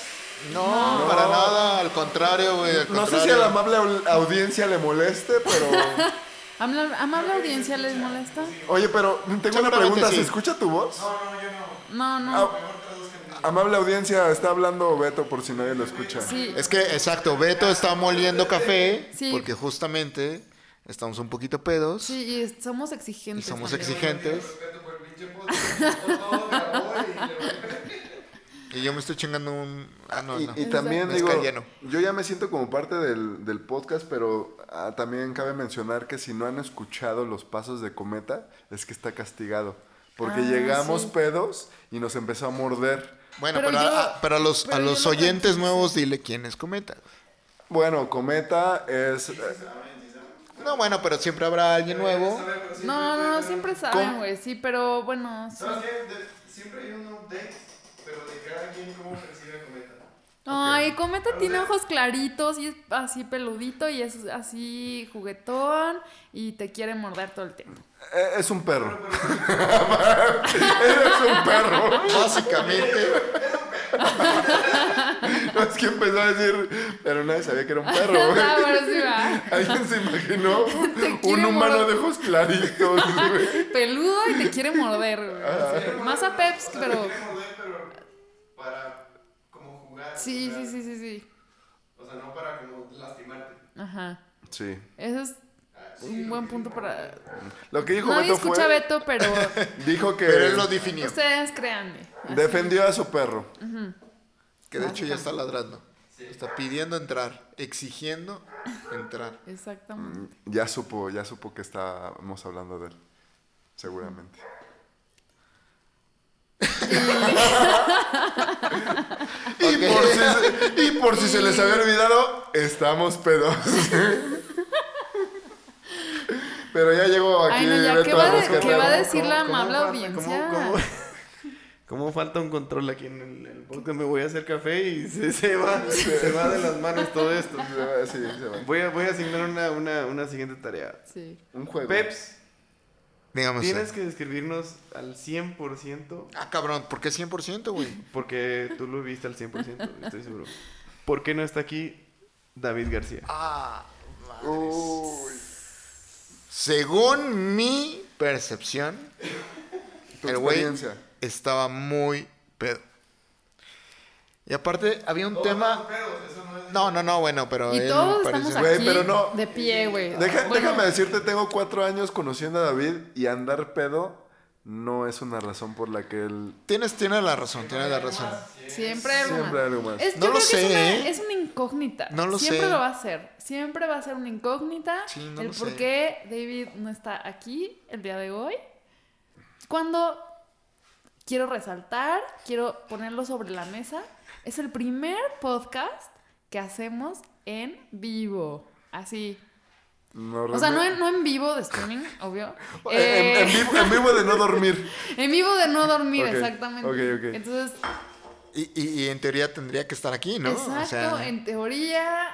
[SPEAKER 4] No, para nada, al contrario, güey. al
[SPEAKER 1] no sé si
[SPEAKER 4] contrario.
[SPEAKER 1] a la amable au- audiencia le moleste, pero.
[SPEAKER 2] Amable- Amable audiencia, ¿les molesta?
[SPEAKER 1] Oye, pero tengo una
[SPEAKER 4] Seguramente
[SPEAKER 1] pregunta.
[SPEAKER 4] sí.
[SPEAKER 1] ¿Se escucha tu voz?
[SPEAKER 2] No, no.
[SPEAKER 1] Ah, amable audiencia, está hablando Beto por si nadie lo escucha.
[SPEAKER 2] Sí.
[SPEAKER 4] Es que, exacto, Beto está moliendo café
[SPEAKER 2] Sí.
[SPEAKER 4] porque justamente estamos un poquito pedos
[SPEAKER 2] Sí, y es- somos
[SPEAKER 4] y
[SPEAKER 2] exigentes.
[SPEAKER 4] somos
[SPEAKER 2] también.
[SPEAKER 4] exigentes.
[SPEAKER 5] Respeto por el pinche podcast. Todo grabó y le-
[SPEAKER 4] Y yo me estoy chingando un... Ah, no, no.
[SPEAKER 1] Y, y también
[SPEAKER 4] Exacto.
[SPEAKER 1] digo,
[SPEAKER 4] Mezcal lleno.
[SPEAKER 1] yo ya me siento como parte del, del podcast, pero ah, también cabe mencionar que si no han escuchado los pasos de Cometa, es que está castigado. Porque
[SPEAKER 2] Ah,
[SPEAKER 1] llegamos
[SPEAKER 2] sí.
[SPEAKER 1] pedos y nos empezó a morder.
[SPEAKER 4] Bueno,
[SPEAKER 2] Pero
[SPEAKER 4] pero,
[SPEAKER 2] yo-
[SPEAKER 4] a, pero a los,
[SPEAKER 2] pero
[SPEAKER 4] a
[SPEAKER 2] yo
[SPEAKER 4] los
[SPEAKER 2] lo
[SPEAKER 4] oyentes nuevos dile quién es Cometa.
[SPEAKER 1] Bueno, Cometa es... eh,
[SPEAKER 4] No, bueno, pero siempre habrá alguien nuevo.
[SPEAKER 2] No, no, no, siempre saben,
[SPEAKER 1] ¿Cómo?
[SPEAKER 2] güey, sí, pero bueno. sí.
[SPEAKER 5] ¿Sabes qué? De- siempre hay un update, pero de cada quien cómo percibe Cometa.
[SPEAKER 2] Ay, Cometa tiene ojos claritos y es así peludito y es así juguetón y te quiere morder todo el tiempo.
[SPEAKER 1] eh, es un perro. es un perro.
[SPEAKER 4] Básicamente,
[SPEAKER 1] No, es que empezó a decir, pero nadie sabía que era un perro. güey.
[SPEAKER 2] Ah, bueno, sí va.
[SPEAKER 1] Alguien se imaginó un
[SPEAKER 2] quiere
[SPEAKER 1] humano
[SPEAKER 2] morder.
[SPEAKER 1] de ojos claritos. güey.
[SPEAKER 2] Peludo y te quiere morder, güey. Sí, Más a Peps, pero.
[SPEAKER 5] Quiere morder, pero para como jugar.
[SPEAKER 2] Sí,
[SPEAKER 5] o sea,
[SPEAKER 2] sí, sí, sí, sí.
[SPEAKER 5] O sea, no para como lastimarte.
[SPEAKER 2] Ajá.
[SPEAKER 1] Sí.
[SPEAKER 2] Eso es un buen punto para.
[SPEAKER 1] Lo que dijo
[SPEAKER 2] Nadie
[SPEAKER 1] Beto
[SPEAKER 2] escucha a
[SPEAKER 1] fue...
[SPEAKER 2] Beto, pero
[SPEAKER 1] Dijo que...
[SPEAKER 4] pero él lo definió.
[SPEAKER 2] ustedes créanme.
[SPEAKER 1] Defendió a su perro.
[SPEAKER 4] Que de hecho ya está ladrando. Está pidiendo entrar, exigiendo entrar.
[SPEAKER 2] Exactamente.
[SPEAKER 1] Ya supo, ya supo que estábamos hablando de él. Seguramente.
[SPEAKER 4] Y
[SPEAKER 1] Por si se- y por si se les había olvidado, estamos pedos. Pero ya llegó aquí
[SPEAKER 2] Ay, no, ya, ¿qué
[SPEAKER 1] Beto
[SPEAKER 2] va,
[SPEAKER 1] a
[SPEAKER 2] de-
[SPEAKER 1] rescatar.
[SPEAKER 2] qué va a
[SPEAKER 3] ¿Cómo-
[SPEAKER 2] decir la
[SPEAKER 3] cómo
[SPEAKER 2] amable
[SPEAKER 3] falta-
[SPEAKER 2] audiencia?
[SPEAKER 3] cómo- cómo- cómo falta un control aquí en el, el podcast? Me voy a hacer café y se, se va, se va de las manos todo esto.
[SPEAKER 1] Se va- sí, se va.
[SPEAKER 3] Voy a, voy a asignar una, una, una siguiente tarea.
[SPEAKER 2] Sí.
[SPEAKER 1] Un juego.
[SPEAKER 3] Peps,
[SPEAKER 4] Digamos.
[SPEAKER 3] tienes que describirnos al 100%
[SPEAKER 4] Ah, cabrón, ¿por qué 100%, güey?
[SPEAKER 3] porque tú lo viste al 100%, estoy seguro. ¿Por qué no está aquí David García?
[SPEAKER 4] Ah,
[SPEAKER 1] Uy,
[SPEAKER 4] según mi percepción,
[SPEAKER 1] tu
[SPEAKER 4] El güey-
[SPEAKER 1] experiencia.
[SPEAKER 4] estaba muy pedo. Y aparte, había un tema. No, no, no, bueno, pero.
[SPEAKER 2] Y
[SPEAKER 4] él
[SPEAKER 2] todos
[SPEAKER 4] parece-
[SPEAKER 2] estamos
[SPEAKER 1] Güey,
[SPEAKER 2] aquí
[SPEAKER 1] pero no.
[SPEAKER 2] de pie, güey.
[SPEAKER 1] Deja-
[SPEAKER 2] Bueno,
[SPEAKER 1] Déjame decirte, tengo cuatro años conociendo a David y andar pedo no es una razón por la que él
[SPEAKER 4] Tienes, tienes la razón, tienes la razón.
[SPEAKER 2] Siempre hay algo
[SPEAKER 1] siempre
[SPEAKER 2] más.
[SPEAKER 1] hay algo más.
[SPEAKER 2] Es,
[SPEAKER 4] No
[SPEAKER 2] yo
[SPEAKER 4] lo
[SPEAKER 2] creo que
[SPEAKER 4] sé,
[SPEAKER 2] es una,
[SPEAKER 4] ¿eh?
[SPEAKER 2] es una incógnita.
[SPEAKER 4] No lo
[SPEAKER 2] Siempre
[SPEAKER 4] sé.
[SPEAKER 2] lo va a ser. Siempre va a ser una incógnita.
[SPEAKER 4] Sí, no
[SPEAKER 2] el
[SPEAKER 4] lo
[SPEAKER 2] por
[SPEAKER 4] sé.
[SPEAKER 2] qué David no está aquí el día de hoy. Cuando quiero resaltar, quiero ponerlo sobre la mesa. Es el primer podcast que hacemos en vivo. Así.
[SPEAKER 1] No,
[SPEAKER 2] O sea, no
[SPEAKER 1] realmente-
[SPEAKER 2] en, no en vivo de streaming, obvio.
[SPEAKER 1] En-
[SPEAKER 2] Eh,
[SPEAKER 1] en vivo- en vivo de no dormir.
[SPEAKER 2] En vivo de no dormir,
[SPEAKER 1] Ok,
[SPEAKER 2] exactamente.
[SPEAKER 1] ok, ok.
[SPEAKER 2] Entonces,
[SPEAKER 4] Y, y- y en teoría tendría que estar aquí, ¿no?
[SPEAKER 2] exacto,
[SPEAKER 4] O sea,
[SPEAKER 2] en teoría.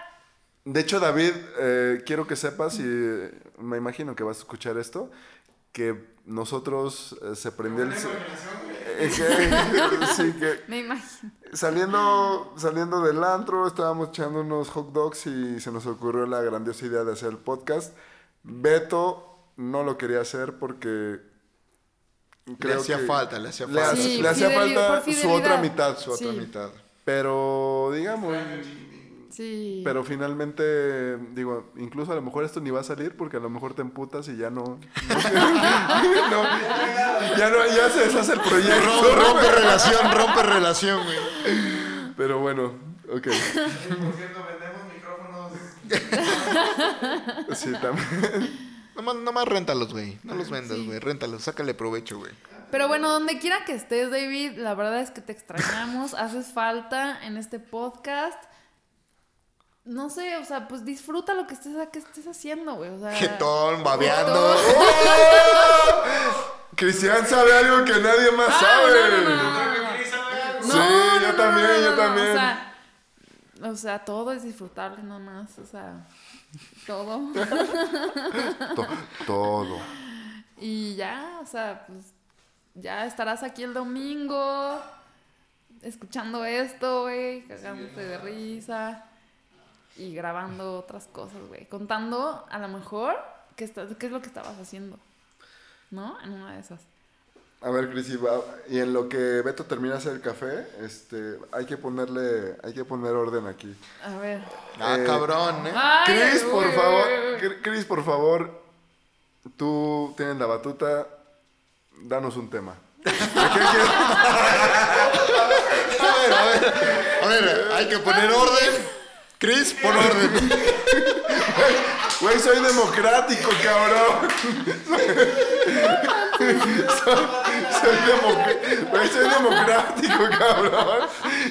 [SPEAKER 1] De hecho, David, eh, quiero que sepas, y eh, me imagino que vas a escuchar esto, que nosotros eh, se prendió el... Eh, que- sí, que
[SPEAKER 2] Me imagino.
[SPEAKER 1] saliendo, saliendo del antro, estábamos echando unos hot dogs y se nos ocurrió la grandiosa idea de hacer el podcast. Beto no lo quería hacer porque...
[SPEAKER 4] le hacía falta, le hacía
[SPEAKER 1] Le,
[SPEAKER 4] falta.
[SPEAKER 1] hace-
[SPEAKER 2] Sí,
[SPEAKER 1] le hacía
[SPEAKER 2] fideli-
[SPEAKER 1] falta
[SPEAKER 2] por
[SPEAKER 1] su otra
[SPEAKER 2] fidelidad.
[SPEAKER 1] mitad, su otra
[SPEAKER 2] Sí.
[SPEAKER 1] mitad. Pero, digamos...
[SPEAKER 2] Sí.
[SPEAKER 1] Pero finalmente, digo, incluso a lo mejor esto ni va a salir porque a lo mejor te emputas y ya no. no- ya no, ya se deshace el proyecto.
[SPEAKER 4] Rom- Rompe relación, rompe relación, güey.
[SPEAKER 1] Pero bueno, ok.
[SPEAKER 5] Por cierto, vendemos micrófonos.
[SPEAKER 1] Sí, también.
[SPEAKER 4] Nomás, nomás réntalos, güey. No los vendas, güey. Réntalos, sácale provecho, güey.
[SPEAKER 2] Pero bueno, donde quiera que estés, David, la verdad es que te extrañamos, haces falta en este podcast. No sé, o sea, pues disfruta lo que estés, que estés haciendo, güey. O sea,
[SPEAKER 4] Jetón, babeando.
[SPEAKER 1] Cristian sabe algo que nadie más
[SPEAKER 2] Ah,
[SPEAKER 1] sabe.
[SPEAKER 2] no, no, no, no.
[SPEAKER 1] Sí, yo también, yo también.
[SPEAKER 2] O sea, o sea, todo es disfrutable nomás, o sea, todo.
[SPEAKER 1] To- todo.
[SPEAKER 2] Y ya, o sea, pues ya estarás aquí el domingo escuchando esto, güey, cagándote de risa y grabando otras cosas, güey. Contando a lo mejor qué, esta- qué es lo que estabas haciendo, ¿no? En una de esas.
[SPEAKER 1] A ver, Cris, y, va- y en lo que Beto termina de hacer el café, este, hay que ponerle, hay que poner orden aquí.
[SPEAKER 2] A ver.
[SPEAKER 4] Ah,
[SPEAKER 1] Eh,
[SPEAKER 4] cabrón, ¿eh?
[SPEAKER 2] Ay,
[SPEAKER 1] Cris, por
[SPEAKER 2] güey.
[SPEAKER 1] favor, Cr- Cris, por favor, tú tienes la batuta, danos un tema.
[SPEAKER 4] A ver, a ver. A ver, hay que poner orden. Chris, pon orden.
[SPEAKER 1] Güey, soy democrático, cabrón. soy, soy democ- güey, soy democrático, cabrón.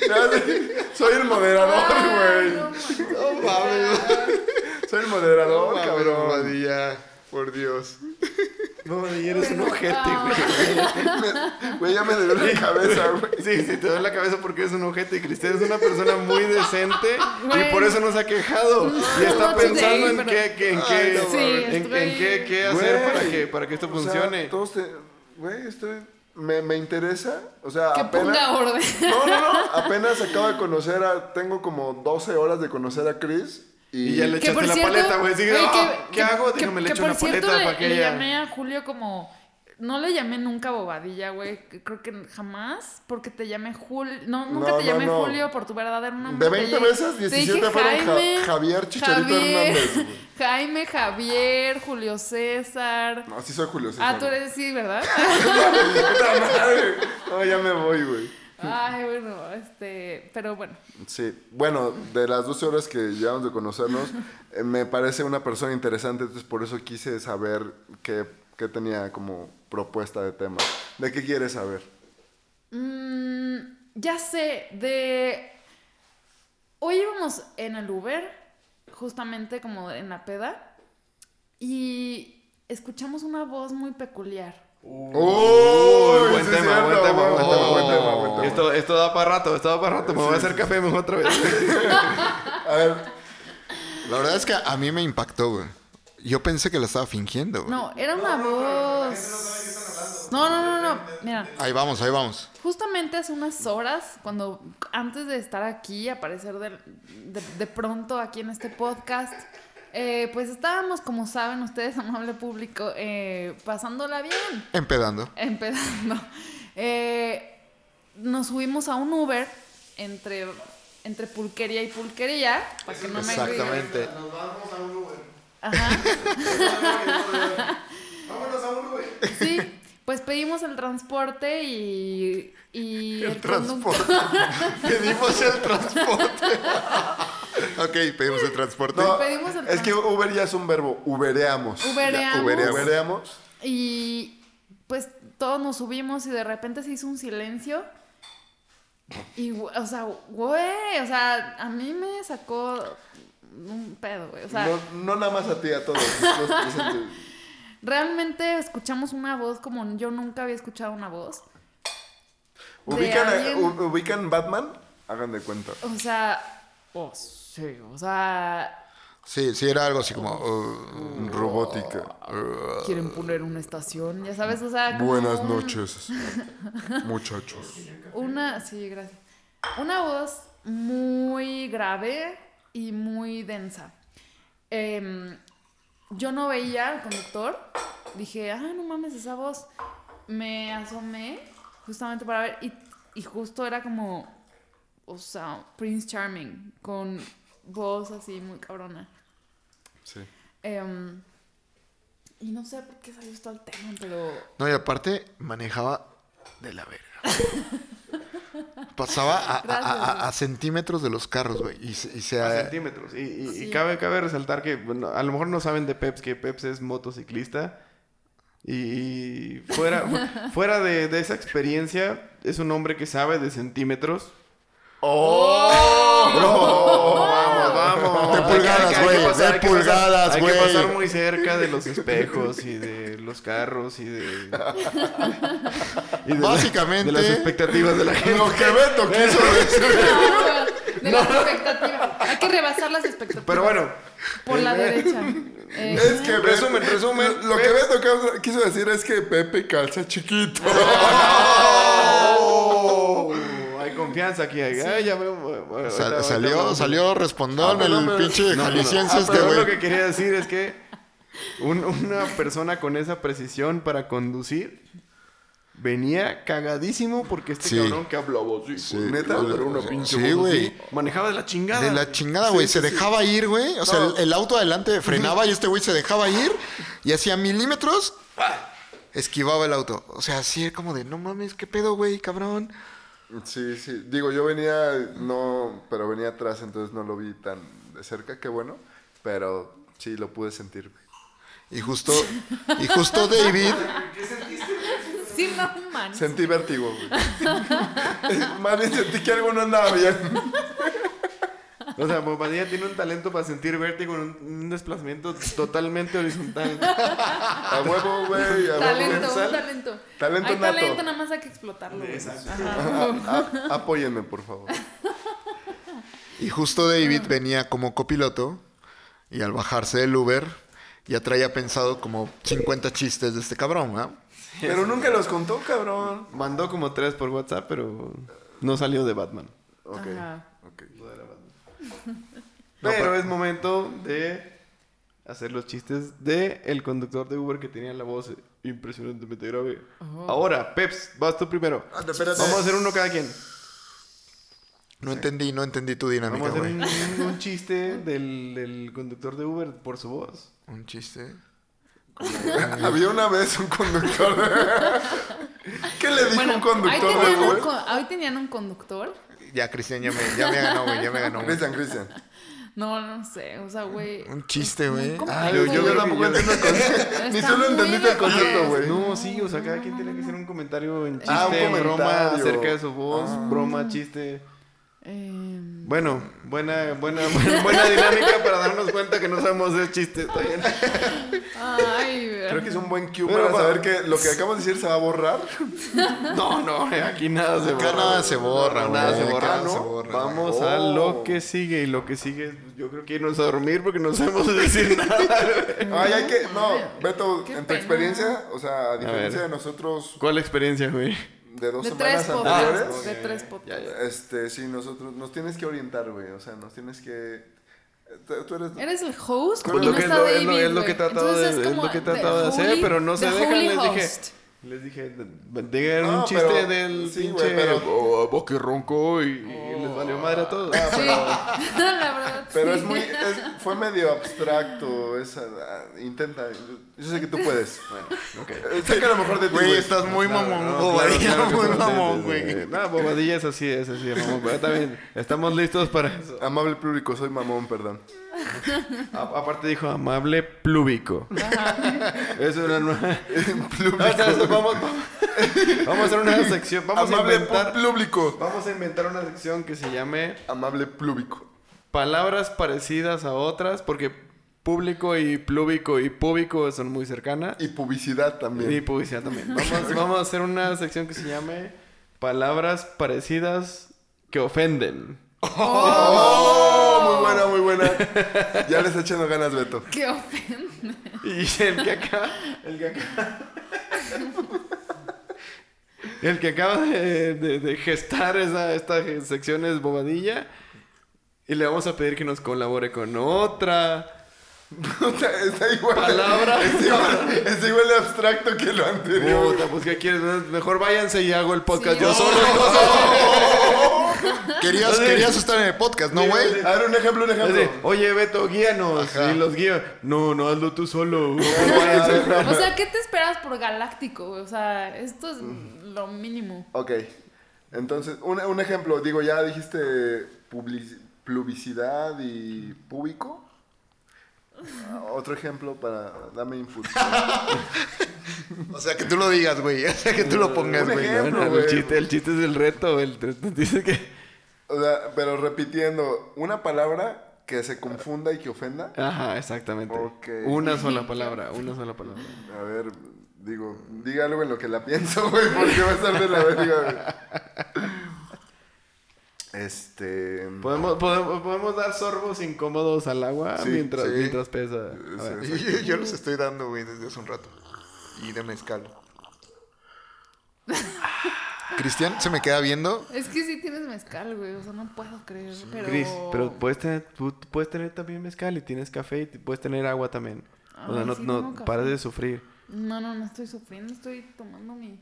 [SPEAKER 1] Ya sé, Soy el
[SPEAKER 2] Ay,
[SPEAKER 1] moderador,
[SPEAKER 2] no
[SPEAKER 1] güey.
[SPEAKER 2] mames.
[SPEAKER 1] Soy el moderador,
[SPEAKER 4] Mames,
[SPEAKER 1] cabrón.
[SPEAKER 4] Bobadilla, por Dios.
[SPEAKER 3] No, y eres un ojete,
[SPEAKER 2] Ah.
[SPEAKER 3] güey.
[SPEAKER 1] Güey, ya me dolió la cabeza, güey.
[SPEAKER 3] Sí, sí, te doy la cabeza porque eres un ojete. Cristian es una persona muy decente
[SPEAKER 2] Güey.
[SPEAKER 3] y por eso nos ha quejado. Y está
[SPEAKER 2] no, sí,
[SPEAKER 3] pensando en
[SPEAKER 2] pero-
[SPEAKER 3] qué, que- en qué,
[SPEAKER 2] no, Sí,
[SPEAKER 3] en- en,
[SPEAKER 2] estoy-
[SPEAKER 3] qué, qué hacer
[SPEAKER 1] Güey.
[SPEAKER 3] para que, para que esto
[SPEAKER 1] O sea,
[SPEAKER 3] funcione.
[SPEAKER 1] todos te- Güey, estoy... Me, me interesa, o sea,
[SPEAKER 2] Que
[SPEAKER 1] apenas...
[SPEAKER 2] ponga orden.
[SPEAKER 1] No, no, no. Apenas acabo de conocer a... Tengo como 12 horas de conocer a Chris. Y,
[SPEAKER 3] Y ya le echaste la paleta, güey. Sigue,
[SPEAKER 2] güey,
[SPEAKER 3] "Ah,
[SPEAKER 2] que-
[SPEAKER 3] ¿qué
[SPEAKER 2] que-
[SPEAKER 3] hago?
[SPEAKER 2] que-
[SPEAKER 3] Déjame le
[SPEAKER 2] que
[SPEAKER 3] echo
[SPEAKER 2] por
[SPEAKER 3] una
[SPEAKER 2] cierto,
[SPEAKER 3] paleta
[SPEAKER 2] le-
[SPEAKER 3] para que
[SPEAKER 2] Le
[SPEAKER 3] ella-
[SPEAKER 2] llamé a Julio como. No le llamé nunca bobadilla, güey. que Creo que jamás. Porque te llamé Julio. No, nunca
[SPEAKER 1] No,
[SPEAKER 2] te
[SPEAKER 1] no,
[SPEAKER 2] llamé
[SPEAKER 1] no.
[SPEAKER 2] Julio por tu verdadero nombre.
[SPEAKER 1] De
[SPEAKER 2] Te
[SPEAKER 1] 20
[SPEAKER 2] lle-
[SPEAKER 1] veces,
[SPEAKER 2] te
[SPEAKER 1] 17
[SPEAKER 2] dije
[SPEAKER 1] fueron Ja-
[SPEAKER 2] Jaime,
[SPEAKER 1] Javier Chicharito Hernández, güey.
[SPEAKER 2] Jaime, Javier, Julio César.
[SPEAKER 1] No, sí soy Julio César.
[SPEAKER 2] ah, tú eres sí, ¿verdad?
[SPEAKER 1] Puta madre. No, ya me voy, güey.
[SPEAKER 2] Ay, bueno, este. Pero bueno.
[SPEAKER 1] Sí, bueno, de las 12 horas que llevamos de conocernos, eh, me parece una persona interesante, entonces por eso quise saber qué, qué tenía como propuesta de tema. ¿De qué quieres saber?
[SPEAKER 2] Mm, ya sé, de... Hoy íbamos en el Uber, justamente como en la peda, y escuchamos una voz muy peculiar.
[SPEAKER 1] ¡Uy!
[SPEAKER 3] buen
[SPEAKER 1] sí es
[SPEAKER 3] tema, buen
[SPEAKER 1] cierto, Oh.
[SPEAKER 3] tema, buen
[SPEAKER 1] buen
[SPEAKER 3] tema,
[SPEAKER 4] buen
[SPEAKER 1] tema,
[SPEAKER 4] tema.
[SPEAKER 1] buen tema.
[SPEAKER 3] Esto, esto da para rato, esto da para rato. Me voy a hacer café mejor otra vez.
[SPEAKER 1] A ver,
[SPEAKER 4] La verdad es que a mí me impactó, güey. Yo pensé que la estaba fingiendo, güey.
[SPEAKER 2] No, era una voz... No, no, no, no, mira.
[SPEAKER 4] Ahí vamos, ahí vamos.
[SPEAKER 2] Justamente hace unas horas, cuando antes de estar aquí, aparecer de, de- de pronto aquí en este podcast, eh, pues estábamos, como saben ustedes, amable público, eh, pasándola bien.
[SPEAKER 4] Empedando.
[SPEAKER 2] Empezando. Eh, nos subimos a un Uber entre, entre pulquería y pulquería. Para que no me griten.
[SPEAKER 4] Exactamente.
[SPEAKER 5] Nos vamos a un Uber.
[SPEAKER 2] Ajá.
[SPEAKER 5] Vámonos a un Uber.
[SPEAKER 2] Sí. Pues pedimos el transporte y. y el, conductor-
[SPEAKER 4] Pedimos el transporte. ok, pedimos el transporte.
[SPEAKER 1] no,
[SPEAKER 2] pedimos el
[SPEAKER 1] es que Uber ya es un verbo, ubereamos.
[SPEAKER 2] Ubereamos.
[SPEAKER 1] Ya, ubereamos. Ubereamos.
[SPEAKER 2] Y pues todos nos subimos y de repente se hizo un silencio. Y, güe- o sea, güey, o sea, a mí me sacó un pedo, güey. O sea,
[SPEAKER 1] no, no nada más a ti, a todos. los presentes.
[SPEAKER 2] Realmente escuchamos una voz como yo nunca había escuchado una voz. De
[SPEAKER 1] ¿Ubican, a-
[SPEAKER 2] alguien-
[SPEAKER 1] u- ubican Batman? Hagan de cuenta.
[SPEAKER 2] O sea, oh, sí, o sea,
[SPEAKER 4] Sí, sí, era algo así como. uh,
[SPEAKER 2] Oh.
[SPEAKER 1] Robótica.
[SPEAKER 2] quieren poner una estación, ya sabes, o sea, como
[SPEAKER 1] Ah. Buenas
[SPEAKER 2] un-
[SPEAKER 1] noches, muchachos.
[SPEAKER 2] Una, sí, gracias. Una voz muy grave y muy densa. Em, yo no veía al conductor. Dije, ah, no mames, esa voz. Me asomé justamente para ver y, y justo era como, o sea, Prince Charming con voz así muy cabrona.
[SPEAKER 1] Sí.
[SPEAKER 2] Em, y no sé por qué salió esto al tema, pero
[SPEAKER 4] no, y aparte, manejaba de la verga. Pasaba a, a- a- a- a centímetros de los carros, güey. Y, se- y se.
[SPEAKER 3] a centímetros. Y, y- y
[SPEAKER 2] Sí.
[SPEAKER 3] cabe, cabe resaltar que bueno, a lo mejor no saben de Peps que Peps es motociclista Y fuera, fu- fuera de, de esa experiencia, es un hombre que sabe de centímetros. ¡Oh! ¡Vamos, vamos!
[SPEAKER 4] De
[SPEAKER 3] Hay que-
[SPEAKER 4] pulgadas,
[SPEAKER 3] hay que- hay
[SPEAKER 4] güey,
[SPEAKER 3] que pasar-
[SPEAKER 4] de
[SPEAKER 3] hay que pasar-
[SPEAKER 4] pulgadas, güey.
[SPEAKER 3] Hay que pasar muy cerca de los espejos y de los carros y de... y de la- de
[SPEAKER 4] Básicamente-
[SPEAKER 3] las expectativas de la gente.
[SPEAKER 1] Lo que Beto quiso decir.
[SPEAKER 2] De las expectativas. Hay que rebasar las expectativas.
[SPEAKER 3] Pero bueno,
[SPEAKER 2] Por la
[SPEAKER 3] eh,
[SPEAKER 2] derecha. Eh,
[SPEAKER 1] Es que Beto-
[SPEAKER 3] Resumen, resumen.
[SPEAKER 1] Lo que Beto quiso- quiso decir es que Pepe calza chiquito.
[SPEAKER 3] Oh, hay confianza aquí. Hay, ay, ya veo, bueno, ahorita-
[SPEAKER 4] Sal-
[SPEAKER 3] ahorita
[SPEAKER 4] salió,
[SPEAKER 3] vamos.
[SPEAKER 4] salió respondón
[SPEAKER 1] Ah,
[SPEAKER 4] el
[SPEAKER 1] no, pero-
[SPEAKER 4] pinche
[SPEAKER 3] No, no, no.
[SPEAKER 4] jalisciense
[SPEAKER 3] Ah,
[SPEAKER 4] este,
[SPEAKER 3] pero lo
[SPEAKER 4] güey.
[SPEAKER 3] que quería decir es que un- una persona con esa precisión para conducir venía cagadísimo porque este
[SPEAKER 4] Sí.
[SPEAKER 3] cabrón que hablaba así,
[SPEAKER 4] Sí.
[SPEAKER 1] Neta, era una pinche
[SPEAKER 4] Sí,
[SPEAKER 1] voz así.
[SPEAKER 4] güey.
[SPEAKER 3] manejaba de la chingada.
[SPEAKER 4] De la chingada, güey. se dejaba ir, güey. O sea, el, el auto adelante frenaba y este güey se dejaba ir y hacía milímetros.
[SPEAKER 3] Ah.
[SPEAKER 4] Esquivaba el auto. O sea, así era como de, no mames, qué pedo, güey, cabrón.
[SPEAKER 1] Sí, sí. Digo, yo venía, no, pero venía atrás, entonces no lo vi tan de cerca, qué bueno. Pero sí, lo pude sentir.
[SPEAKER 4] Y justo, y justo David,
[SPEAKER 2] sí, no, man.
[SPEAKER 1] Sentí vértigo, güey. Más bien sentí que algo no andaba bien.
[SPEAKER 3] O sea, Bobadilla tiene un talento para sentir vértigo en un, un desplazamiento totalmente horizontal.
[SPEAKER 1] A huevo, güey. A
[SPEAKER 2] Talento,
[SPEAKER 1] huevo.
[SPEAKER 2] un talento.
[SPEAKER 1] Talento
[SPEAKER 2] Hay
[SPEAKER 1] nato.
[SPEAKER 2] talento, nada más hay que explotarlo. güey.
[SPEAKER 3] Ah,
[SPEAKER 1] A- a- apóyenme, por favor.
[SPEAKER 4] y justo David venía como copiloto y al bajarse del Uber ya traía pensado como 50 chistes de este cabrón, ¿ah?
[SPEAKER 1] Pero nunca los contó, cabrón.
[SPEAKER 3] Mandó como tres por WhatsApp, pero no salió de Batman.
[SPEAKER 1] Ok,
[SPEAKER 2] Ajá.
[SPEAKER 1] ok.
[SPEAKER 3] pero, es momento de hacer los chistes de el conductor de Uber que tenía la voz impresionantemente grave. Ahora, Peps, vas tú primero. Vamos a hacer uno cada quien.
[SPEAKER 4] No entendí, no entendí tu dinámica,
[SPEAKER 3] Vamos a hacer
[SPEAKER 4] güey.
[SPEAKER 3] un, un chiste del, del conductor de Uber por su voz.
[SPEAKER 4] Un chiste.
[SPEAKER 1] Había una vez un conductor. ¿Qué le dijo
[SPEAKER 2] Bueno,
[SPEAKER 1] un conductor
[SPEAKER 2] ahí tenían
[SPEAKER 1] de
[SPEAKER 2] un
[SPEAKER 1] Uber?
[SPEAKER 2] con- ahí tenían un conductor.
[SPEAKER 4] Ya, Cristian, ya me, ya me ganó, güey, ya me ganó. güey.
[SPEAKER 1] Cristian, Cristian.
[SPEAKER 2] No, no sé, o sea, güey.
[SPEAKER 4] Un chiste, güey.
[SPEAKER 2] ¿Cómo?
[SPEAKER 4] Ah,
[SPEAKER 1] Yo,
[SPEAKER 3] yo
[SPEAKER 1] yo
[SPEAKER 3] creo
[SPEAKER 1] tampoco
[SPEAKER 3] que yo-
[SPEAKER 1] entiendo el concepto.
[SPEAKER 2] Está
[SPEAKER 1] Ni tú lo
[SPEAKER 2] muy
[SPEAKER 1] entendiste el
[SPEAKER 2] de-
[SPEAKER 1] concepto, güey.
[SPEAKER 3] No, sí, o sea, cada quien tiene que hacer un comentario en chiste,
[SPEAKER 1] Ah, un
[SPEAKER 3] broma
[SPEAKER 1] comentario. Ah.
[SPEAKER 3] acerca de su voz, broma, chiste.
[SPEAKER 2] Eh,
[SPEAKER 3] Bueno, buena, buena, buena, buena dinámica para darnos cuenta que no sabemos hacer chistes. Está bien.
[SPEAKER 2] ay, güey.
[SPEAKER 1] Creo que es un buen cue
[SPEAKER 3] Pero
[SPEAKER 1] para
[SPEAKER 3] va-
[SPEAKER 1] saber que lo que acabamos de decir se va a borrar.
[SPEAKER 3] No, no, eh, aquí nada se
[SPEAKER 4] Acá
[SPEAKER 3] borra.
[SPEAKER 4] nada se borra,
[SPEAKER 3] No,
[SPEAKER 4] güey.
[SPEAKER 3] Nada se
[SPEAKER 4] Acá
[SPEAKER 3] borra,
[SPEAKER 4] nada
[SPEAKER 3] ¿no?
[SPEAKER 4] se borra.
[SPEAKER 3] Vamos a
[SPEAKER 1] Oh.
[SPEAKER 3] lo que sigue. Y lo que sigue, es, yo creo que irnos a dormir porque no sabemos decir nada. güey.
[SPEAKER 1] Ay, hay que. No, Beto,
[SPEAKER 2] Qué
[SPEAKER 1] en tu
[SPEAKER 2] pena.
[SPEAKER 1] experiencia, o sea, a diferencia
[SPEAKER 3] ver.
[SPEAKER 1] de nosotros
[SPEAKER 3] ¿Cuál experiencia, güey?
[SPEAKER 1] de dos
[SPEAKER 2] De tres
[SPEAKER 1] semanas
[SPEAKER 2] podcasts.
[SPEAKER 1] anteriores,
[SPEAKER 2] de tres podcasts.
[SPEAKER 1] este, sí, nosotros nos tienes que orientar, güey. O sea, nos tienes que. Tú tú eres.
[SPEAKER 2] Eres el host
[SPEAKER 3] Pues
[SPEAKER 2] y
[SPEAKER 3] lo
[SPEAKER 2] no
[SPEAKER 3] que-
[SPEAKER 2] está
[SPEAKER 3] lo-
[SPEAKER 2] David,
[SPEAKER 3] es lo- es lo
[SPEAKER 2] güey.
[SPEAKER 3] que he tratado
[SPEAKER 2] Entonces es
[SPEAKER 3] de- es
[SPEAKER 2] como
[SPEAKER 3] lo que he
[SPEAKER 2] the
[SPEAKER 3] tratado de hacer,
[SPEAKER 2] holy-
[SPEAKER 3] pero no se
[SPEAKER 2] the
[SPEAKER 3] dejan,
[SPEAKER 2] holy
[SPEAKER 3] les dije.
[SPEAKER 2] host.
[SPEAKER 3] Les dije, digan
[SPEAKER 1] No,
[SPEAKER 3] un chiste
[SPEAKER 1] pero-
[SPEAKER 3] del
[SPEAKER 1] sí,
[SPEAKER 3] pinche
[SPEAKER 1] güey, pero-
[SPEAKER 3] oh, boque ronco y, y les valió madre a todos.
[SPEAKER 2] Sí, la verdad.
[SPEAKER 1] Pero
[SPEAKER 2] sí.
[SPEAKER 1] es muy. es- fue medio abstracto. Esa, ah, intenta. Yo sé que tú puedes. Bueno, Eh, Saca lo mejor de ti.
[SPEAKER 4] Güey,
[SPEAKER 1] güey.
[SPEAKER 4] estás muy mamón,
[SPEAKER 3] No,
[SPEAKER 4] güey.
[SPEAKER 3] claro, claro que
[SPEAKER 4] muy
[SPEAKER 3] sí, sí,
[SPEAKER 4] mamón,
[SPEAKER 3] sí,
[SPEAKER 4] güey.
[SPEAKER 3] sí. No, bobadilla es así, es así, mamón. Pero también estamos listos para eso.
[SPEAKER 1] Amable público, soy mamón, perdón.
[SPEAKER 3] A- aparte dijo amable plúbico. es una nueva.
[SPEAKER 1] Plúbico.
[SPEAKER 3] No, o sea, eso vamos, vamos a hacer una sección. Vamos
[SPEAKER 1] Amable
[SPEAKER 3] a inventar.
[SPEAKER 1] público.
[SPEAKER 3] Vamos a inventar una sección que se llame
[SPEAKER 1] Amable plúbico.
[SPEAKER 3] palabras parecidas a otras, porque público y plúbico y púbico son muy cercanas.
[SPEAKER 1] Y publicidad también.
[SPEAKER 3] Y publicidad también. Vamos, vamos a hacer una sección que se llame palabras parecidas que ofenden.
[SPEAKER 1] ¡Oh! Muy buena, muy buena. Ya les echando ganas, Beto.
[SPEAKER 2] Qué ofensa.
[SPEAKER 3] Y el que acá, el que acá. El que acaba de, de- de gestar esa, esta sección es Bobadilla. Y le vamos a pedir que nos colabore con otra
[SPEAKER 1] Puta, Está igual.
[SPEAKER 3] palabra.
[SPEAKER 1] Está igual, está igual de abstracto que lo anterior.
[SPEAKER 3] Puta, pues ¿qué quieres? Mejor váyanse y hago el podcast
[SPEAKER 2] Sí.
[SPEAKER 3] yo solo.
[SPEAKER 4] Querías, querías estar en el podcast, ¿no, güey?
[SPEAKER 1] A ver, un ejemplo, un
[SPEAKER 3] Así,
[SPEAKER 1] ejemplo.
[SPEAKER 3] Oye, Beto, guíanos.
[SPEAKER 4] Ajá.
[SPEAKER 3] Y los guío. No, no, hazlo tú solo.
[SPEAKER 2] O sea, ¿qué te esperas por galáctico? güey? O sea, esto es lo mínimo.
[SPEAKER 1] Ok. Entonces, un, un ejemplo. Digo, ya dijiste publici- publicidad y público. Ah, Otro ejemplo para... Dame impulso.
[SPEAKER 4] O sea, que tú lo digas, güey. O sea, que tú lo pongas,
[SPEAKER 1] Un
[SPEAKER 4] güey.
[SPEAKER 1] ejemplo.
[SPEAKER 3] Bueno, el,
[SPEAKER 1] güey.
[SPEAKER 3] chiste, el chiste es el reto, güey. el reto Dice que.
[SPEAKER 1] O sea, pero repitiendo, una palabra que se confunda y que ofenda.
[SPEAKER 3] Ajá, exactamente.
[SPEAKER 1] Ok.
[SPEAKER 3] Una sola palabra, una sola palabra.
[SPEAKER 1] A ver, digo, diga algo en lo que la pienso, güey, porque va a estar de la verga, güey. Este.
[SPEAKER 3] Podemos, podemos, podemos dar sorbos incómodos al agua
[SPEAKER 1] Sí,
[SPEAKER 3] mientras,
[SPEAKER 4] sí.
[SPEAKER 3] mientras pesa. A ver.
[SPEAKER 1] Sí,
[SPEAKER 4] Yo, yo los estoy dando, güey, desde hace un rato. Y de mezcal. Cristian se me queda viendo.
[SPEAKER 2] Es que sí tienes mezcal, güey. O sea, no puedo creer. Pero...
[SPEAKER 3] Cris, pero puedes tener, tú tú puedes tener también mezcal y tienes café y puedes tener agua también. o sea,
[SPEAKER 2] Ay,
[SPEAKER 3] no,
[SPEAKER 2] Ah, sí
[SPEAKER 3] no
[SPEAKER 2] tengo café.
[SPEAKER 3] pares de sufrir.
[SPEAKER 2] No, no, no estoy sufriendo. Estoy tomando mi...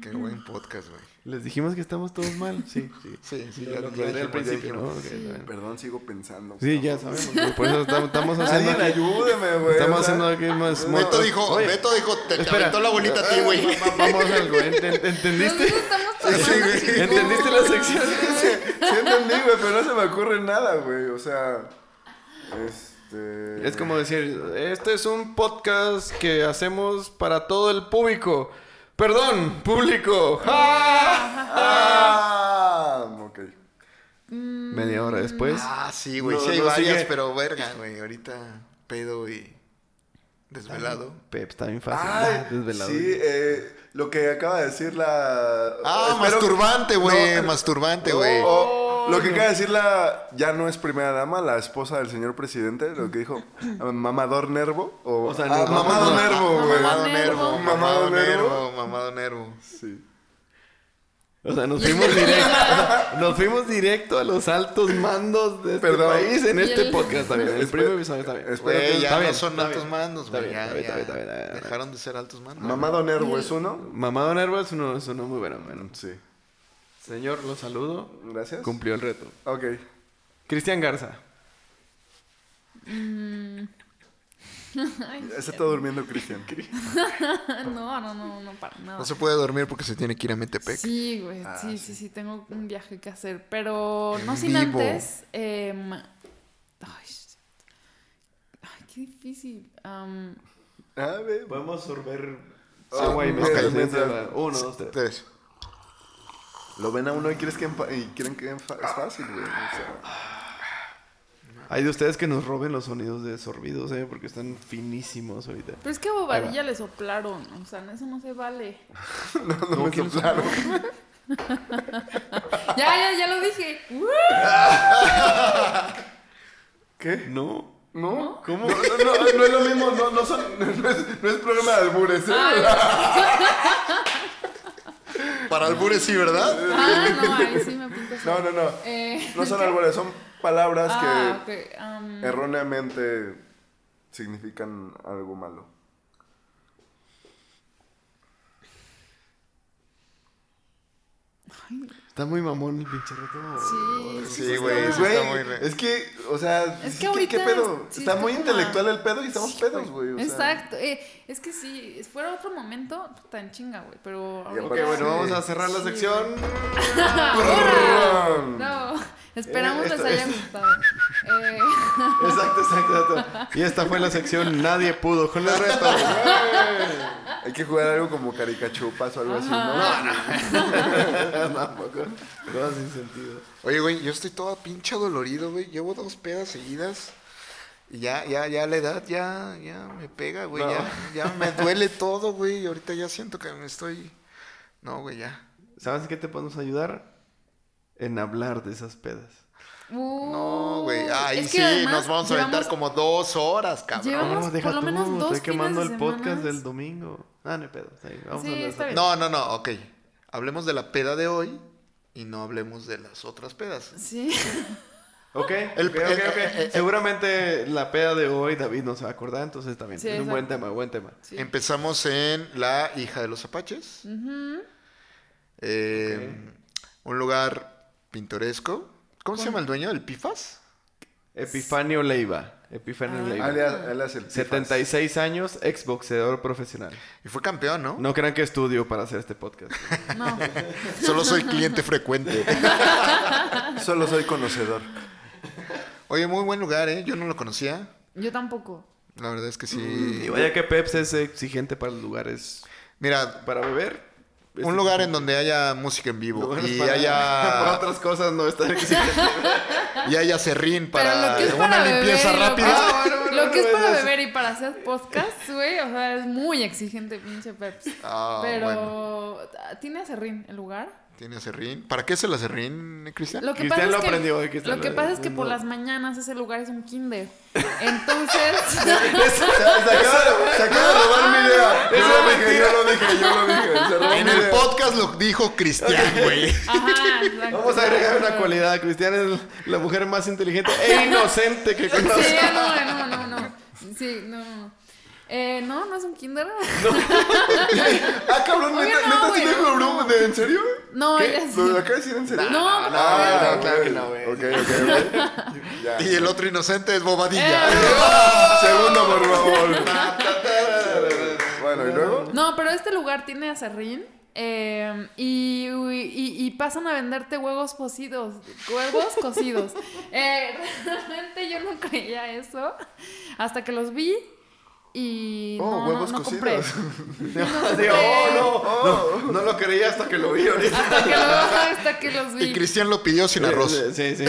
[SPEAKER 4] Qué buen podcast, güey.
[SPEAKER 3] Les dijimos que estamos todos mal. Sí, sí.
[SPEAKER 4] Sí, sí,
[SPEAKER 3] Lo
[SPEAKER 4] ya lo
[SPEAKER 3] aclaré
[SPEAKER 4] dijimos,
[SPEAKER 3] al principio,
[SPEAKER 4] ya
[SPEAKER 3] ¿no?
[SPEAKER 4] dijimos.
[SPEAKER 3] Ok, está bien.
[SPEAKER 1] Perdón, sigo pensando.
[SPEAKER 3] Sí, ya sabemos. güey, Por eso estamos, estamos haciendo.
[SPEAKER 1] Alguien
[SPEAKER 3] aquí-
[SPEAKER 1] ayúdeme, güey.
[SPEAKER 3] Estamos
[SPEAKER 1] o sea,
[SPEAKER 3] haciendo aquí más. más-
[SPEAKER 4] Beto dijo,
[SPEAKER 3] Oye,
[SPEAKER 4] Beto dijo, te, te
[SPEAKER 3] espera.
[SPEAKER 4] aventó la bolita a ti, güey.
[SPEAKER 3] va- va- Vamos al güey. ent-
[SPEAKER 2] Nosotros
[SPEAKER 3] ¿Entendiste?
[SPEAKER 2] estamos tomando, chicos.
[SPEAKER 3] ¿Entendiste la sección?
[SPEAKER 1] Sí entendí, güey, pero no se me ocurre nada, güey. O sea. Este.
[SPEAKER 3] Es como decir, este es un podcast que hacemos para todo el público. Perdón, público. ¡Ah!
[SPEAKER 1] Ah, ok.
[SPEAKER 3] Media hora después.
[SPEAKER 4] Ah, sí, güey.
[SPEAKER 3] No,
[SPEAKER 4] sí hay
[SPEAKER 3] no,
[SPEAKER 4] varias,
[SPEAKER 3] sigue.
[SPEAKER 4] pero verga, güey. Ahorita pedo y desvelado.
[SPEAKER 3] Pep, está bien fácil.
[SPEAKER 1] Ay,
[SPEAKER 3] desvelado.
[SPEAKER 1] sí, eh, lo que acaba de decir la.
[SPEAKER 4] Ah,
[SPEAKER 1] espero-
[SPEAKER 4] masturbante, güey.
[SPEAKER 1] No,
[SPEAKER 4] masturbante, güey.
[SPEAKER 1] O lo que acaba de decir la ya no es primera dama, la esposa del señor presidente, lo que dijo ah, mamador nervo o,
[SPEAKER 3] O sea,
[SPEAKER 1] ah,
[SPEAKER 4] oh,
[SPEAKER 3] no,
[SPEAKER 1] mamado
[SPEAKER 3] mamado-
[SPEAKER 1] nervo, güey.
[SPEAKER 4] Mamado
[SPEAKER 2] nervo.
[SPEAKER 4] nervo,
[SPEAKER 1] Mamado
[SPEAKER 4] mamado nervo,
[SPEAKER 1] nervo.
[SPEAKER 4] mamado nervo.
[SPEAKER 1] Sí.
[SPEAKER 3] O sea, nos fuimos directo. nos fuimos directo a los altos mandos de este
[SPEAKER 1] Perdón.
[SPEAKER 3] país en
[SPEAKER 2] Y
[SPEAKER 3] este
[SPEAKER 2] el-
[SPEAKER 3] podcast. Está bien, el
[SPEAKER 1] Espe-
[SPEAKER 3] primer episodio está bien.
[SPEAKER 1] espe-
[SPEAKER 4] Güey,
[SPEAKER 3] está
[SPEAKER 4] ya no
[SPEAKER 3] bien,
[SPEAKER 4] son
[SPEAKER 3] está
[SPEAKER 4] altos
[SPEAKER 3] bien.
[SPEAKER 4] mandos,
[SPEAKER 3] Está
[SPEAKER 4] güey.
[SPEAKER 3] bien,
[SPEAKER 4] Ya,
[SPEAKER 3] está bien,
[SPEAKER 4] ya.
[SPEAKER 3] está bien, está bien, está bien.
[SPEAKER 4] Dejaron de ser altos mandos.
[SPEAKER 1] Mamado nervo es uno.
[SPEAKER 3] Mamado Nervo es uno, es uno muy bueno, bueno.
[SPEAKER 1] Sí.
[SPEAKER 3] Señor, lo saludo.
[SPEAKER 1] Gracias.
[SPEAKER 3] Cumplió el reto.
[SPEAKER 1] Ok.
[SPEAKER 3] Cristian Garza.
[SPEAKER 2] Ay,
[SPEAKER 1] Ya Se está durmiendo Cristian.
[SPEAKER 2] no, no, no, no, para nada.
[SPEAKER 4] No se puede dormir porque se tiene que ir a Metepec.
[SPEAKER 2] Sí, güey,
[SPEAKER 1] Ah,
[SPEAKER 2] sí, sí, sí, tengo un viaje que hacer, pero no
[SPEAKER 4] En
[SPEAKER 2] sin
[SPEAKER 4] vivo.
[SPEAKER 2] antes. em, ay, shit. Ay, qué difícil. am,
[SPEAKER 1] A ver.
[SPEAKER 3] Podemos sorber
[SPEAKER 1] agua
[SPEAKER 3] agua
[SPEAKER 1] y
[SPEAKER 3] y
[SPEAKER 1] mezcal.
[SPEAKER 3] Uno, dos, tres.
[SPEAKER 4] Entonces,
[SPEAKER 1] Lo ven a uno y crees que empa- y creen que enfa- es fácil, güey. O sea,
[SPEAKER 3] Hay de ustedes que nos roben los sonidos de sorbidos, ¿eh? Porque están finísimos ahorita.
[SPEAKER 2] pero es que a Bobadilla le soplaron, o sea, eso no se vale.
[SPEAKER 1] no, no me
[SPEAKER 3] que les-
[SPEAKER 1] soplaron.
[SPEAKER 2] ya, ya, ya lo dije. ¡Woo!
[SPEAKER 1] ¿Qué?
[SPEAKER 3] ¿No?
[SPEAKER 1] ¿No?
[SPEAKER 3] ¿Cómo?
[SPEAKER 1] No, no, no, no es lo mismo, no, no, son, no, es, no es programa de albures, ¿eh?
[SPEAKER 2] Ay,
[SPEAKER 4] Para albures sí, ¿verdad?
[SPEAKER 2] ah, no, ahí sí me pinto.
[SPEAKER 1] No, no, no.
[SPEAKER 2] Eh,
[SPEAKER 1] No son albures, son palabras
[SPEAKER 2] ah,
[SPEAKER 1] que
[SPEAKER 2] ok, am,
[SPEAKER 1] erróneamente significan algo malo.
[SPEAKER 3] Está muy mamón el pinche reto.
[SPEAKER 2] sí, sí,
[SPEAKER 4] Sí,
[SPEAKER 2] sí,
[SPEAKER 4] güey.
[SPEAKER 2] está-
[SPEAKER 4] sí
[SPEAKER 1] Güey,
[SPEAKER 4] está muy re-
[SPEAKER 1] es que, o sea,
[SPEAKER 2] Es
[SPEAKER 1] sí,
[SPEAKER 2] que
[SPEAKER 1] ¿qué- ¿qué,
[SPEAKER 2] ahorita
[SPEAKER 1] pedo?
[SPEAKER 2] sí
[SPEAKER 1] Está
[SPEAKER 2] está
[SPEAKER 1] muy
[SPEAKER 2] como-
[SPEAKER 1] intelectual el pedo y estamos pedos, güey. o sea.
[SPEAKER 2] Exacto, eh, es que si fuera otro momento, tan chinga, güey, pero ahorita-
[SPEAKER 1] aparte-
[SPEAKER 3] Ok, bueno,
[SPEAKER 1] Sí.
[SPEAKER 3] vamos a cerrar la
[SPEAKER 2] Sí.
[SPEAKER 3] sección.
[SPEAKER 2] ¡Ahora! No, esperamos
[SPEAKER 3] Eh, esto-
[SPEAKER 2] les haya gustado. Eh,
[SPEAKER 3] Exacto, exacto, exacto. Y esta fue la sección Nadie pudo con el reto.
[SPEAKER 1] Hay que jugar algo como caricachupas o algo así, ¿no?
[SPEAKER 3] Tampoco. Todo sin sentido.
[SPEAKER 4] Oye, güey, yo estoy todo pinche dolorido, güey. Llevo dos pedas seguidas. Y ya, ya, ya la edad ya, ya me pega, güey. Ya, ya me duele todo, güey. y Ahorita ya siento que me estoy. No, güey, ya.
[SPEAKER 3] ¿Sabes qué te podemos ayudar? En hablar de esas pedas.
[SPEAKER 2] uh,
[SPEAKER 4] No, güey. Ahí
[SPEAKER 2] es que
[SPEAKER 4] sí,
[SPEAKER 2] además
[SPEAKER 4] nos vamos a aventar
[SPEAKER 2] llevamos-
[SPEAKER 4] como dos horas, cabrón.
[SPEAKER 2] Llevamos por lo menos dos
[SPEAKER 3] Oh, estoy quemando
[SPEAKER 2] fines de
[SPEAKER 3] el podcast
[SPEAKER 2] semanas.
[SPEAKER 3] del domingo. Ah, no hay pedo. está bien, Vamos
[SPEAKER 2] Sí,
[SPEAKER 3] a hablar de
[SPEAKER 2] está
[SPEAKER 3] esa-
[SPEAKER 2] bien.
[SPEAKER 4] No, no, no, ok. Hablemos de la peda de hoy y no hablemos de las otras pedas.
[SPEAKER 2] Sí,
[SPEAKER 3] Ok,
[SPEAKER 4] El-
[SPEAKER 3] ok, ok, ok.
[SPEAKER 4] el- el- el-
[SPEAKER 3] Seguramente la peda de hoy David no se va a acordar, entonces también
[SPEAKER 2] Sí,
[SPEAKER 3] es un
[SPEAKER 2] exacto.
[SPEAKER 3] buen tema, buen tema.
[SPEAKER 2] sí.
[SPEAKER 4] Empezamos en La hija de los apaches. Eh, Un lugar pintoresco. ¿Cómo se llama el dueño? ¿El Pifas?
[SPEAKER 3] Epifanio Leiva, Epifanio
[SPEAKER 2] Ah.
[SPEAKER 3] Leiva.
[SPEAKER 1] Alias, alias el Pifas.
[SPEAKER 3] 76 años, exboxeador profesional.
[SPEAKER 4] Y fue campeón, ¿no?
[SPEAKER 3] No crean que estudio para hacer este podcast.
[SPEAKER 2] No,
[SPEAKER 4] Solo soy cliente frecuente.
[SPEAKER 1] Solo soy conocedor.
[SPEAKER 4] Oye, muy buen lugar, ¿eh? Yo no lo conocía.
[SPEAKER 2] yo tampoco.
[SPEAKER 4] La verdad es que sí.
[SPEAKER 2] Mm.
[SPEAKER 3] Y vaya que Peps es exigente para los lugares
[SPEAKER 4] Mira,
[SPEAKER 3] para beber.
[SPEAKER 4] un lugar en donde haya música en vivo
[SPEAKER 3] Lugares
[SPEAKER 4] y
[SPEAKER 3] para- para
[SPEAKER 4] haya,
[SPEAKER 3] otras cosas no está exigente.
[SPEAKER 4] y haya serrín para
[SPEAKER 2] lo que es
[SPEAKER 4] una
[SPEAKER 2] para beber
[SPEAKER 4] limpieza
[SPEAKER 2] y lo que-
[SPEAKER 4] rápida.
[SPEAKER 3] Ah, bueno, bueno,
[SPEAKER 2] Lo que es
[SPEAKER 3] bueno,
[SPEAKER 2] para
[SPEAKER 3] eso.
[SPEAKER 2] beber y para hacer podcast, güey, o sea, es muy exigente, pinche Peps.
[SPEAKER 4] Ah,
[SPEAKER 2] Pero,
[SPEAKER 4] bueno.
[SPEAKER 2] ¿tiene serrín el lugar?
[SPEAKER 4] Tiene serrín. ¿Para qué es el serrín, Cristian?
[SPEAKER 2] Lo que
[SPEAKER 3] Cristian
[SPEAKER 2] pasa
[SPEAKER 3] lo
[SPEAKER 2] es que,
[SPEAKER 3] aprendió de Cristian,
[SPEAKER 2] lo que
[SPEAKER 3] lo-
[SPEAKER 2] pasa es que por
[SPEAKER 3] no.
[SPEAKER 2] las mañanas ese lugar es un kinder. Entonces,
[SPEAKER 1] Se, se acaba, de- se acaba de robar mi idea. Yo lo dije, yo lo dije, yo lo dije. Se robó
[SPEAKER 4] En
[SPEAKER 1] mi
[SPEAKER 4] el
[SPEAKER 1] idea.
[SPEAKER 4] podcast lo dijo Cristian, güey.
[SPEAKER 2] ajá, exacto.
[SPEAKER 3] Vamos a agregar una cualidad. Cristian es la mujer más inteligente e inocente que conoce.
[SPEAKER 2] Sí, no, no, no, no. Sí, no, no, no. Eh, no, no es un kinder.
[SPEAKER 1] Ah, cabrón,
[SPEAKER 2] Oye,
[SPEAKER 1] neta,
[SPEAKER 2] no,
[SPEAKER 1] neta, sí
[SPEAKER 2] güey,
[SPEAKER 1] dijo
[SPEAKER 2] no,
[SPEAKER 1] broma. ¿De- ¿En serio?
[SPEAKER 2] No, ella sí.
[SPEAKER 1] ¿Lo acaba de decir en serio?
[SPEAKER 2] No, no,
[SPEAKER 1] Ah,
[SPEAKER 3] no, claro que no, güey.
[SPEAKER 1] Ok, ok, ok. Ya.
[SPEAKER 4] Y el otro inocente es Bobadilla.
[SPEAKER 2] Eh,
[SPEAKER 1] Segundo, por favor. bueno, ¿y luego?
[SPEAKER 2] No, pero este lugar tiene acerrín. eh, y, y- y pasan a venderte huevos cocidos. Huevos cocidos. Eh, realmente yo no creía eso. Hasta que los vi. Y
[SPEAKER 1] Oh,
[SPEAKER 2] no, no-
[SPEAKER 1] huevos
[SPEAKER 2] no compré.
[SPEAKER 1] cocidos.
[SPEAKER 3] Sí, oh, no, no, no lo creía hasta que lo vi ahorita.
[SPEAKER 2] Hasta que, lo- hasta que los vi.
[SPEAKER 4] Y Cristian lo pidió sin arroz.
[SPEAKER 3] Sí, sí.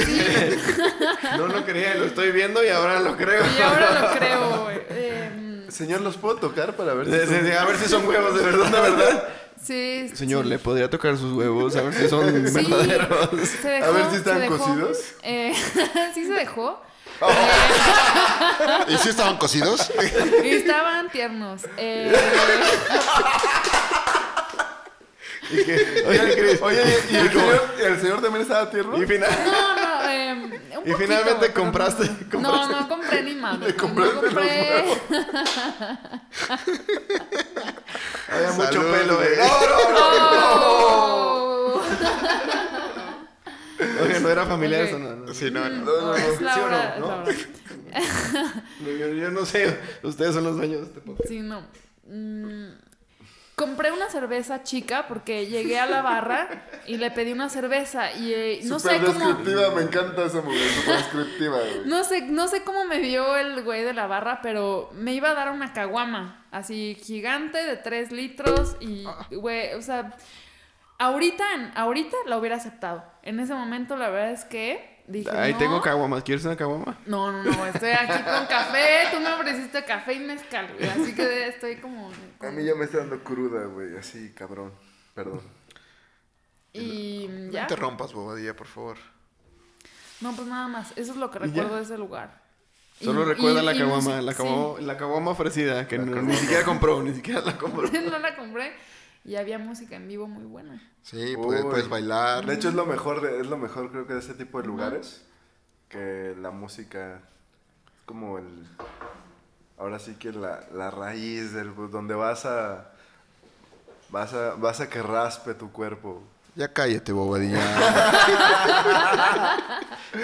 [SPEAKER 3] No lo creía, lo estoy viendo y ahora lo creo.
[SPEAKER 2] Y ahora lo creo, güey. Eh,
[SPEAKER 1] Señor, ¿los puedo tocar para ver
[SPEAKER 3] Sí,
[SPEAKER 1] si
[SPEAKER 3] sí, sí, A ver si son huevos de verdad, de verdad.
[SPEAKER 2] sí.
[SPEAKER 3] Señor,
[SPEAKER 2] sí.
[SPEAKER 3] ¿le podría tocar sus huevos? A ver si son
[SPEAKER 2] Sí,
[SPEAKER 3] verdaderos.
[SPEAKER 2] se dejó,
[SPEAKER 1] A ver si
[SPEAKER 2] se
[SPEAKER 1] están
[SPEAKER 2] dejó.
[SPEAKER 1] cocidos.
[SPEAKER 2] Eh, sí se dejó. Eh,
[SPEAKER 4] ¿Y si estaban cocidos?
[SPEAKER 2] Y estaban tiernos. Eh,
[SPEAKER 3] Y que- Oye, Cris,
[SPEAKER 1] Oye, ¿y el
[SPEAKER 3] y como-
[SPEAKER 1] señor, el señor también estaba tierno?
[SPEAKER 3] y final-
[SPEAKER 2] no, no. eh, un
[SPEAKER 3] Y
[SPEAKER 2] poquito,
[SPEAKER 3] finalmente
[SPEAKER 2] pero
[SPEAKER 3] compraste-
[SPEAKER 2] No,
[SPEAKER 3] compraste-
[SPEAKER 2] no, no compré ni madre. No
[SPEAKER 1] compraste los
[SPEAKER 2] compré.
[SPEAKER 3] Había mucho
[SPEAKER 4] Salud,
[SPEAKER 3] pelo,
[SPEAKER 4] güey.
[SPEAKER 3] eh. No, no, no.
[SPEAKER 2] Oh.
[SPEAKER 3] Oye, no era familiar
[SPEAKER 2] Ok.
[SPEAKER 3] eso, no, no.
[SPEAKER 4] Sí, no, no.
[SPEAKER 1] No, no, no.
[SPEAKER 2] Es la
[SPEAKER 3] ¿sí o
[SPEAKER 2] hora, es
[SPEAKER 3] no?
[SPEAKER 2] la
[SPEAKER 3] ¿No?
[SPEAKER 2] hora.
[SPEAKER 3] No, Yo, yo no sé, ustedes son los dueños de este podcast.
[SPEAKER 2] Sí, no. Mm, compré una cerveza chica porque llegué a la barra y le pedí una cerveza y eh, no sé
[SPEAKER 1] Súper
[SPEAKER 2] cómo.
[SPEAKER 1] descriptiva, me encanta esa mujer, súper descriptiva, güey.
[SPEAKER 2] No sé, no sé cómo me vio el güey de la barra, pero me iba a dar una caguama, así gigante de 3 litros y, güey, o sea, ahorita, ahorita la hubiera aceptado. En ese momento la verdad es que dije...
[SPEAKER 3] Ahí
[SPEAKER 2] no,
[SPEAKER 3] tengo caguamas. ¿Quieres una caguama?
[SPEAKER 2] No, no, no, estoy aquí con café, tú me ofreciste café y mezcal, güey, así que estoy como...
[SPEAKER 1] A mí ya me está dando cruda, güey, así, cabrón. Perdón.
[SPEAKER 2] Y
[SPEAKER 4] No
[SPEAKER 2] ya.
[SPEAKER 4] interrumpas, Bobadilla, por favor.
[SPEAKER 2] No, pues nada más, eso es lo que
[SPEAKER 3] ya.
[SPEAKER 2] recuerdo de ese lugar. Y-
[SPEAKER 3] Solo recuerda
[SPEAKER 2] y-
[SPEAKER 3] la
[SPEAKER 2] y
[SPEAKER 3] caguama,
[SPEAKER 2] música-
[SPEAKER 3] la
[SPEAKER 2] sí.
[SPEAKER 3] caguama, la caguama ofrecida, que no- ni siquiera compró, ni siquiera la compró.
[SPEAKER 2] no la compré y había música en vivo muy buena.
[SPEAKER 4] Sí, puedes,
[SPEAKER 1] Uy.
[SPEAKER 4] puedes bailar.
[SPEAKER 1] De hecho, es lo mejor, de- es lo mejor creo que de este tipo de lugares, que la música es como el... Ahora sí que la, la raíz, del, donde vas a, vas a... Vas a que raspe tu cuerpo.
[SPEAKER 4] Ya cállate, Bobadilla.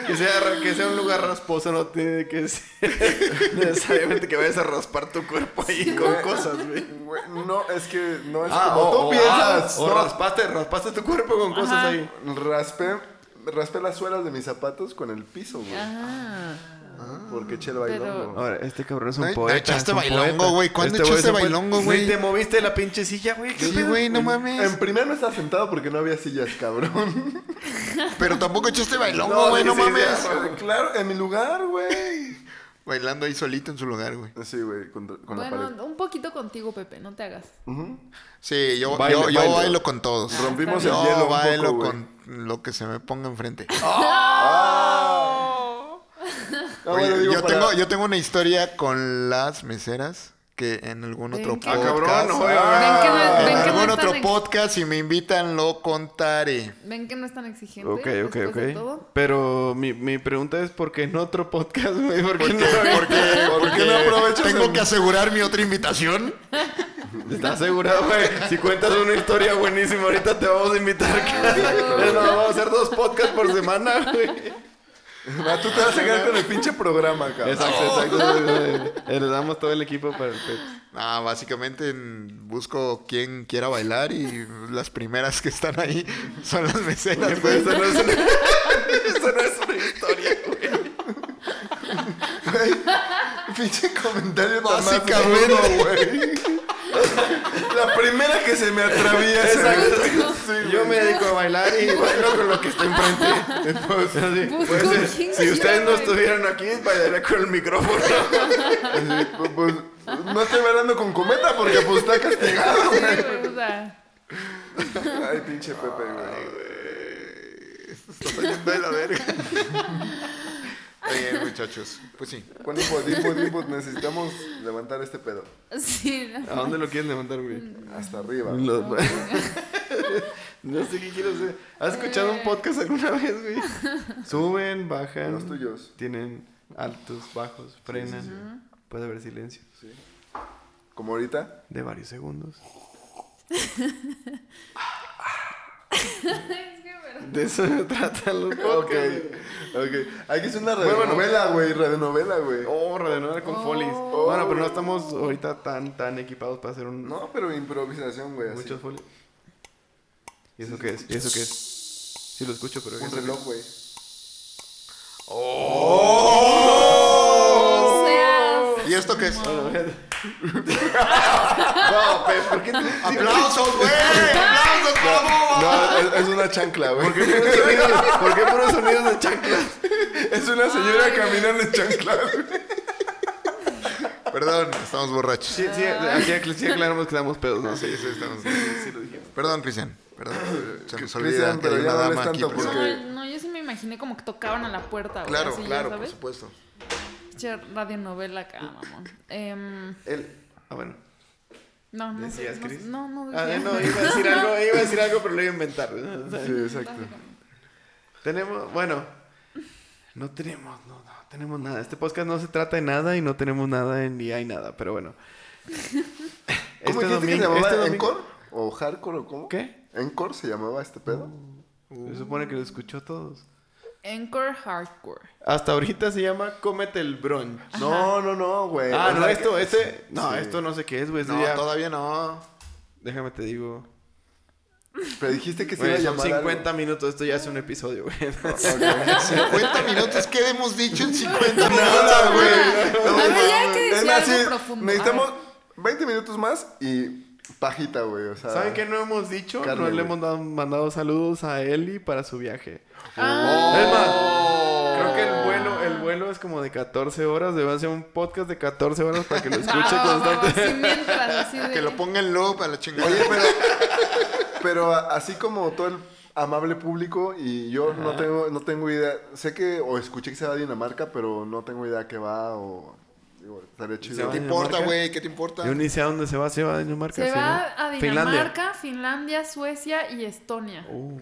[SPEAKER 3] Que sea, que sea un lugar rasposo no tiene que ser necesariamente que vayas a raspar tu cuerpo ahí con cosas, güey.
[SPEAKER 1] Güey, No, es que no es
[SPEAKER 3] Ah,
[SPEAKER 1] como
[SPEAKER 3] o-
[SPEAKER 1] tú
[SPEAKER 3] o-
[SPEAKER 1] piensas.
[SPEAKER 3] ah, o
[SPEAKER 1] no.
[SPEAKER 3] raspaste, raspaste tu cuerpo con cosas
[SPEAKER 2] Ajá.
[SPEAKER 3] ahí.
[SPEAKER 1] Raspé, raspé las suelas de mis zapatos con el piso, güey.
[SPEAKER 2] Ah.
[SPEAKER 1] Porque eché el
[SPEAKER 2] Pero-
[SPEAKER 1] bailongo.
[SPEAKER 3] Ahora, este cabrón es un
[SPEAKER 4] Ay,
[SPEAKER 3] poeta.
[SPEAKER 4] echaste
[SPEAKER 3] es un
[SPEAKER 4] bailongo,
[SPEAKER 3] poeta. Este
[SPEAKER 4] güey. ¿Cuándo
[SPEAKER 3] güey
[SPEAKER 4] echaste
[SPEAKER 3] es un poeta.
[SPEAKER 4] bailongo, güey?
[SPEAKER 3] Ni te moviste la pinche silla, güey. ¿Qué
[SPEAKER 4] Sí,
[SPEAKER 3] pedo?
[SPEAKER 4] güey, no
[SPEAKER 1] En
[SPEAKER 3] em-
[SPEAKER 4] mames.
[SPEAKER 1] primer no estaba sentado porque no había sillas, cabrón.
[SPEAKER 4] Pero tampoco echaste bailongo, güey,
[SPEAKER 3] sí,
[SPEAKER 4] no
[SPEAKER 3] sí, sí,
[SPEAKER 4] mames.
[SPEAKER 1] claro, en mi lugar, güey.
[SPEAKER 4] Bailando ahí solito en su lugar, güey.
[SPEAKER 1] Sí, güey, con, con la pared.
[SPEAKER 2] Bueno, un poquito contigo, Pepe, no te hagas.
[SPEAKER 1] Ujú.
[SPEAKER 4] Sí, yo,
[SPEAKER 3] Baile,
[SPEAKER 4] yo, yo
[SPEAKER 3] baile.
[SPEAKER 4] bailo con todos.
[SPEAKER 1] Rompimos el
[SPEAKER 4] Yo
[SPEAKER 1] hielo un
[SPEAKER 4] bailo
[SPEAKER 1] poco, güey.
[SPEAKER 4] con lo que se me ponga enfrente.
[SPEAKER 1] Ah,
[SPEAKER 4] Oye,
[SPEAKER 1] bueno, digo,
[SPEAKER 4] yo,
[SPEAKER 1] para-
[SPEAKER 4] tengo, yo tengo una historia con las meseras que en algún otro
[SPEAKER 2] Ah,
[SPEAKER 4] podcast.
[SPEAKER 2] cabrón,
[SPEAKER 3] no, güey.
[SPEAKER 2] Ven que no, ven
[SPEAKER 4] En
[SPEAKER 2] que no
[SPEAKER 4] algún
[SPEAKER 2] es tan
[SPEAKER 4] otro
[SPEAKER 2] ex-
[SPEAKER 4] podcast, si me invitan, lo contaré.
[SPEAKER 2] ven que no es tan exigente.
[SPEAKER 3] Ok, ok,
[SPEAKER 2] después de
[SPEAKER 3] ok.
[SPEAKER 2] todo.
[SPEAKER 3] Pero mi, mi pregunta es: ¿por qué en otro podcast, güey? ¿Por qué
[SPEAKER 4] Porque,
[SPEAKER 3] no?
[SPEAKER 4] porque,
[SPEAKER 1] ¿Por qué
[SPEAKER 4] porque
[SPEAKER 1] no aprovechas
[SPEAKER 4] tengo
[SPEAKER 1] el-
[SPEAKER 4] que asegurar mi otra invitación.
[SPEAKER 3] ¿Estás asegurado, güey? Si cuentas una historia buenísima, ahorita te vamos a invitar. cabrón. No, vamos a hacer dos podcasts por semana, güey.
[SPEAKER 1] Ah, tú te vas a quedar con el pinche programa, cabrón.
[SPEAKER 3] Exacto, exacto. Le damos todo el equipo para el Peps.
[SPEAKER 4] Ah, básicamente en- busco quien quiera bailar y las primeras que están ahí son las meseras. güey.
[SPEAKER 3] Eso no es una, eso no es una historia, güey.
[SPEAKER 1] Pinche comentario tan más
[SPEAKER 4] Básicamente.
[SPEAKER 1] duro, güey. La primera que se me atraviesa.
[SPEAKER 2] Exacto.
[SPEAKER 1] Sí,
[SPEAKER 3] Yo
[SPEAKER 1] güey.
[SPEAKER 3] me dedico a bailar y bailo con lo que está enfrente.
[SPEAKER 1] Entonces,
[SPEAKER 3] Así,
[SPEAKER 2] Busco
[SPEAKER 3] pues,
[SPEAKER 2] un
[SPEAKER 3] eh,
[SPEAKER 2] chingo
[SPEAKER 3] si
[SPEAKER 2] de
[SPEAKER 3] ustedes no
[SPEAKER 2] gente.
[SPEAKER 3] estuvieran aquí, bailaría con el micrófono.
[SPEAKER 1] así, pues, pues, no estoy bailando con cometa porque pues está castigado.
[SPEAKER 2] Sí, güey, o sea,
[SPEAKER 1] Ay, pinche Pepe, güey.
[SPEAKER 4] Está saliendo de la verga. Está bien, muchachos. Pues sí.
[SPEAKER 1] Pon input, input, input. Necesitamos levantar este pedo.
[SPEAKER 2] sí, no.
[SPEAKER 3] ¿A dónde lo quieren levantar, güey?
[SPEAKER 1] Hasta arriba.
[SPEAKER 3] Lo- no sé qué quiero hacer. ¿Has escuchado un podcast alguna vez, güey? Suben, bajan.
[SPEAKER 1] Los tuyos.
[SPEAKER 3] Tienen altos, bajos, frenan. Puede haber silencio
[SPEAKER 1] Como ahorita.
[SPEAKER 3] de varios segundos.
[SPEAKER 2] Es que, verdad.
[SPEAKER 3] De eso se tratan los podcasts.
[SPEAKER 1] Ok. Ok. Hay que hacer una radionovela, güey. Radionovela, güey.
[SPEAKER 3] Oh, redenuar con folies. Bueno, pero no estamos ahorita tan, tan equipados para hacer un...
[SPEAKER 1] No, pero improvisación, güey. así.
[SPEAKER 3] Muchos folies. ¿Y eso qué es? ¿Y eso qué es? Sí lo escucho, pero...
[SPEAKER 1] Un reloj, güey.
[SPEAKER 3] Oh.
[SPEAKER 2] O sea,
[SPEAKER 4] ¿Y esto qué es?
[SPEAKER 3] No,
[SPEAKER 4] Pepe, ¿por qué te- ¡Aplausos, güey! ¡Aplausos, bravo!
[SPEAKER 1] No, es, es una chancla, güey.
[SPEAKER 3] ¿Por qué puros sonidos de chanclas?
[SPEAKER 1] Es una señora caminando en chancla.
[SPEAKER 4] Perdón, estamos borrachos.
[SPEAKER 3] Sí, sí, aquí acl- sí aclaramos que damos pedos, no sé.
[SPEAKER 4] Sí, sí, estamos borrachos. Perdón, Cristian. Perdón. Se nos olvida
[SPEAKER 1] Cristian,
[SPEAKER 4] que
[SPEAKER 1] pero
[SPEAKER 4] hay
[SPEAKER 1] ya
[SPEAKER 4] una
[SPEAKER 1] no hables
[SPEAKER 4] dama aquí
[SPEAKER 1] tanto porque-
[SPEAKER 4] presente.
[SPEAKER 2] no, no, yo sí me imaginé como que tocaban a la puerta, güey.
[SPEAKER 4] Claro,
[SPEAKER 2] así, ya
[SPEAKER 4] claro, por
[SPEAKER 2] ¿sabes?
[SPEAKER 4] supuesto.
[SPEAKER 2] Pinche radionovela acá, mamón. Em,
[SPEAKER 3] El... Ah, bueno.
[SPEAKER 2] no, no sé,
[SPEAKER 3] ¿Decías,
[SPEAKER 2] no,
[SPEAKER 3] Cris?
[SPEAKER 2] no, no
[SPEAKER 3] Ah,
[SPEAKER 2] decía.
[SPEAKER 3] no, iba a decir algo, iba a decir algo, pero lo iba a inventar. ¿no? O sea,
[SPEAKER 1] Sí, exacto.
[SPEAKER 3] Tenemos, bueno, no tenemos, no, no tenemos nada. Este podcast no se trata de nada y no tenemos nada ni hay nada, pero bueno.
[SPEAKER 1] ¿Cómo dijiste que se
[SPEAKER 3] Este domingo-
[SPEAKER 1] llamaba?
[SPEAKER 3] este domingo-
[SPEAKER 1] ¿Encore? ¿O hardcore o cómo?
[SPEAKER 3] ¿Qué?
[SPEAKER 1] ¿Encore se llamaba este pedo?
[SPEAKER 3] Se supone que lo escuchó todos.
[SPEAKER 2] Encore Hardcore.
[SPEAKER 3] Hasta ahorita se llama Cómete el Brunch.
[SPEAKER 1] No, no, no, güey.
[SPEAKER 3] Ah,
[SPEAKER 1] O
[SPEAKER 3] no,
[SPEAKER 1] sea,
[SPEAKER 3] esto,
[SPEAKER 1] que-
[SPEAKER 3] este. No,
[SPEAKER 1] sí.
[SPEAKER 3] esto no sé qué es, güey. esto
[SPEAKER 4] No,
[SPEAKER 3] ya-
[SPEAKER 4] todavía no.
[SPEAKER 3] Déjame te digo.
[SPEAKER 1] Pero dijiste que se
[SPEAKER 3] Güey,
[SPEAKER 1] iba a
[SPEAKER 3] son
[SPEAKER 1] llamar
[SPEAKER 3] 50 minutos, esto ya es un episodio, güey.
[SPEAKER 4] 50 minutos, ¿qué hemos dicho en 50
[SPEAKER 1] algo.
[SPEAKER 4] minutos?
[SPEAKER 1] Nada, güey.
[SPEAKER 2] A ver, ya hay que
[SPEAKER 1] Es
[SPEAKER 2] decir
[SPEAKER 1] más,
[SPEAKER 2] algo
[SPEAKER 1] sí,
[SPEAKER 2] profundo.
[SPEAKER 1] Necesitamos 20 minutos más y pajita, güey. O sea,
[SPEAKER 3] ¿Saben qué no hemos dicho?
[SPEAKER 1] Carne,
[SPEAKER 3] no le
[SPEAKER 1] güey.
[SPEAKER 3] hemos dado- mandado saludos a Eli para su viaje.
[SPEAKER 2] Ah,
[SPEAKER 3] Es más, creo que el vuelo, el vuelo es como de 14 horas. Debe hacer un podcast de 14 horas para que lo
[SPEAKER 2] va,
[SPEAKER 3] escuche
[SPEAKER 2] va, va, va,
[SPEAKER 3] constante.
[SPEAKER 2] Ah, sí, mientras, así de...
[SPEAKER 4] Que lo ponga en loop a la chingada.
[SPEAKER 1] Oh. Oye, pero, pero a- así como todo el amable público y yo no tengo no tengo idea, sé que o escuché que se va a Dinamarca, pero no tengo idea que va o digo, estaría
[SPEAKER 3] Se
[SPEAKER 1] chido.
[SPEAKER 3] va
[SPEAKER 4] ¿Qué te
[SPEAKER 3] a
[SPEAKER 4] importa,
[SPEAKER 3] Dinamarca?
[SPEAKER 4] güey? ¿Qué te importa?
[SPEAKER 3] Yo ni sé a dónde se va. Se va a Dinamarca.
[SPEAKER 2] Se
[SPEAKER 3] sí,
[SPEAKER 2] va
[SPEAKER 3] ¿no?
[SPEAKER 2] a
[SPEAKER 3] Finlandia.
[SPEAKER 2] Dinamarca, Finlandia, Suecia y Estonia.
[SPEAKER 3] Uh,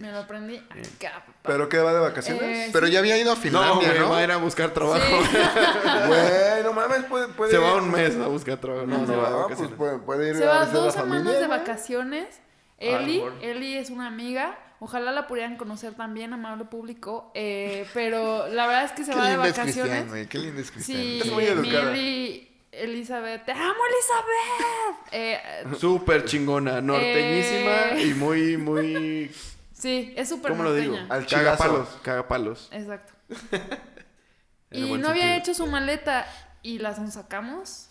[SPEAKER 2] Me lo aprendí acá. papá.
[SPEAKER 1] ¿Pero qué va de vacaciones?
[SPEAKER 2] Eh,
[SPEAKER 4] Pero ya había ido a
[SPEAKER 3] no,
[SPEAKER 4] Finlandia,
[SPEAKER 3] güey,
[SPEAKER 4] ¿no?
[SPEAKER 3] va a ir a buscar trabajo.
[SPEAKER 1] Pues, Güey, no mames, puede, puede
[SPEAKER 3] Se
[SPEAKER 1] ir.
[SPEAKER 3] va un mes a buscar trabajo. No,
[SPEAKER 1] No,
[SPEAKER 3] se va de
[SPEAKER 1] pues,
[SPEAKER 3] vacaciones.
[SPEAKER 1] puede, puede ir
[SPEAKER 2] Se
[SPEAKER 1] a
[SPEAKER 2] va
[SPEAKER 1] visitar a la
[SPEAKER 2] dos semanas
[SPEAKER 1] familia,
[SPEAKER 2] de
[SPEAKER 1] ¿no?
[SPEAKER 2] vacaciones.
[SPEAKER 3] lo
[SPEAKER 2] Eli,
[SPEAKER 3] mejor.
[SPEAKER 2] Eli es una amiga. Ojalá la pudieran conocer también, amable público. Eh, pero la verdad es que se
[SPEAKER 4] Qué
[SPEAKER 2] va de
[SPEAKER 4] lindo es Cristian,
[SPEAKER 2] vacaciones.
[SPEAKER 4] güey. Qué lindo es Cristian.
[SPEAKER 2] Sí,
[SPEAKER 1] Es muy
[SPEAKER 2] mi
[SPEAKER 1] educada.
[SPEAKER 2] Eli, Elizabeth. ¡Te amo, Elizabeth! Eh,
[SPEAKER 3] Súper chingona, norteñísima
[SPEAKER 2] Eh.
[SPEAKER 3] y muy, muy.
[SPEAKER 2] sí, es súper
[SPEAKER 3] ¿Cómo lo digo?
[SPEAKER 2] norteña.
[SPEAKER 1] Al
[SPEAKER 3] Cagapalos. Cagapalos.
[SPEAKER 2] Exacto.
[SPEAKER 3] En el
[SPEAKER 2] y
[SPEAKER 3] buen
[SPEAKER 2] no había
[SPEAKER 3] sentido.
[SPEAKER 2] hecho su maleta y la sacamos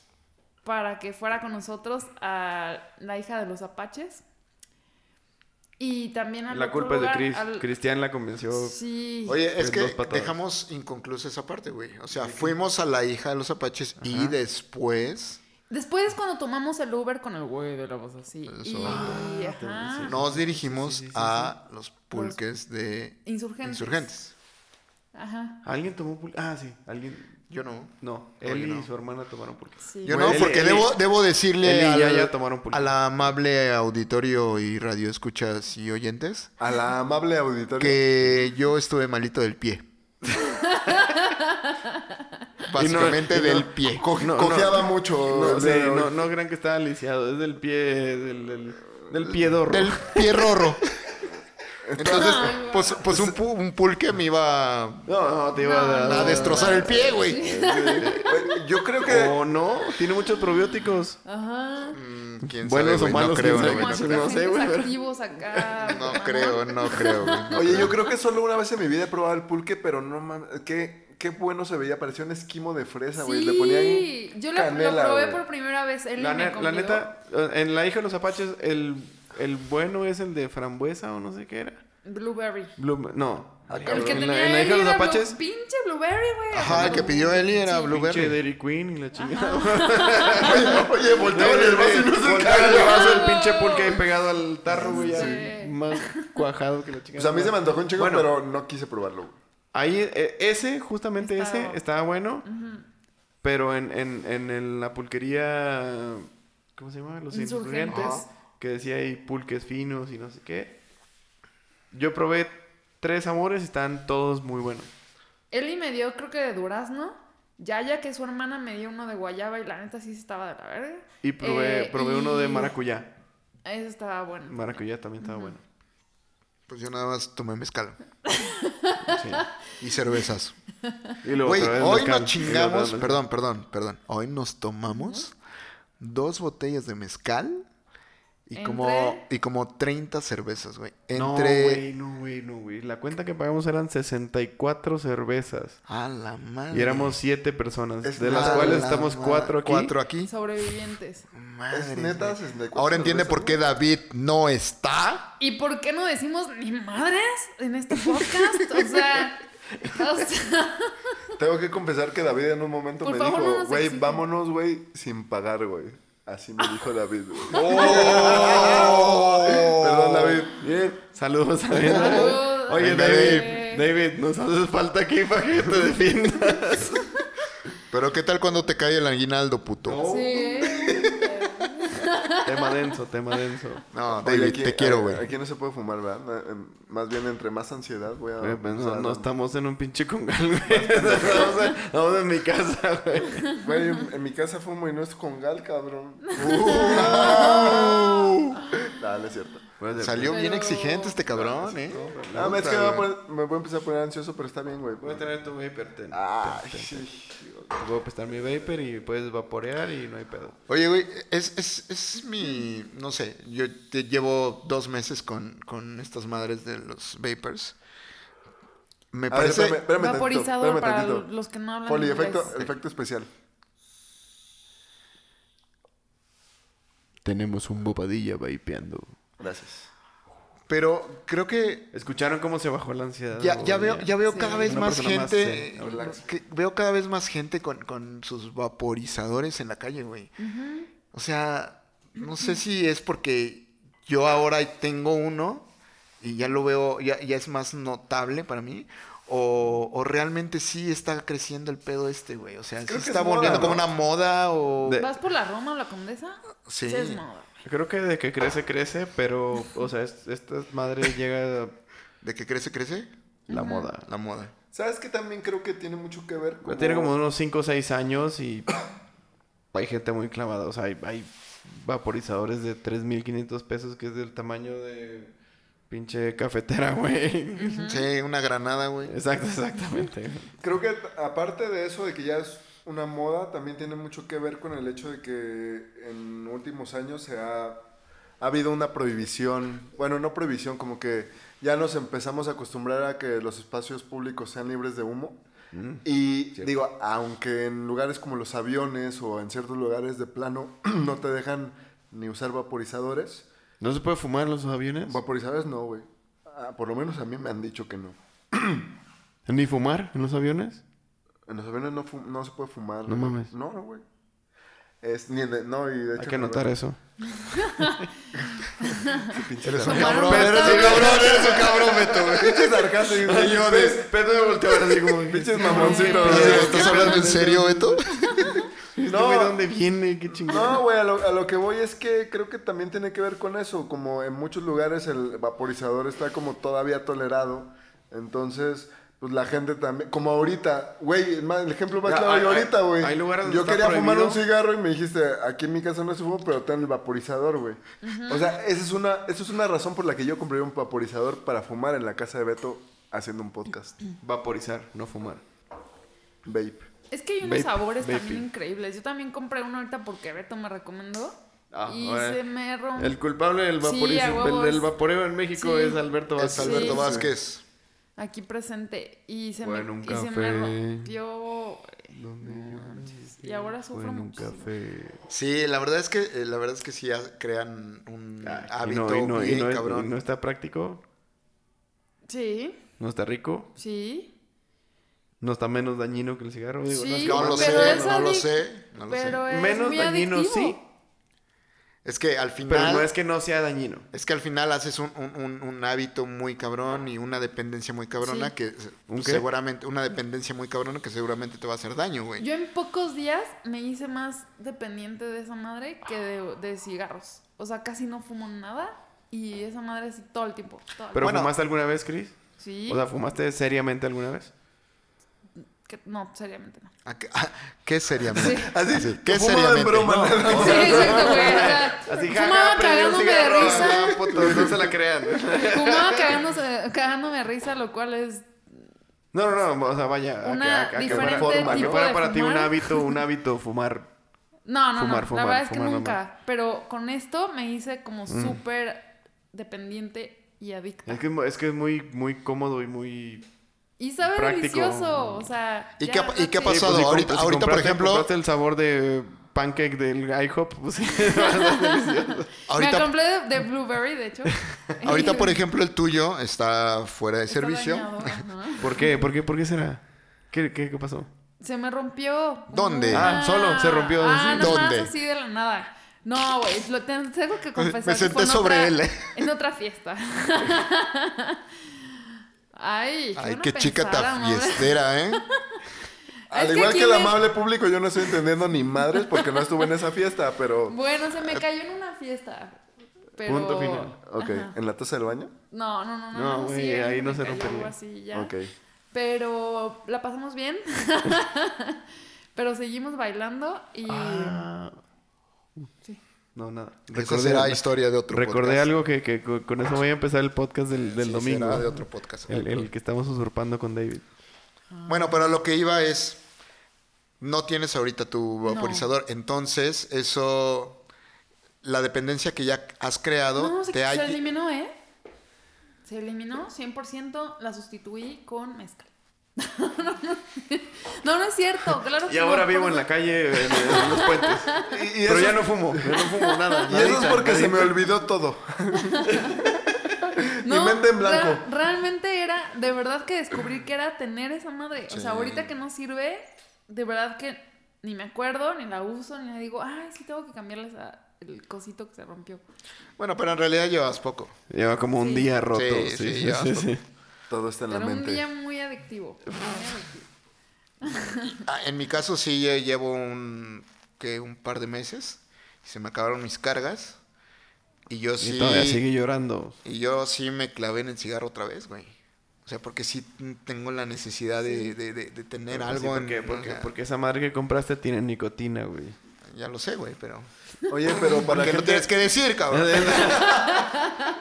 [SPEAKER 2] para que fuera con nosotros a la hija de los apaches. Y también al
[SPEAKER 3] La
[SPEAKER 2] otro
[SPEAKER 3] culpa es de
[SPEAKER 2] lugar,
[SPEAKER 3] Chris.
[SPEAKER 2] al-
[SPEAKER 3] Cristian la convenció.
[SPEAKER 2] Sí.
[SPEAKER 4] Oye, es
[SPEAKER 3] En dos
[SPEAKER 4] que
[SPEAKER 3] patadas.
[SPEAKER 4] dejamos inconclusa esa parte, güey. O sea, fuimos a la hija de los apaches y después
[SPEAKER 2] Después es cuando tomamos el Uber con el güey de la voz así.
[SPEAKER 4] Eso.
[SPEAKER 2] Y, ajá.
[SPEAKER 4] nos dirigimos a los pulques de
[SPEAKER 2] Insurgentes.
[SPEAKER 4] insurgentes.
[SPEAKER 2] Ajá.
[SPEAKER 3] ¿Alguien tomó pul- Ah, sí. Alguien.
[SPEAKER 4] Yo no.
[SPEAKER 3] No,
[SPEAKER 4] No, yo
[SPEAKER 3] él
[SPEAKER 4] no.
[SPEAKER 3] y su hermana tomaron porque.
[SPEAKER 2] Sí.
[SPEAKER 4] Yo
[SPEAKER 3] Güey,
[SPEAKER 4] no,
[SPEAKER 3] Eli-
[SPEAKER 4] porque
[SPEAKER 3] Eli-
[SPEAKER 4] debo, debo decirle
[SPEAKER 3] Eli y
[SPEAKER 4] al-
[SPEAKER 3] Yaya tomaron pulque.
[SPEAKER 4] a la amable auditorio y radio escuchas y oyentes
[SPEAKER 1] A la amable auditoria.
[SPEAKER 4] que yo estuve malito del pie. Básicamente
[SPEAKER 3] Y no- y
[SPEAKER 4] del
[SPEAKER 3] no-
[SPEAKER 4] pie.
[SPEAKER 1] Co-
[SPEAKER 3] No,
[SPEAKER 1] cojeaba mucho.
[SPEAKER 3] No,
[SPEAKER 1] el
[SPEAKER 3] sí,
[SPEAKER 1] día de hoy.
[SPEAKER 3] no, no crean que estaba lisiado, es del pie, del, del, del pie dorro.
[SPEAKER 4] Del pie rorro. Entonces, pues, pues un, pu- un pulque me iba a
[SPEAKER 3] No, no, te iba a
[SPEAKER 4] a
[SPEAKER 3] dar.
[SPEAKER 4] destrozar el pie, güey.
[SPEAKER 1] Güey, Yo creo que
[SPEAKER 3] O no, tiene muchos probióticos.
[SPEAKER 2] Ajá.
[SPEAKER 4] Mm, ¿Quién
[SPEAKER 3] Buenos o
[SPEAKER 4] güey?
[SPEAKER 3] malos,
[SPEAKER 4] no creo,
[SPEAKER 3] quién sabe
[SPEAKER 4] güey, no
[SPEAKER 3] cuántos
[SPEAKER 4] creo.
[SPEAKER 3] no sé, güey, pero-
[SPEAKER 2] activos acá.
[SPEAKER 4] No
[SPEAKER 2] mamá.
[SPEAKER 4] creo, no creo, güey.
[SPEAKER 1] Oye, yo creo que solo una vez en mi vida he probado el pulque, pero no mames, qué, qué bueno se veía. Parecía un esquimo de fresa, güey. Le ponían.
[SPEAKER 2] Sí, yo lo, lo
[SPEAKER 1] canela,
[SPEAKER 2] probé
[SPEAKER 1] güey.
[SPEAKER 2] por primera vez. Él
[SPEAKER 3] La,
[SPEAKER 2] me
[SPEAKER 3] ne- la
[SPEAKER 2] convidó.
[SPEAKER 3] neta, eh, en La hija de los apaches, el, el bueno es el de frambuesa o no sé qué era.
[SPEAKER 2] Blueberry.
[SPEAKER 3] Bloom- no.
[SPEAKER 1] Ah,
[SPEAKER 2] El que
[SPEAKER 3] en,
[SPEAKER 2] tenía
[SPEAKER 3] la, en La
[SPEAKER 2] él
[SPEAKER 3] hija de los
[SPEAKER 2] era blu-
[SPEAKER 3] apaches,
[SPEAKER 2] pinche blueberry, güey.
[SPEAKER 4] Ajá, el que pidió Eli era
[SPEAKER 3] pinche
[SPEAKER 4] Blueberry.
[SPEAKER 3] Dairy Queen y la chingada.
[SPEAKER 1] Oye, volteaba el vaso y no se
[SPEAKER 3] Volteaba
[SPEAKER 1] cayó.
[SPEAKER 3] el vaso, el pinche pulque ahí pegado al tarro, güey.
[SPEAKER 2] Sí.
[SPEAKER 3] ahí, Más cuajado que la chingada.
[SPEAKER 1] Pues a mí se me antojó un chingo,
[SPEAKER 3] Bueno.
[SPEAKER 1] pero no quise probarlo. güey.
[SPEAKER 3] Ahí, eh, ese, justamente
[SPEAKER 2] Estaba-
[SPEAKER 3] ese, estaba bueno. Pero en, en, en el- la pulquería. ¿Cómo se llama? Los
[SPEAKER 2] Insurgentes.
[SPEAKER 3] insurgentes. Que decía ahí pulques finos y no sé qué. Yo probé tres amores y estaban todos muy buenos.
[SPEAKER 2] Eli me dio, creo que de durazno. Yaya, que es su hermana, me dio uno de guayaba y la neta sí estaba de la verga.
[SPEAKER 3] Y probé,
[SPEAKER 2] Eh,
[SPEAKER 3] probé
[SPEAKER 2] y-
[SPEAKER 3] uno de maracuyá.
[SPEAKER 2] Eso estaba bueno.
[SPEAKER 3] Maracuyá también estaba bueno.
[SPEAKER 4] Pues yo nada más tomé mezcal
[SPEAKER 3] Sí.
[SPEAKER 4] y cervezas.
[SPEAKER 3] Y luego
[SPEAKER 4] Güey,
[SPEAKER 3] otra vez
[SPEAKER 4] hoy
[SPEAKER 3] mezcal.
[SPEAKER 4] nos
[SPEAKER 3] Y luego otra
[SPEAKER 4] chingamos,
[SPEAKER 3] vez mezcal.
[SPEAKER 4] perdón, perdón, perdón. Hoy nos tomamos dos botellas de mezcal y
[SPEAKER 2] Entre-
[SPEAKER 4] como y como 30 cervezas, güey.
[SPEAKER 3] No,
[SPEAKER 4] Entre
[SPEAKER 3] güey, no, güey, no, güey. La cuenta que pagamos eran 64 cervezas.
[SPEAKER 4] a la madre.
[SPEAKER 3] Y éramos 7 personas,
[SPEAKER 1] Es
[SPEAKER 3] de las
[SPEAKER 1] nada,
[SPEAKER 3] cuales
[SPEAKER 1] la
[SPEAKER 3] estamos 4 aquí.
[SPEAKER 4] Cuatro aquí.
[SPEAKER 2] Sobrevivientes.
[SPEAKER 4] Madre,
[SPEAKER 1] Es neta,
[SPEAKER 4] güey.
[SPEAKER 1] 64
[SPEAKER 4] Ahora entiende
[SPEAKER 1] cervezas,
[SPEAKER 4] por qué David no está.
[SPEAKER 2] ¿Y por qué no decimos ni madres en este podcast? O sea, o sea,
[SPEAKER 1] Tengo que confesar que David en un momento
[SPEAKER 2] Por
[SPEAKER 1] me
[SPEAKER 2] favor, no
[SPEAKER 1] dijo,
[SPEAKER 2] nos
[SPEAKER 1] güey,
[SPEAKER 2] exijan".
[SPEAKER 1] vámonos, güey, sin pagar, güey. Así me dijo David, güey. Oh.
[SPEAKER 3] Oh.
[SPEAKER 1] Perdón, David.
[SPEAKER 3] Bien, saludos a David.
[SPEAKER 2] Saludos.
[SPEAKER 3] Oye,
[SPEAKER 4] Venga,
[SPEAKER 3] David, David, nos haces falta aquí para que te defiendas.
[SPEAKER 4] Pero qué tal cuando te cae el aguinaldo, puto. No,
[SPEAKER 2] sí. eh.
[SPEAKER 3] Oh. tema denso, tema denso.
[SPEAKER 4] David,
[SPEAKER 1] Oye, aquí-
[SPEAKER 4] te quiero,
[SPEAKER 1] a-
[SPEAKER 4] güey.
[SPEAKER 1] Aquí no se puede fumar, ¿verdad? Eh, Más bien, entre más ansiedad, güey. a-
[SPEAKER 3] Güey, pues,
[SPEAKER 1] o sea,
[SPEAKER 3] no, no estamos en un pinche congal, güey. Estamos en, estamos en mi casa, güey.
[SPEAKER 1] Güey, en, en mi casa fumo y no es congal, cabrón. Uh. no, no es cierto.
[SPEAKER 4] Salió bien
[SPEAKER 2] Pero-
[SPEAKER 4] exigente este cabrón, ¿eh?
[SPEAKER 1] No, es que me voy, a poner- me voy a empezar a poner ansioso, pero está bien, güey.
[SPEAKER 3] Voy a tener tu vapor, ten.
[SPEAKER 1] Ay, sí.
[SPEAKER 3] Voy a prestar mi vapor y puedes vaporear y no hay pedo.
[SPEAKER 4] Oye, güey, es, es, es mi. No sé, yo te llevo dos meses con, con estas madres de los vapors. Me
[SPEAKER 1] A ver,
[SPEAKER 4] parece.
[SPEAKER 1] espérame, espérame tantito,
[SPEAKER 2] Vaporizador
[SPEAKER 1] espérame
[SPEAKER 2] para
[SPEAKER 1] tantito.
[SPEAKER 2] los que no hablan
[SPEAKER 1] Poli,
[SPEAKER 2] inglés.
[SPEAKER 1] efecto, efecto especial.
[SPEAKER 3] Tenemos un bobadilla vapeando.
[SPEAKER 1] Gracias.
[SPEAKER 4] Pero creo que
[SPEAKER 3] ¿Escucharon cómo se bajó la ansiedad?
[SPEAKER 4] Ya, ya
[SPEAKER 3] güey?
[SPEAKER 4] veo, ya veo cada
[SPEAKER 2] Sí.
[SPEAKER 4] vez
[SPEAKER 3] Una
[SPEAKER 4] más
[SPEAKER 3] persona más
[SPEAKER 4] gente.
[SPEAKER 3] zen, relax.
[SPEAKER 4] que- veo cada vez más gente con, con sus vaporizadores en la calle, güey. O sea, no sé si es porque yo ahora tengo uno y ya lo veo, ya, ya es más notable para mí. O, o realmente sí está creciendo el pedo este, güey. O sea, sí
[SPEAKER 1] Creo que
[SPEAKER 4] está
[SPEAKER 1] es moda,
[SPEAKER 4] volviendo como
[SPEAKER 1] ¿no?
[SPEAKER 4] una moda o.
[SPEAKER 3] De-
[SPEAKER 2] ¿Vas por la Roma o la Condesa?
[SPEAKER 4] Sí.
[SPEAKER 2] es moda.
[SPEAKER 3] Creo que de que crece, crece, pero, o sea, es- estas madres llega
[SPEAKER 4] ¿De que crece, crece?
[SPEAKER 3] la moda.
[SPEAKER 4] La moda.
[SPEAKER 1] ¿Sabes qué también creo que tiene mucho que ver?
[SPEAKER 3] Ya Tiene como unos 5 o 6 años y hay gente muy clavada. O sea, hay, hay vaporizadores de 3.500 pesos que es del tamaño de pinche cafetera, güey.
[SPEAKER 4] Sí, una granada, güey.
[SPEAKER 3] Exacto, exactamente.
[SPEAKER 1] Creo que t- aparte de eso, de que ya es una moda, también tiene mucho que ver con el hecho de que en últimos años se ha, ha habido una prohibición, bueno, no prohibición, como que ya nos empezamos a acostumbrar a que los espacios públicos sean libres de humo. y digo, aunque en lugares como los aviones o en ciertos lugares de plano no te dejan ni usar vaporizadores,
[SPEAKER 3] ¿No se puede fumar en los aviones?
[SPEAKER 1] vaporizadores no, güey. Ah, por lo menos a mí me han dicho que no.
[SPEAKER 3] ¿Ni fumar en los aviones?
[SPEAKER 1] En los aviones no, fu- no se puede fumar.
[SPEAKER 3] No mames.
[SPEAKER 1] No, no, güey. Es, ni de- no, y de hecho...
[SPEAKER 3] Hay que anotar eso.
[SPEAKER 1] Eres un
[SPEAKER 2] Fumar
[SPEAKER 1] cabrón,
[SPEAKER 2] un
[SPEAKER 1] eres un
[SPEAKER 2] pedo.
[SPEAKER 1] cabrón, eres un cabrón, Beto, güey. Pinches sarcasmo. Y yo de...
[SPEAKER 3] Pues, Pero me volteo a ver así como...
[SPEAKER 1] Pinches mamoncitos.
[SPEAKER 4] Oye,
[SPEAKER 1] güey.
[SPEAKER 4] ¿Estás hablando en serio, Beto?
[SPEAKER 1] No.
[SPEAKER 3] No. ¿De dónde viene? ¿Qué chingada?
[SPEAKER 1] No, güey, a lo, a lo que voy es que creo que también tiene que ver con eso. Como en muchos lugares el vaporizador está como todavía tolerado. Entonces, pues la gente también. Como ahorita, güey, el ma- el ejemplo más
[SPEAKER 3] Ya,
[SPEAKER 1] claro
[SPEAKER 3] hay-
[SPEAKER 1] de ahorita,
[SPEAKER 3] hay-
[SPEAKER 1] güey.
[SPEAKER 3] hay lugares donde
[SPEAKER 1] Yo
[SPEAKER 3] está
[SPEAKER 1] quería fumar un
[SPEAKER 3] prohibido.
[SPEAKER 1] cigarro y me dijiste, aquí en mi casa no se fuma, pero ten el vaporizador, güey. O sea, esa es, una, esa es una razón por la que yo compré un vaporizador para fumar en la casa de Beto haciendo un podcast.
[SPEAKER 3] Vaporizar, no fumar.
[SPEAKER 1] Vape.
[SPEAKER 2] Es que hay unos
[SPEAKER 3] Vape-
[SPEAKER 2] sabores también
[SPEAKER 3] vaping.
[SPEAKER 2] increíbles. Yo también compré uno ahorita porque Beto me recomendó.
[SPEAKER 3] Ah,
[SPEAKER 2] y
[SPEAKER 3] ahora-
[SPEAKER 2] se me rompió.
[SPEAKER 3] El culpable del,
[SPEAKER 2] Sí,
[SPEAKER 3] vaporiz-
[SPEAKER 2] a huevos.
[SPEAKER 3] del- del vaporeo en México
[SPEAKER 2] Sí.
[SPEAKER 3] es Alberto
[SPEAKER 4] Es
[SPEAKER 3] Vázquez.
[SPEAKER 4] Alberto
[SPEAKER 2] Sí.
[SPEAKER 4] Vázquez.
[SPEAKER 2] aquí presente y se
[SPEAKER 3] Bueno,
[SPEAKER 2] me
[SPEAKER 3] un
[SPEAKER 2] y se
[SPEAKER 3] café.
[SPEAKER 2] me rompió
[SPEAKER 3] ¿Dónde yo
[SPEAKER 2] y ahora sufro
[SPEAKER 3] Bueno, un
[SPEAKER 2] muchísimo.
[SPEAKER 3] café.
[SPEAKER 4] Sí, la verdad es que, eh, la verdad es que sí ha- crean un
[SPEAKER 3] y
[SPEAKER 4] hábito
[SPEAKER 3] no, y no, y
[SPEAKER 4] bien
[SPEAKER 3] no- y
[SPEAKER 4] cabrón.
[SPEAKER 3] no está práctico,
[SPEAKER 2] Sí,
[SPEAKER 3] no está rico,
[SPEAKER 2] sí.
[SPEAKER 3] no está menos dañino que el cigarro. digo, no es
[SPEAKER 2] Sí,
[SPEAKER 3] que-
[SPEAKER 4] No
[SPEAKER 2] pero
[SPEAKER 4] lo sé,
[SPEAKER 2] es
[SPEAKER 4] no lo
[SPEAKER 2] adic-
[SPEAKER 4] sé, no lo
[SPEAKER 2] pero
[SPEAKER 4] sé.
[SPEAKER 2] es
[SPEAKER 3] menos
[SPEAKER 2] muy
[SPEAKER 3] dañino,
[SPEAKER 2] adictivo.
[SPEAKER 3] sí,
[SPEAKER 4] Es que al final...
[SPEAKER 3] pero no es que no sea dañino.
[SPEAKER 4] Es que al final haces un, un- un- un hábito muy cabrón y una dependencia muy cabrona
[SPEAKER 2] Sí.
[SPEAKER 4] que
[SPEAKER 3] ¿Un
[SPEAKER 4] pues,
[SPEAKER 3] qué?
[SPEAKER 4] seguramente, una dependencia muy cabrona que seguramente te va a hacer daño, güey.
[SPEAKER 2] Yo en pocos días me hice más dependiente de esa madre que de, de cigarros. O sea, casi no fumo nada y esa madre sí todo el tiempo. todo el
[SPEAKER 3] ¿Pero
[SPEAKER 4] Bueno.
[SPEAKER 3] fumaste alguna vez, Chris?
[SPEAKER 2] tiempo. Sí.
[SPEAKER 3] O sea, ¿fumaste seriamente alguna vez?
[SPEAKER 2] que- no, seriamente no.
[SPEAKER 4] ¿A qué, a- qué seriamente?
[SPEAKER 2] Sí.
[SPEAKER 4] Así, ¿Qué
[SPEAKER 1] Como de
[SPEAKER 4] seriamente?
[SPEAKER 1] broma,
[SPEAKER 4] No.
[SPEAKER 1] nada más.
[SPEAKER 2] Sí, exacto, güey. O sea,
[SPEAKER 3] Así,
[SPEAKER 2] fumaba cagándome de risa.
[SPEAKER 3] no se la crean.
[SPEAKER 2] Fumaba cagándose- cagándome de risa, lo cual es
[SPEAKER 3] No, no, no, o sea, vaya, a-
[SPEAKER 2] Una
[SPEAKER 3] a- a, que
[SPEAKER 2] diferente
[SPEAKER 3] fuera, forma, que
[SPEAKER 2] tipo
[SPEAKER 3] fuera
[SPEAKER 2] de
[SPEAKER 3] para ti un
[SPEAKER 2] fumar.
[SPEAKER 3] hábito, un hábito fumar.
[SPEAKER 2] No, no,
[SPEAKER 3] Fumar,
[SPEAKER 2] no.
[SPEAKER 3] fumar,
[SPEAKER 2] la verdad es que
[SPEAKER 3] fumar,
[SPEAKER 2] nunca.
[SPEAKER 3] mamá.
[SPEAKER 2] Pero con esto me hice como
[SPEAKER 4] Mm.
[SPEAKER 2] súper dependiente y adicta.
[SPEAKER 3] Es que es, mu- es que es muy, muy cómodo y muy...
[SPEAKER 2] y sabe
[SPEAKER 3] práctico.
[SPEAKER 2] delicioso. O sea.
[SPEAKER 4] ¿Y
[SPEAKER 2] ya,
[SPEAKER 4] qué ha- y qué ha
[SPEAKER 2] sí.
[SPEAKER 4] pasado?
[SPEAKER 3] pues, si
[SPEAKER 4] ahorita-
[SPEAKER 3] comp- si
[SPEAKER 4] ahorita, por
[SPEAKER 3] compraste-
[SPEAKER 4] ejemplo-
[SPEAKER 3] compraste el sabor de pancake del IHOP, pues sí.
[SPEAKER 2] Me
[SPEAKER 4] Ahorita,
[SPEAKER 2] compré de, de Blueberry, de hecho.
[SPEAKER 4] ahorita, por ejemplo, el tuyo está fuera de
[SPEAKER 2] Está
[SPEAKER 4] servicio.
[SPEAKER 2] dañado, ajá.
[SPEAKER 3] ¿Por qué? ¿Por qué? ¿Por qué será? ¿Qué, qué, qué pasó?
[SPEAKER 2] Se me rompió.
[SPEAKER 4] ¿Dónde?
[SPEAKER 3] Ah, solo, se rompió.
[SPEAKER 2] Ah, nada más
[SPEAKER 4] ¿Dónde?
[SPEAKER 2] así de la nada. No, güey, lo te- tengo que confesar.
[SPEAKER 4] Me
[SPEAKER 2] que fue
[SPEAKER 4] senté
[SPEAKER 2] en
[SPEAKER 4] sobre
[SPEAKER 2] otra-
[SPEAKER 4] él, ¿eh?
[SPEAKER 2] En otra fiesta. Ay,
[SPEAKER 4] Ay,
[SPEAKER 2] uno
[SPEAKER 4] qué chica
[SPEAKER 2] pensara,
[SPEAKER 4] tan
[SPEAKER 2] hombre.
[SPEAKER 4] fiestera, ¿eh?
[SPEAKER 1] Al
[SPEAKER 2] Es que
[SPEAKER 1] igual que,
[SPEAKER 2] aquí
[SPEAKER 1] el
[SPEAKER 2] me-
[SPEAKER 1] amable público, yo no estoy entendiendo ni madres porque no estuve en esa fiesta, pero.
[SPEAKER 2] Bueno, se me cayó en una fiesta. Pero...
[SPEAKER 3] Punto final.
[SPEAKER 1] Ok,
[SPEAKER 2] Ajá.
[SPEAKER 1] ¿en la taza del baño?
[SPEAKER 2] No, no, no, no.
[SPEAKER 3] No, güey,
[SPEAKER 2] sí,
[SPEAKER 3] ahí
[SPEAKER 2] se
[SPEAKER 3] no
[SPEAKER 2] me
[SPEAKER 3] se
[SPEAKER 2] cayó
[SPEAKER 3] rompe
[SPEAKER 2] algo
[SPEAKER 3] bien.
[SPEAKER 2] así ya.
[SPEAKER 1] Ok.
[SPEAKER 2] Pero la pasamos bien. pero seguimos bailando y.
[SPEAKER 3] Ah,
[SPEAKER 2] Sí.
[SPEAKER 3] no, nada.
[SPEAKER 4] Esa será historia de otro
[SPEAKER 3] recordé
[SPEAKER 4] podcast.
[SPEAKER 3] algo que, que co- con eso voy a empezar el podcast del, del
[SPEAKER 4] Sí,
[SPEAKER 3] domingo.
[SPEAKER 4] será de otro podcast.
[SPEAKER 3] El, el que estamos usurpando con David.
[SPEAKER 4] Bueno, pero a lo que iba es, no tienes ahorita tu vaporizador, entonces eso, la dependencia que ya has creado,
[SPEAKER 2] No, se,
[SPEAKER 4] te ha...
[SPEAKER 2] se eliminó, ¿eh? Se eliminó 100%, la sustituí con mezcal. no, no es cierto, claro que
[SPEAKER 3] Y ahora
[SPEAKER 2] no,
[SPEAKER 3] vivo
[SPEAKER 2] por
[SPEAKER 3] en la
[SPEAKER 2] eso-
[SPEAKER 3] calle, en, en los puentes.
[SPEAKER 1] Y, y
[SPEAKER 3] Pero
[SPEAKER 1] eso-
[SPEAKER 3] ya no fumo, ya no fumo nada.
[SPEAKER 1] y eso es
[SPEAKER 3] nadita,
[SPEAKER 1] porque se
[SPEAKER 3] nadita.
[SPEAKER 1] me olvidó todo.
[SPEAKER 2] No,
[SPEAKER 1] mente en blanco.
[SPEAKER 2] re- realmente era, de verdad que descubrí que era tener esa madre. O sea, ahorita que no sirve, de verdad que ni me acuerdo, ni la uso, ni la digo, ay, sí tengo que cambiarle esa- el cosito que se rompió.
[SPEAKER 4] Bueno, pero en realidad llevas poco.
[SPEAKER 3] Lleva como un
[SPEAKER 2] Sí.
[SPEAKER 3] día roto.
[SPEAKER 4] Sí,
[SPEAKER 3] Sí,
[SPEAKER 4] sí,
[SPEAKER 3] sí,
[SPEAKER 4] ya.
[SPEAKER 3] sí, sí.
[SPEAKER 1] Todo está en la
[SPEAKER 2] Pero un
[SPEAKER 1] mente.
[SPEAKER 2] día muy adictivo. muy adictivo.
[SPEAKER 4] Ah, En mi caso sí eh, llevo un, que un par de meses, y se me acabaron mis cargas, y yo sí...
[SPEAKER 3] Y todavía sigue llorando.
[SPEAKER 4] Y yo sí me clavé en el cigarro otra vez, güey. O sea, porque sí tengo la necesidad de, de- de- de tener
[SPEAKER 3] Pero pues sí,
[SPEAKER 4] algo en...
[SPEAKER 3] porque, porque,
[SPEAKER 4] o sea,
[SPEAKER 3] porque esa madre que compraste tiene nicotina, güey.
[SPEAKER 4] Ya lo sé, güey, pero...
[SPEAKER 1] Oye, pero para
[SPEAKER 4] Porque
[SPEAKER 1] gente,
[SPEAKER 4] no tienes que decir, cabrón.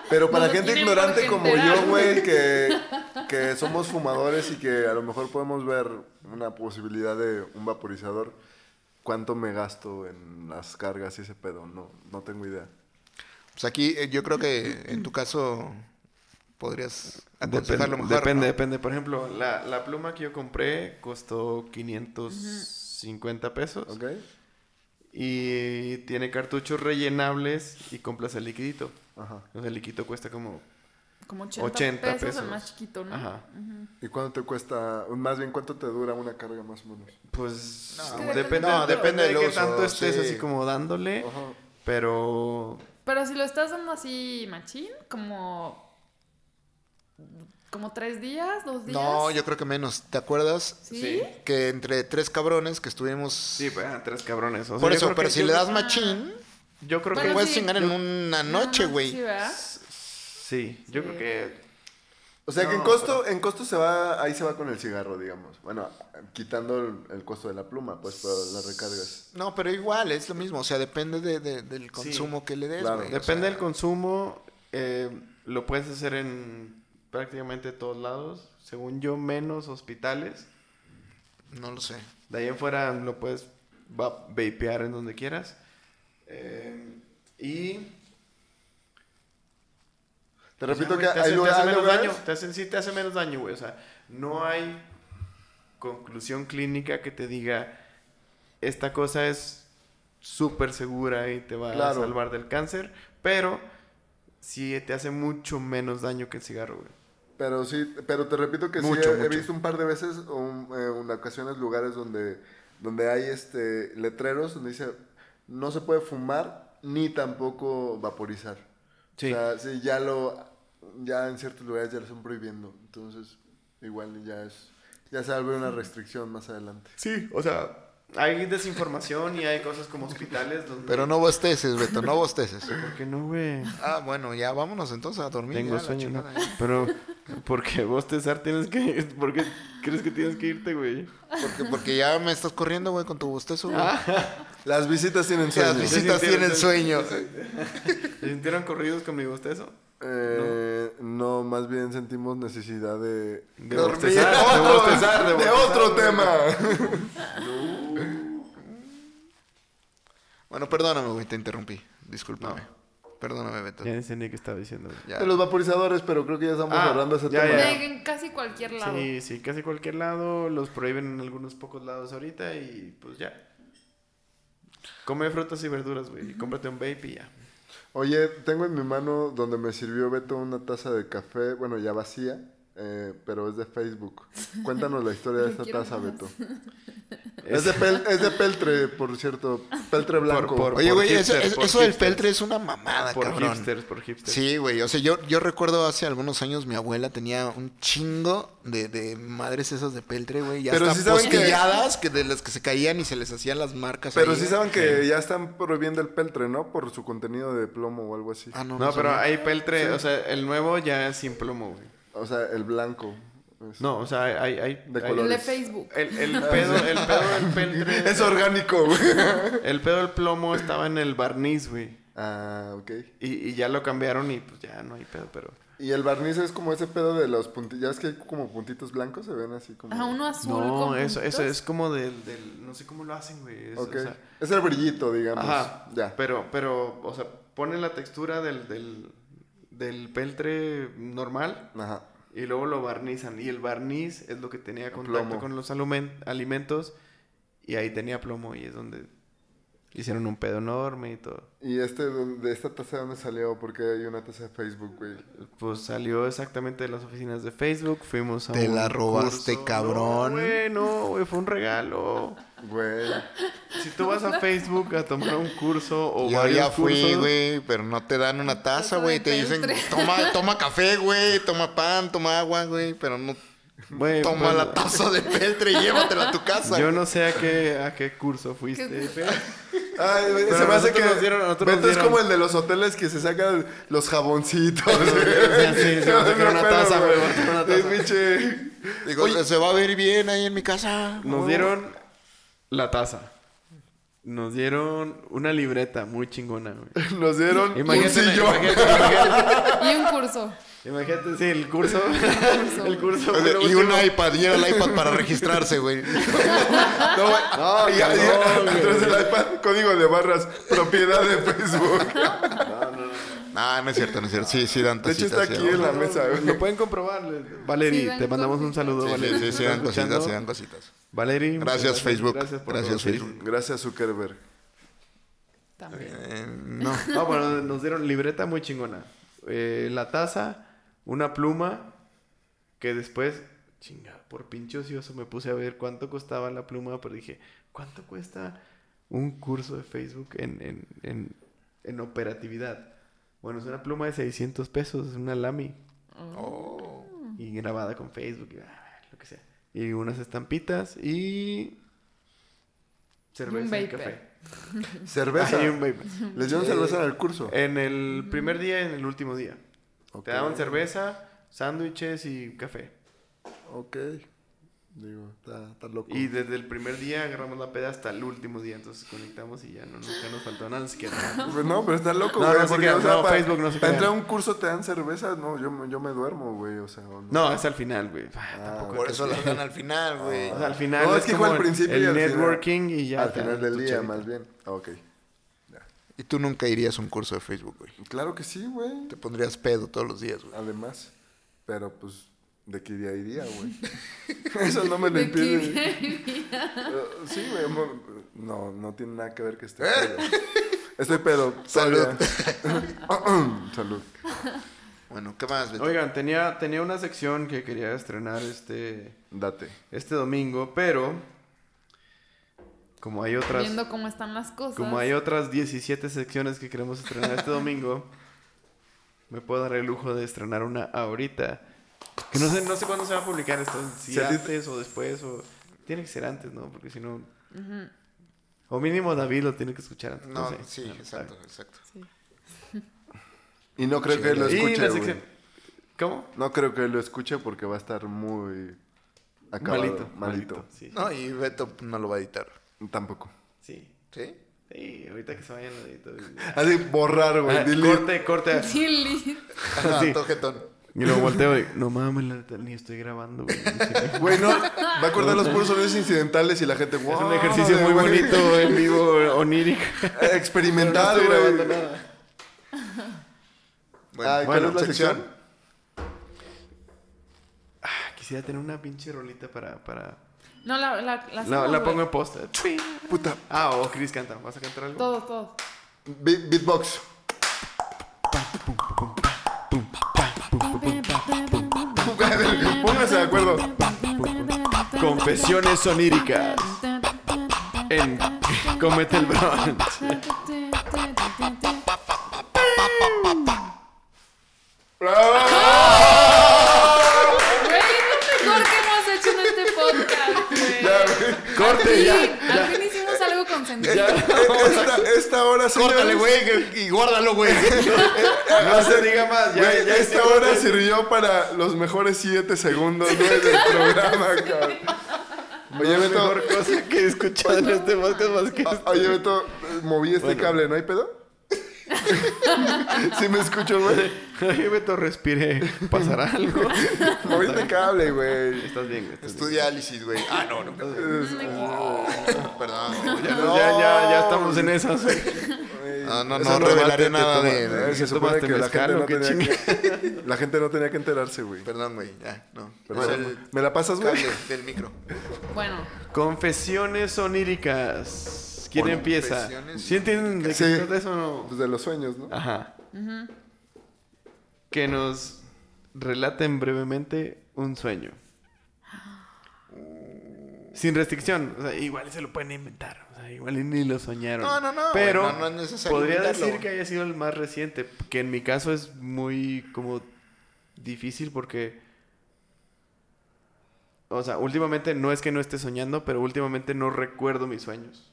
[SPEAKER 1] pero para
[SPEAKER 2] No se
[SPEAKER 1] gente
[SPEAKER 2] tienen por
[SPEAKER 1] ignorante
[SPEAKER 2] qué
[SPEAKER 1] como
[SPEAKER 2] enterar.
[SPEAKER 1] yo, güey, que, que somos fumadores y que a lo mejor podemos ver una posibilidad de un vaporizador, ¿cuánto me gasto en las cargas y ese pedo? No, no tengo idea.
[SPEAKER 4] Pues aquí eh, yo creo que en tu caso podrías
[SPEAKER 3] Depende,
[SPEAKER 4] aconsejarlo mejor.
[SPEAKER 3] depende,
[SPEAKER 4] ¿no?
[SPEAKER 3] depende. Por ejemplo, la, la pluma que yo compré costó 550 pesos.
[SPEAKER 1] ¿Ok?
[SPEAKER 3] Y tiene cartuchos rellenables y compras el liquidito.
[SPEAKER 1] Ajá.
[SPEAKER 3] O sea, el liquidito cuesta como...
[SPEAKER 2] Como 80,
[SPEAKER 3] 80
[SPEAKER 2] pesos, el
[SPEAKER 3] pesos.
[SPEAKER 2] más chiquito, ¿no?
[SPEAKER 3] Ajá.
[SPEAKER 1] ¿Y cuánto te cuesta? Más bien, ¿cuánto te dura una carga más o menos?
[SPEAKER 3] Pues...
[SPEAKER 4] No,
[SPEAKER 3] como
[SPEAKER 4] güey.
[SPEAKER 3] depende,
[SPEAKER 4] No,
[SPEAKER 3] depende
[SPEAKER 4] depende
[SPEAKER 3] de
[SPEAKER 4] del
[SPEAKER 3] qué
[SPEAKER 4] uso,
[SPEAKER 3] tanto estés
[SPEAKER 4] sí. Oh.
[SPEAKER 3] así como dándole.
[SPEAKER 1] Ajá.
[SPEAKER 3] Pero...
[SPEAKER 2] Pero si lo estás dando así machín, como... Como tres días, dos días.
[SPEAKER 4] No, yo creo que menos. ¿Te acuerdas
[SPEAKER 2] ¿Sí?
[SPEAKER 3] Sí.
[SPEAKER 4] que entre tres cabrones que estuvimos...
[SPEAKER 3] Sí, pues, ah, tres cabrones. O sea,
[SPEAKER 4] Por
[SPEAKER 3] yo
[SPEAKER 4] eso,
[SPEAKER 3] creo
[SPEAKER 4] pero
[SPEAKER 3] que-
[SPEAKER 4] si
[SPEAKER 3] yo-
[SPEAKER 4] le das machín,
[SPEAKER 3] Yo creo
[SPEAKER 4] te
[SPEAKER 2] Bueno,
[SPEAKER 3] que...
[SPEAKER 4] puedes
[SPEAKER 2] sí.
[SPEAKER 4] chingar en una
[SPEAKER 2] No, no,
[SPEAKER 4] noche, güey.
[SPEAKER 2] Sí, ¿verdad?
[SPEAKER 3] Sí, yo
[SPEAKER 2] Sí.
[SPEAKER 3] creo que...
[SPEAKER 1] O sea que en
[SPEAKER 3] No,
[SPEAKER 1] costo, en costo se va, ahí se va con el cigarro, digamos. Bueno, quitando el, el costo de la pluma, pues, para las recargas.
[SPEAKER 4] No, pero igual, es lo mismo. O sea, depende de- de- del consumo que le des,
[SPEAKER 1] claro.
[SPEAKER 4] güey. o
[SPEAKER 3] Depende
[SPEAKER 4] sea,
[SPEAKER 3] del consumo. eh, lo puedes hacer en prácticamente todos lados. Según yo, menos hospitales.
[SPEAKER 4] No lo sé.
[SPEAKER 3] De ahí en fuera lo puedes va- vapear en donde quieras. Eh, y
[SPEAKER 1] Te repito
[SPEAKER 3] güey,
[SPEAKER 1] que
[SPEAKER 3] te
[SPEAKER 1] hay
[SPEAKER 3] hace, te hace
[SPEAKER 1] lugares-
[SPEAKER 3] menos daño. Te hacen, sí, te hace menos daño, güey. O sea, no hay conclusión clínica que te diga esta cosa es súper segura y te va a
[SPEAKER 1] Claro.
[SPEAKER 3] salvar del cáncer, pero sí te hace mucho menos daño que el cigarro, güey.
[SPEAKER 1] Pero sí, pero te repito que sí,
[SPEAKER 3] Mucho,
[SPEAKER 1] he, he
[SPEAKER 3] mucho.
[SPEAKER 1] visto un par de veces, o un- eh, en ocasiones, lugares donde, donde hay este letreros donde dice, no se puede fumar ni tampoco vaporizar.
[SPEAKER 3] Sí.
[SPEAKER 1] O sea, sí, ya lo, ya en ciertos lugares ya lo están prohibiendo. Entonces, igual ya es, ya se va a volver una restricción más adelante.
[SPEAKER 3] Sí, o sea, hay desinformación y hay cosas como hospitales donde...
[SPEAKER 4] Pero no bosteces, Beto, no bosteces.
[SPEAKER 3] ¿Por qué no, güey?
[SPEAKER 4] Ah, bueno, ya vámonos entonces a dormir. ya,
[SPEAKER 3] Tengo
[SPEAKER 4] la
[SPEAKER 3] sueño, ¿no?
[SPEAKER 4] chingada, ya.
[SPEAKER 3] Pero, ¿por qué vos, César, tienes que... ¿Por qué crees que tienes que irte, güey?
[SPEAKER 4] Porque, porque ya me estás corriendo, güey, con tu bostezo, güey.
[SPEAKER 1] Las visitas tienen
[SPEAKER 4] Que las
[SPEAKER 1] sueño.
[SPEAKER 3] visi-
[SPEAKER 4] visitas tienen sueño.
[SPEAKER 3] ¿Se sintieron corridos con mi bostezo?
[SPEAKER 1] Eh, no, más bien sentimos necesidad de...
[SPEAKER 3] De
[SPEAKER 4] Dormir.
[SPEAKER 3] bostezar, de
[SPEAKER 1] Otro-
[SPEAKER 3] bostezar, de
[SPEAKER 1] de
[SPEAKER 3] bostezar.
[SPEAKER 1] otro tema.
[SPEAKER 4] Bueno, perdóname, güey, te interrumpí. Discúlpame. Perdóname, Beto.
[SPEAKER 3] Ya ni sé ni qué estaba diciendo. güey.
[SPEAKER 4] Ya.
[SPEAKER 1] De los vaporizadores, pero creo que ya estamos
[SPEAKER 3] Ah,
[SPEAKER 1] cerrando ese
[SPEAKER 3] ya,
[SPEAKER 1] tema.
[SPEAKER 3] ya.
[SPEAKER 2] De en casi cualquier lado.
[SPEAKER 3] Sí, sí, casi cualquier lado. Los prohíben en algunos pocos lados ahorita y pues ya. Come frutas y verduras, güey. y Cómprate un vape y ya.
[SPEAKER 1] Oye, tengo en mi mano donde me sirvió Beto una taza de café, bueno, ya vacía, eh, pero es de Facebook. Cuéntanos la historia de
[SPEAKER 2] No
[SPEAKER 1] esta
[SPEAKER 2] quiero
[SPEAKER 1] taza,
[SPEAKER 2] más.
[SPEAKER 1] Beto. Es de, pel- es de peltre, por cierto, peltre blanco.
[SPEAKER 3] por-
[SPEAKER 4] Oye, güey, eso,
[SPEAKER 3] hipsters,
[SPEAKER 4] es-
[SPEAKER 3] por
[SPEAKER 4] eso del
[SPEAKER 3] hipsters.
[SPEAKER 4] peltre es una mamada,
[SPEAKER 3] por
[SPEAKER 4] cabrón.
[SPEAKER 3] hipsters, por hipsters.
[SPEAKER 4] Sí, güey. O sea, yo, yo recuerdo hace algunos años mi abuela tenía un chingo de, de madres esas de peltre, güey. Ya
[SPEAKER 1] Pero
[SPEAKER 4] hasta
[SPEAKER 1] sí saben que-
[SPEAKER 4] postilladas que... de las que se caían y se les hacían las marcas.
[SPEAKER 1] pero
[SPEAKER 4] ahí,
[SPEAKER 1] sí
[SPEAKER 4] eh.
[SPEAKER 1] saben que ya están prohibiendo el peltre, ¿no? Por su contenido de plomo o algo así.
[SPEAKER 4] Ah, no,
[SPEAKER 3] No, pero
[SPEAKER 4] sabía.
[SPEAKER 3] hay peltre, o sea, el nuevo ya es sin plomo, güey.
[SPEAKER 1] O sea, el blanco. Es-
[SPEAKER 3] No, o sea, hay... hay
[SPEAKER 1] De
[SPEAKER 3] hay-
[SPEAKER 2] El de
[SPEAKER 1] colores.
[SPEAKER 2] Facebook.
[SPEAKER 3] El, el pedo, el pedo del peltre...
[SPEAKER 1] Es orgánico, güey.
[SPEAKER 3] El pedo del plomo estaba en el barniz, güey.
[SPEAKER 1] Ah, ok.
[SPEAKER 3] Y, y ya lo cambiaron y pues ya no hay pedo, pero...
[SPEAKER 1] Y el barniz es como ese pedo de los puntitos. Ya es que hay como puntitos blancos, se ven así como.
[SPEAKER 2] Ajá, uno azul.
[SPEAKER 3] No,
[SPEAKER 2] con
[SPEAKER 3] eso, eso
[SPEAKER 2] puntitos.
[SPEAKER 3] es como del, del... No sé cómo lo hacen, güey. Es, o
[SPEAKER 1] Ok.
[SPEAKER 3] sea,
[SPEAKER 1] es el brillito, digamos.
[SPEAKER 3] ajá.
[SPEAKER 1] Ya.
[SPEAKER 3] Pero, pero, o sea, ponen la textura del, del, del peltre normal
[SPEAKER 1] Ajá.
[SPEAKER 3] y luego lo barnizan. Y el barniz es lo que tenía contacto
[SPEAKER 1] Plomo.
[SPEAKER 3] con los alumen- alimentos y ahí tenía plomo y es donde hicieron un pedo enorme y todo.
[SPEAKER 1] ¿Y este, de esta taza de dónde salió? Porque hay una taza de Facebook, güey.
[SPEAKER 3] Pues salió exactamente de las oficinas de Facebook, fuimos a
[SPEAKER 4] Te
[SPEAKER 3] un
[SPEAKER 4] la robaste,
[SPEAKER 3] curso.
[SPEAKER 4] cabrón.
[SPEAKER 3] No, güey, no, güey, fue un regalo.
[SPEAKER 1] Güey.
[SPEAKER 3] Si tú vas a Facebook a tomar un curso o
[SPEAKER 4] Yo
[SPEAKER 3] varios
[SPEAKER 4] ya fui,
[SPEAKER 3] cursos,
[SPEAKER 4] güey, pero no te dan una taza,
[SPEAKER 2] Taza
[SPEAKER 4] güey.
[SPEAKER 2] de
[SPEAKER 4] Te dicen,
[SPEAKER 2] peltre.
[SPEAKER 4] toma, toma café, güey, toma pan, toma agua, güey, pero no
[SPEAKER 3] güey,
[SPEAKER 4] toma
[SPEAKER 3] pues,
[SPEAKER 4] la taza de peltre y llévatela a tu casa.
[SPEAKER 3] Yo no sé a qué, a qué curso fuiste, pero
[SPEAKER 1] Ay, güey, se me
[SPEAKER 3] nosotros
[SPEAKER 1] hace que.
[SPEAKER 3] nos dieron, nosotros
[SPEAKER 1] Beto
[SPEAKER 3] nos
[SPEAKER 1] es
[SPEAKER 3] dieron.
[SPEAKER 1] como el de los hoteles que se sacan los jaboncitos.
[SPEAKER 3] sea, sí, se va a sacar una
[SPEAKER 1] Pero,
[SPEAKER 3] taza, güey,
[SPEAKER 1] güey,
[SPEAKER 3] va a sacar una
[SPEAKER 1] sí,
[SPEAKER 3] taza.
[SPEAKER 1] pinche.
[SPEAKER 4] Digo, se va a ver bien ahí en mi casa.
[SPEAKER 3] nos dieron la taza. Nos dieron una libreta muy chingona, güey.
[SPEAKER 1] Nos dieron un
[SPEAKER 3] Imagínate,
[SPEAKER 1] sillón.
[SPEAKER 3] imagínate, imagínate,
[SPEAKER 2] Y un curso.
[SPEAKER 3] imagínate, sí, el curso, el curso.
[SPEAKER 4] O
[SPEAKER 3] fue
[SPEAKER 4] sea,
[SPEAKER 3] lo
[SPEAKER 4] y un
[SPEAKER 3] último.
[SPEAKER 4] iPad, y era el iPad para registrarse, güey.
[SPEAKER 1] No, güey.
[SPEAKER 3] No,
[SPEAKER 1] Ya, ya,
[SPEAKER 3] cabrón, güey.
[SPEAKER 1] Entonces el iPad, código de barras, propiedad de Facebook.
[SPEAKER 4] No, no es cierto, no es cierto. Sí, sí, dan
[SPEAKER 1] De hecho,
[SPEAKER 4] tacitas.
[SPEAKER 1] está
[SPEAKER 4] sí,
[SPEAKER 1] aquí
[SPEAKER 4] dan-
[SPEAKER 1] en la mesa, güey.
[SPEAKER 3] Lo pueden comprobar.
[SPEAKER 2] Sí,
[SPEAKER 3] Valerie,
[SPEAKER 2] dan
[SPEAKER 3] te mandamos un
[SPEAKER 2] cositas.
[SPEAKER 3] saludo,
[SPEAKER 4] Sí,
[SPEAKER 3] Valerie.
[SPEAKER 4] sí, sí, sí,
[SPEAKER 3] ¿Estás
[SPEAKER 4] dan cositas,
[SPEAKER 3] escuchando?
[SPEAKER 4] sí, dan cositas.
[SPEAKER 3] Valerie, muchas
[SPEAKER 4] Gracias, Facebook.
[SPEAKER 3] Gracias, por
[SPEAKER 4] Gracias,
[SPEAKER 3] todo. Sí.
[SPEAKER 4] Facebook.
[SPEAKER 1] Gracias, Zuckerberg.
[SPEAKER 2] También.
[SPEAKER 4] Eh, no.
[SPEAKER 3] Ah, bueno, nos dieron libreta muy chingona. Eh, la taza, una pluma, que después, chinga, por pinche ocioso me puse a ver cuánto costaba la pluma, pero dije, ¿cuánto cuesta un curso de Facebook en, en, en, en operatividad? Bueno, es una pluma de 600 pesos, es una Lamy. Y grabada con Facebook, y, ah, lo que sea. Y unas estampitas y... Cerveza y,
[SPEAKER 2] vape.
[SPEAKER 3] café.
[SPEAKER 1] Cerveza.
[SPEAKER 3] Ah, y un vape.
[SPEAKER 1] Les dieron cerveza en el curso.
[SPEAKER 3] En el primer día y en el último día.
[SPEAKER 1] Ok.
[SPEAKER 3] Te daban cerveza, sándwiches y café.
[SPEAKER 1] Ok. Digo, está, está loco.
[SPEAKER 3] Y desde el primer día agarramos la peda hasta el último día. Entonces conectamos y ya no, nunca nos faltó nada. ni siquiera.
[SPEAKER 1] Pues no, pero está loco,
[SPEAKER 3] No,
[SPEAKER 1] güey.
[SPEAKER 3] no se
[SPEAKER 1] porque,
[SPEAKER 3] crean,
[SPEAKER 1] o sea,
[SPEAKER 3] no,
[SPEAKER 1] para,
[SPEAKER 3] Facebook no se
[SPEAKER 1] para entrar a
[SPEAKER 3] crean.
[SPEAKER 1] un curso te dan cerveza, no, yo, me- yo me duermo, güey, o sea. o No,
[SPEAKER 3] No, es al final, güey. Ah, tampoco
[SPEAKER 4] Por
[SPEAKER 3] es
[SPEAKER 4] eso
[SPEAKER 3] que-
[SPEAKER 4] las dan al final, güey.
[SPEAKER 3] O sea, al final
[SPEAKER 1] No,
[SPEAKER 3] es,
[SPEAKER 1] es que
[SPEAKER 3] como
[SPEAKER 1] igual al
[SPEAKER 3] el-
[SPEAKER 1] principio y
[SPEAKER 3] el
[SPEAKER 1] al final.
[SPEAKER 3] networking y ya.
[SPEAKER 1] al
[SPEAKER 3] te
[SPEAKER 1] final
[SPEAKER 3] dan
[SPEAKER 1] del
[SPEAKER 3] tu
[SPEAKER 1] día,
[SPEAKER 3] chelita.
[SPEAKER 1] más bien. Ah, Ok.
[SPEAKER 4] Y tú nunca irías a un curso de Facebook, güey.
[SPEAKER 1] Claro que sí, güey.
[SPEAKER 4] Te pondrías pedo todos los días, güey.
[SPEAKER 1] Además. Pero pues, ¿de qué día iría, güey? Eso no me lo
[SPEAKER 2] ¿De qué
[SPEAKER 1] impide.
[SPEAKER 2] día?
[SPEAKER 1] Eh, sí, güey. mo- No, no tiene nada que ver que
[SPEAKER 3] Eh.
[SPEAKER 1] esté pedo. Estoy pedo.
[SPEAKER 4] Salud.
[SPEAKER 1] todavía. Salud.
[SPEAKER 4] Bueno, ¿qué más, Beto?
[SPEAKER 3] Oigan, tenía, tenía una sección que quería estrenar este,
[SPEAKER 1] Date.
[SPEAKER 3] este domingo, pero como hay otras...
[SPEAKER 2] Viendo cómo están las cosas.
[SPEAKER 3] Como hay otras 17 secciones que queremos estrenar este domingo, me puedo dar el lujo de estrenar una ahorita. Que no sé, no sé cuándo se va a publicar esto, si
[SPEAKER 1] Si a ti te-
[SPEAKER 3] antes o después o... Tiene que ser antes, ¿no? Porque si no... O mínimo David lo tiene que escuchar antes.
[SPEAKER 4] No,
[SPEAKER 3] sé.
[SPEAKER 4] sí,
[SPEAKER 3] Bueno,
[SPEAKER 4] exacto, exacto.
[SPEAKER 1] Y no creo que lo
[SPEAKER 3] está bien. Y
[SPEAKER 1] escuche,
[SPEAKER 3] la
[SPEAKER 1] güey.
[SPEAKER 3] sección... ¿Cómo?
[SPEAKER 1] No creo que lo escuche porque va a estar muy... Acabado.
[SPEAKER 3] malito.
[SPEAKER 1] Malito.
[SPEAKER 3] Sí.
[SPEAKER 4] No, y Beto no lo va a editar.
[SPEAKER 1] Tampoco.
[SPEAKER 3] sí.
[SPEAKER 4] ¿Sí?
[SPEAKER 3] Sí, ahorita que se vayan los deditos.
[SPEAKER 1] Así, borrar, güey.
[SPEAKER 3] Ah,
[SPEAKER 1] delete.
[SPEAKER 3] corte, corte.
[SPEAKER 2] Chili.
[SPEAKER 4] Ah,
[SPEAKER 3] Sí.
[SPEAKER 4] todo jetón.
[SPEAKER 3] Y lo volteo y... No mames, la neta, ni estoy grabando, güey.
[SPEAKER 1] Güey, no. Va a cortar los puros sonidos incidentales y la gente...
[SPEAKER 3] Es
[SPEAKER 1] "Wow,
[SPEAKER 3] un ejercicio muy
[SPEAKER 1] güey".
[SPEAKER 3] bonito, en vivo, onírico.
[SPEAKER 1] Experimental, güey.
[SPEAKER 4] Bueno,
[SPEAKER 1] Ay, ¿cuál
[SPEAKER 4] bueno,
[SPEAKER 1] es la sección?
[SPEAKER 3] Ah, Quisiera tener una pinche rolita para... para...
[SPEAKER 2] No, la, la, la,
[SPEAKER 3] La,
[SPEAKER 2] hacemos,
[SPEAKER 3] la
[SPEAKER 2] güey.
[SPEAKER 3] pongo en posta.
[SPEAKER 1] Puta.
[SPEAKER 3] Ah, o Chris canta. ¿Vas a cantar algo?
[SPEAKER 2] Todo, todo.
[SPEAKER 1] Be- Beatbox. Pónganse de acuerdo.
[SPEAKER 3] Confesiones oníricas en Comete el Bronx.
[SPEAKER 2] Güey, es lo mejor que hemos hecho en este podcast, güey.
[SPEAKER 3] ¡Corte ya!
[SPEAKER 2] Al fin hicimos algo con sentido.
[SPEAKER 1] Esta, esta hora,
[SPEAKER 4] Córtale,
[SPEAKER 1] señores.
[SPEAKER 4] güey, y guárdalo, güey.
[SPEAKER 3] No se diga más. Ya,
[SPEAKER 1] Güey,
[SPEAKER 3] ya,
[SPEAKER 1] esta hora sirvió para los mejores 7 segundos güey, del programa, cabrón. Oye,
[SPEAKER 3] Es
[SPEAKER 1] Beto,
[SPEAKER 3] mejor cosa que he escuchado en este podcast más que esto.
[SPEAKER 1] Ah, oye, Beto, moví este cable, ¿no hay pedo? sí me escucho, güey.
[SPEAKER 3] este. Oye, Beto, respire. ¿Pasará algo?
[SPEAKER 1] Moví este cable, güey.
[SPEAKER 3] Estás bien, güey, estás bien.
[SPEAKER 4] Estudia análisis, güey. Ah, no, no. Perdón. güey.
[SPEAKER 3] Ya, ya, ya, ya estamos en esas. güey. Ah,
[SPEAKER 4] No, no,
[SPEAKER 1] Eso
[SPEAKER 4] no revelaré
[SPEAKER 1] te
[SPEAKER 4] nada
[SPEAKER 1] toma-
[SPEAKER 4] de- de-
[SPEAKER 1] eh, Se
[SPEAKER 3] ¿Qué
[SPEAKER 1] supone
[SPEAKER 3] tomaste,
[SPEAKER 1] que la
[SPEAKER 3] mezcal
[SPEAKER 1] gente,
[SPEAKER 3] o
[SPEAKER 1] no
[SPEAKER 3] qué
[SPEAKER 1] tenía que, la gente no tenía que enterarse, güey.
[SPEAKER 4] Perdón, güey. Ya, no.
[SPEAKER 1] Pero
[SPEAKER 4] Es
[SPEAKER 1] bueno,
[SPEAKER 4] el
[SPEAKER 1] ¿Me la pasas, güey?
[SPEAKER 4] cable del micro.
[SPEAKER 2] Bueno,
[SPEAKER 3] Confesiones oníricas. ¿Quién empieza?
[SPEAKER 4] Confesiones
[SPEAKER 3] ¿Sí entienden de qué
[SPEAKER 1] Sí.
[SPEAKER 3] trata eso o no?
[SPEAKER 1] Pues de los sueños, ¿no?
[SPEAKER 3] Ajá. Que nos relaten brevemente un sueño. Sin restricción. O sea, igual se lo pueden inventar. O sea, igual y ni lo soñaron.
[SPEAKER 4] No, no, no,
[SPEAKER 3] Pero
[SPEAKER 4] güey, no, no es necesario
[SPEAKER 3] podría
[SPEAKER 4] inventarlo.
[SPEAKER 3] decir que haya sido el más reciente. Que en mi caso es muy como difícil porque... O sea, últimamente no es que no esté soñando, pero últimamente no recuerdo mis sueños.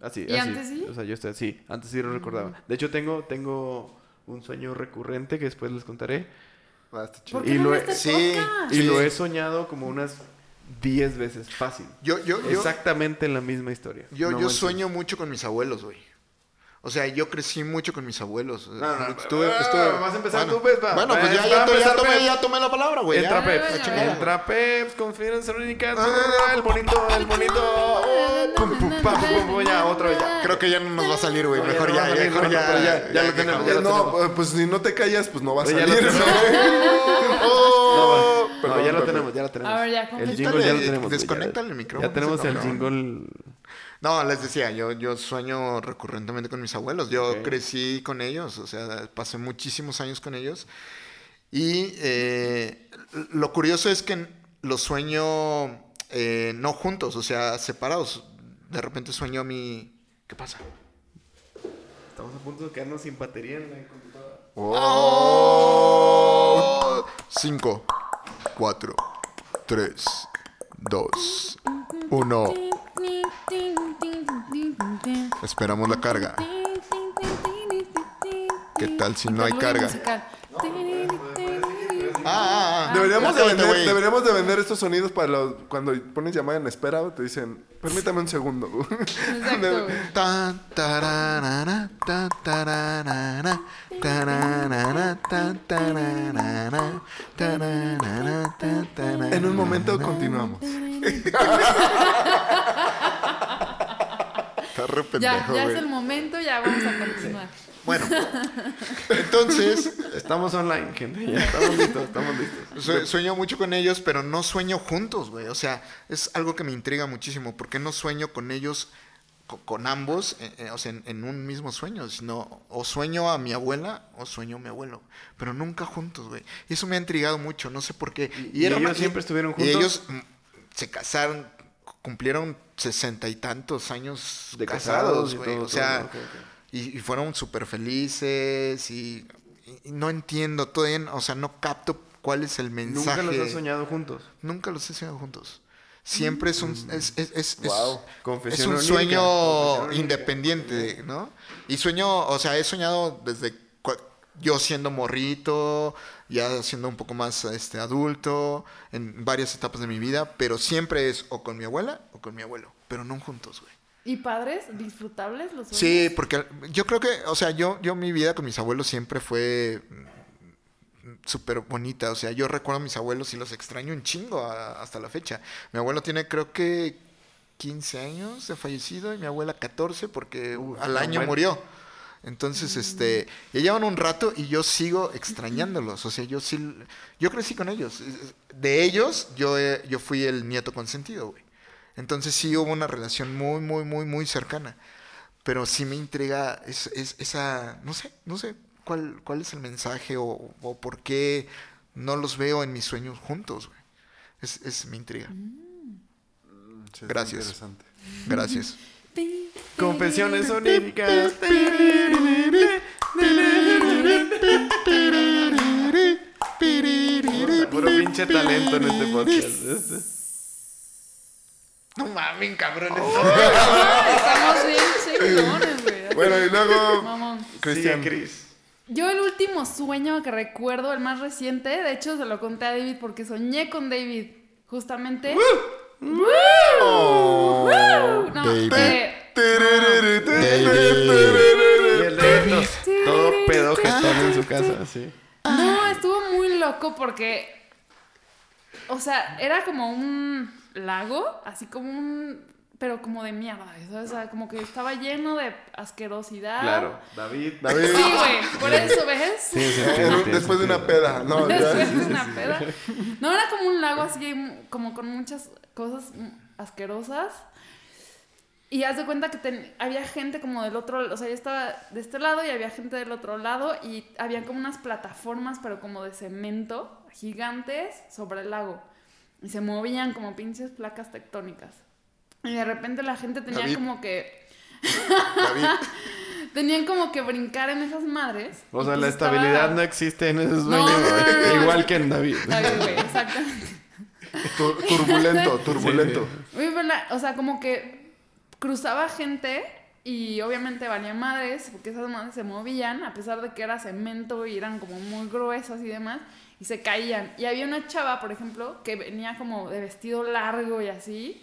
[SPEAKER 3] Así,
[SPEAKER 2] ¿Y
[SPEAKER 3] así.
[SPEAKER 2] antes sí? Mm.
[SPEAKER 3] O sea, yo estoy así. Antes sí lo recordaba. De hecho, tengo, tengo un sueño recurrente que después les contaré.
[SPEAKER 1] Ah, está chido.
[SPEAKER 2] ¿por qué
[SPEAKER 3] Y
[SPEAKER 2] no
[SPEAKER 3] lo-
[SPEAKER 2] en este
[SPEAKER 4] sí.
[SPEAKER 2] podcast?
[SPEAKER 3] Y
[SPEAKER 4] Sí.
[SPEAKER 3] lo he soñado como unas 10 veces. Fácil.
[SPEAKER 4] Yo, yo, yo.
[SPEAKER 3] Exactamente la misma historia.
[SPEAKER 4] Yo,
[SPEAKER 3] No
[SPEAKER 4] yo
[SPEAKER 3] manches.
[SPEAKER 4] sueño mucho con mis abuelos, güey. O sea, yo crecí mucho con mis abuelos. Estuve- estuve-
[SPEAKER 3] Ah, vas a empezar
[SPEAKER 4] bueno,
[SPEAKER 3] tú, pues, va.
[SPEAKER 4] Bueno, pues
[SPEAKER 3] Va,
[SPEAKER 4] ya,
[SPEAKER 3] va
[SPEAKER 4] ya
[SPEAKER 3] a
[SPEAKER 4] to- ya
[SPEAKER 3] empezar,
[SPEAKER 4] tomé,
[SPEAKER 3] Pep.
[SPEAKER 4] ya tomé la palabra, güey.
[SPEAKER 3] Entra
[SPEAKER 4] Pues
[SPEAKER 2] la
[SPEAKER 4] ya.
[SPEAKER 3] Peps.
[SPEAKER 2] chingada.
[SPEAKER 3] Entra Peps. Confianza única.
[SPEAKER 4] Ah.
[SPEAKER 3] El bonito, el bonito. Oh, pum, pum, pam, pum, pum, ya, otro ya.
[SPEAKER 4] Creo que ya no nos va a salir, güey.
[SPEAKER 3] pues. No, ya
[SPEAKER 4] Mejor
[SPEAKER 3] no va
[SPEAKER 4] ya,
[SPEAKER 3] a salir,
[SPEAKER 4] mejor
[SPEAKER 3] no, no,
[SPEAKER 4] ya.
[SPEAKER 3] pero ya, ya lo
[SPEAKER 4] dejamos.
[SPEAKER 3] tenemos, ya
[SPEAKER 1] Oye,
[SPEAKER 3] lo
[SPEAKER 1] no,
[SPEAKER 3] tenemos.
[SPEAKER 1] eh, pues si no te callas, pues no va a
[SPEAKER 3] Oye, ya
[SPEAKER 1] salir.
[SPEAKER 3] lo
[SPEAKER 1] ¿no?
[SPEAKER 4] ah,
[SPEAKER 1] Oh,
[SPEAKER 3] No,
[SPEAKER 1] perdón,
[SPEAKER 3] ya lo
[SPEAKER 1] perdón.
[SPEAKER 3] tenemos, ya lo tenemos.
[SPEAKER 2] A ver, ya,
[SPEAKER 3] El
[SPEAKER 2] contéstale.
[SPEAKER 3] jingle ya lo tenemos. güey, ya.
[SPEAKER 4] Desconéctale el micrófono,
[SPEAKER 3] Ya tenemos
[SPEAKER 4] ese
[SPEAKER 3] el
[SPEAKER 4] cabrón.
[SPEAKER 3] jingle.
[SPEAKER 4] No, les decía, yo, yo sueño recurrentemente con mis abuelos. Yo
[SPEAKER 3] Ok.
[SPEAKER 4] crecí con ellos, o sea, pasé muchísimos años con ellos. Y eh, lo curioso es que los sueño eh, no juntos, o sea, separados. De repente sueño a mi... ¿Qué pasa?
[SPEAKER 3] Estamos a punto de quedarnos sin batería en la computadora.
[SPEAKER 4] Oh. Cinco, cuatro, tres, dos, uno. Esperamos la carga. ¿Qué tal si no hay
[SPEAKER 2] Interludio
[SPEAKER 4] carga?
[SPEAKER 2] musical.
[SPEAKER 4] Ah, ah, ah.
[SPEAKER 1] Deberíamos de,
[SPEAKER 4] Espérate,
[SPEAKER 1] vender,
[SPEAKER 4] güey.
[SPEAKER 1] deberíamos de vender estos sonidos para los, cuando pones llamada en espera, te dicen, permítame un segundo.
[SPEAKER 2] Exacto, güey.
[SPEAKER 4] Tan, tararara, tan, tararara, tararara, tan, tararara, tararara, tan, tararara.
[SPEAKER 1] en un momento continuamos.
[SPEAKER 4] Está re
[SPEAKER 2] Ya,
[SPEAKER 4] pendejo,
[SPEAKER 2] ya es
[SPEAKER 4] güey.
[SPEAKER 2] el momento, ya vamos a continuar.
[SPEAKER 4] Bueno, entonces,
[SPEAKER 3] Estamos online, gente. Ya estamos listos, estamos listos.
[SPEAKER 4] Sue- Sueño mucho con ellos, pero no sueño juntos, güey. O sea, es algo que me intriga muchísimo. ¿Por qué no sueño con ellos, co- con, ambos, eh, eh, o sea, en, en un mismo sueño? Sino, o sueño a mi abuela o sueño a mi abuelo. Pero nunca juntos, güey. Y eso me ha intrigado mucho, no sé por qué.
[SPEAKER 3] ¿Y ellos
[SPEAKER 4] ma-
[SPEAKER 3] siempre estuvieron
[SPEAKER 4] Y
[SPEAKER 3] juntos?
[SPEAKER 4] ellos mm, se casaron, cu- cumplieron sesenta y tantos años
[SPEAKER 3] De casados
[SPEAKER 4] casados,
[SPEAKER 3] y
[SPEAKER 4] güey.
[SPEAKER 3] todo,
[SPEAKER 4] o sea,
[SPEAKER 3] todo, ok, ok.
[SPEAKER 4] y, y fueron súper felices y, y no entiendo todavía, no- o sea, no capto cuál es el mensaje.
[SPEAKER 3] Nunca los han soñado juntos.
[SPEAKER 4] Nunca los he soñado juntos. Siempre es un, es, es- es- es-
[SPEAKER 1] Wow.
[SPEAKER 4] es
[SPEAKER 3] Confesión
[SPEAKER 4] un
[SPEAKER 3] Mm. onírica, confesión
[SPEAKER 4] sueño
[SPEAKER 3] onírica.
[SPEAKER 4] independiente, ¿no? Y sueño, o sea, he soñado desde cua- yo siendo morrito, ya siendo un poco más este, adulto, en varias etapas de mi vida, pero siempre es o con mi abuela o con mi abuelo, pero no juntos, güey.
[SPEAKER 2] ¿Y padres disfrutables los sueños?
[SPEAKER 4] Sí, porque yo creo que, o sea, yo, yo mi vida con mis abuelos siempre fue mm, mm, súper bonita. O sea, yo recuerdo a mis abuelos y los extraño un chingo a- hasta la fecha. Mi abuelo tiene creo que 15 años de fallecido y mi abuela 14 porque uh, al
[SPEAKER 3] una
[SPEAKER 4] año
[SPEAKER 3] buena.
[SPEAKER 4] murió. Entonces, este, ya llevan un rato y yo sigo extrañándolos. O sea, yo sí, yo crecí con ellos. De ellos, yo, eh, yo fui el nieto consentido, güey. Entonces sí hubo una relación muy, muy, muy, muy cercana. Pero sí me intriga es- es- esa, no sé, no sé cuál, cuál es el mensaje o, o por qué no los veo en mis sueños juntos, güey. Es, es mi intriga.
[SPEAKER 2] Mm.
[SPEAKER 1] Sí, es
[SPEAKER 4] Gracias.
[SPEAKER 1] Interesante.
[SPEAKER 4] Gracias.
[SPEAKER 2] Pi,
[SPEAKER 3] Confesiones
[SPEAKER 2] pi,
[SPEAKER 3] oníricas. Puro pinche talento en este podcast. Este.
[SPEAKER 4] No mames, cabrones.
[SPEAKER 2] Ah, Estamos bien chingones, güey.
[SPEAKER 1] Bueno, y luego,
[SPEAKER 2] Mamón.
[SPEAKER 1] Cristian.
[SPEAKER 3] Sigue, Cris.
[SPEAKER 2] Yo el último sueño que recuerdo, el más reciente, de hecho se lo conté a David porque soñé con David. Justamente. ¡Woo! ¡Woo! No,
[SPEAKER 4] David.
[SPEAKER 2] eh,
[SPEAKER 3] Y el de estos, Todo pedo que están en su casa, sí.
[SPEAKER 2] No, estuvo muy loco porque. O sea, era como un lago, así como un. Pero como de mierda, ¿sabes? O sea, como que estaba lleno de asquerosidad.
[SPEAKER 3] Claro. David.
[SPEAKER 1] David,
[SPEAKER 2] Sí, güey, por eso, ¿ves?
[SPEAKER 1] eh, después de una peda. No, ya.
[SPEAKER 2] Después de una peda. No, era como un lago así, como con muchas cosas asquerosas. Y haz de cuenta que ten- había gente como del otro, o sea, yo estaba de este lado y había gente del otro lado y había como unas plataformas, pero como de cemento, gigantes, sobre el lago. Y se movían como pinches placas tectónicas. Y de repente la gente tenía
[SPEAKER 1] David.
[SPEAKER 2] como que...
[SPEAKER 1] David,
[SPEAKER 2] Tenían como que brincar en esas madres.
[SPEAKER 3] O
[SPEAKER 2] Y
[SPEAKER 3] sea,
[SPEAKER 2] pues
[SPEAKER 3] la
[SPEAKER 2] estaba-
[SPEAKER 3] estabilidad no existe en esos
[SPEAKER 2] No,
[SPEAKER 3] sueños.
[SPEAKER 2] no, no, no.
[SPEAKER 3] Igual que en David.
[SPEAKER 2] Ay, güey, exactamente.
[SPEAKER 1] tur- turbulento, turbulento.
[SPEAKER 2] Muy buena, o sea, como que cruzaba gente y obviamente valía madres, porque esas madres se movían, a pesar de que era cemento y eran como muy gruesas y demás, y se caían. Y había una chava, por ejemplo, que venía como de vestido largo y así,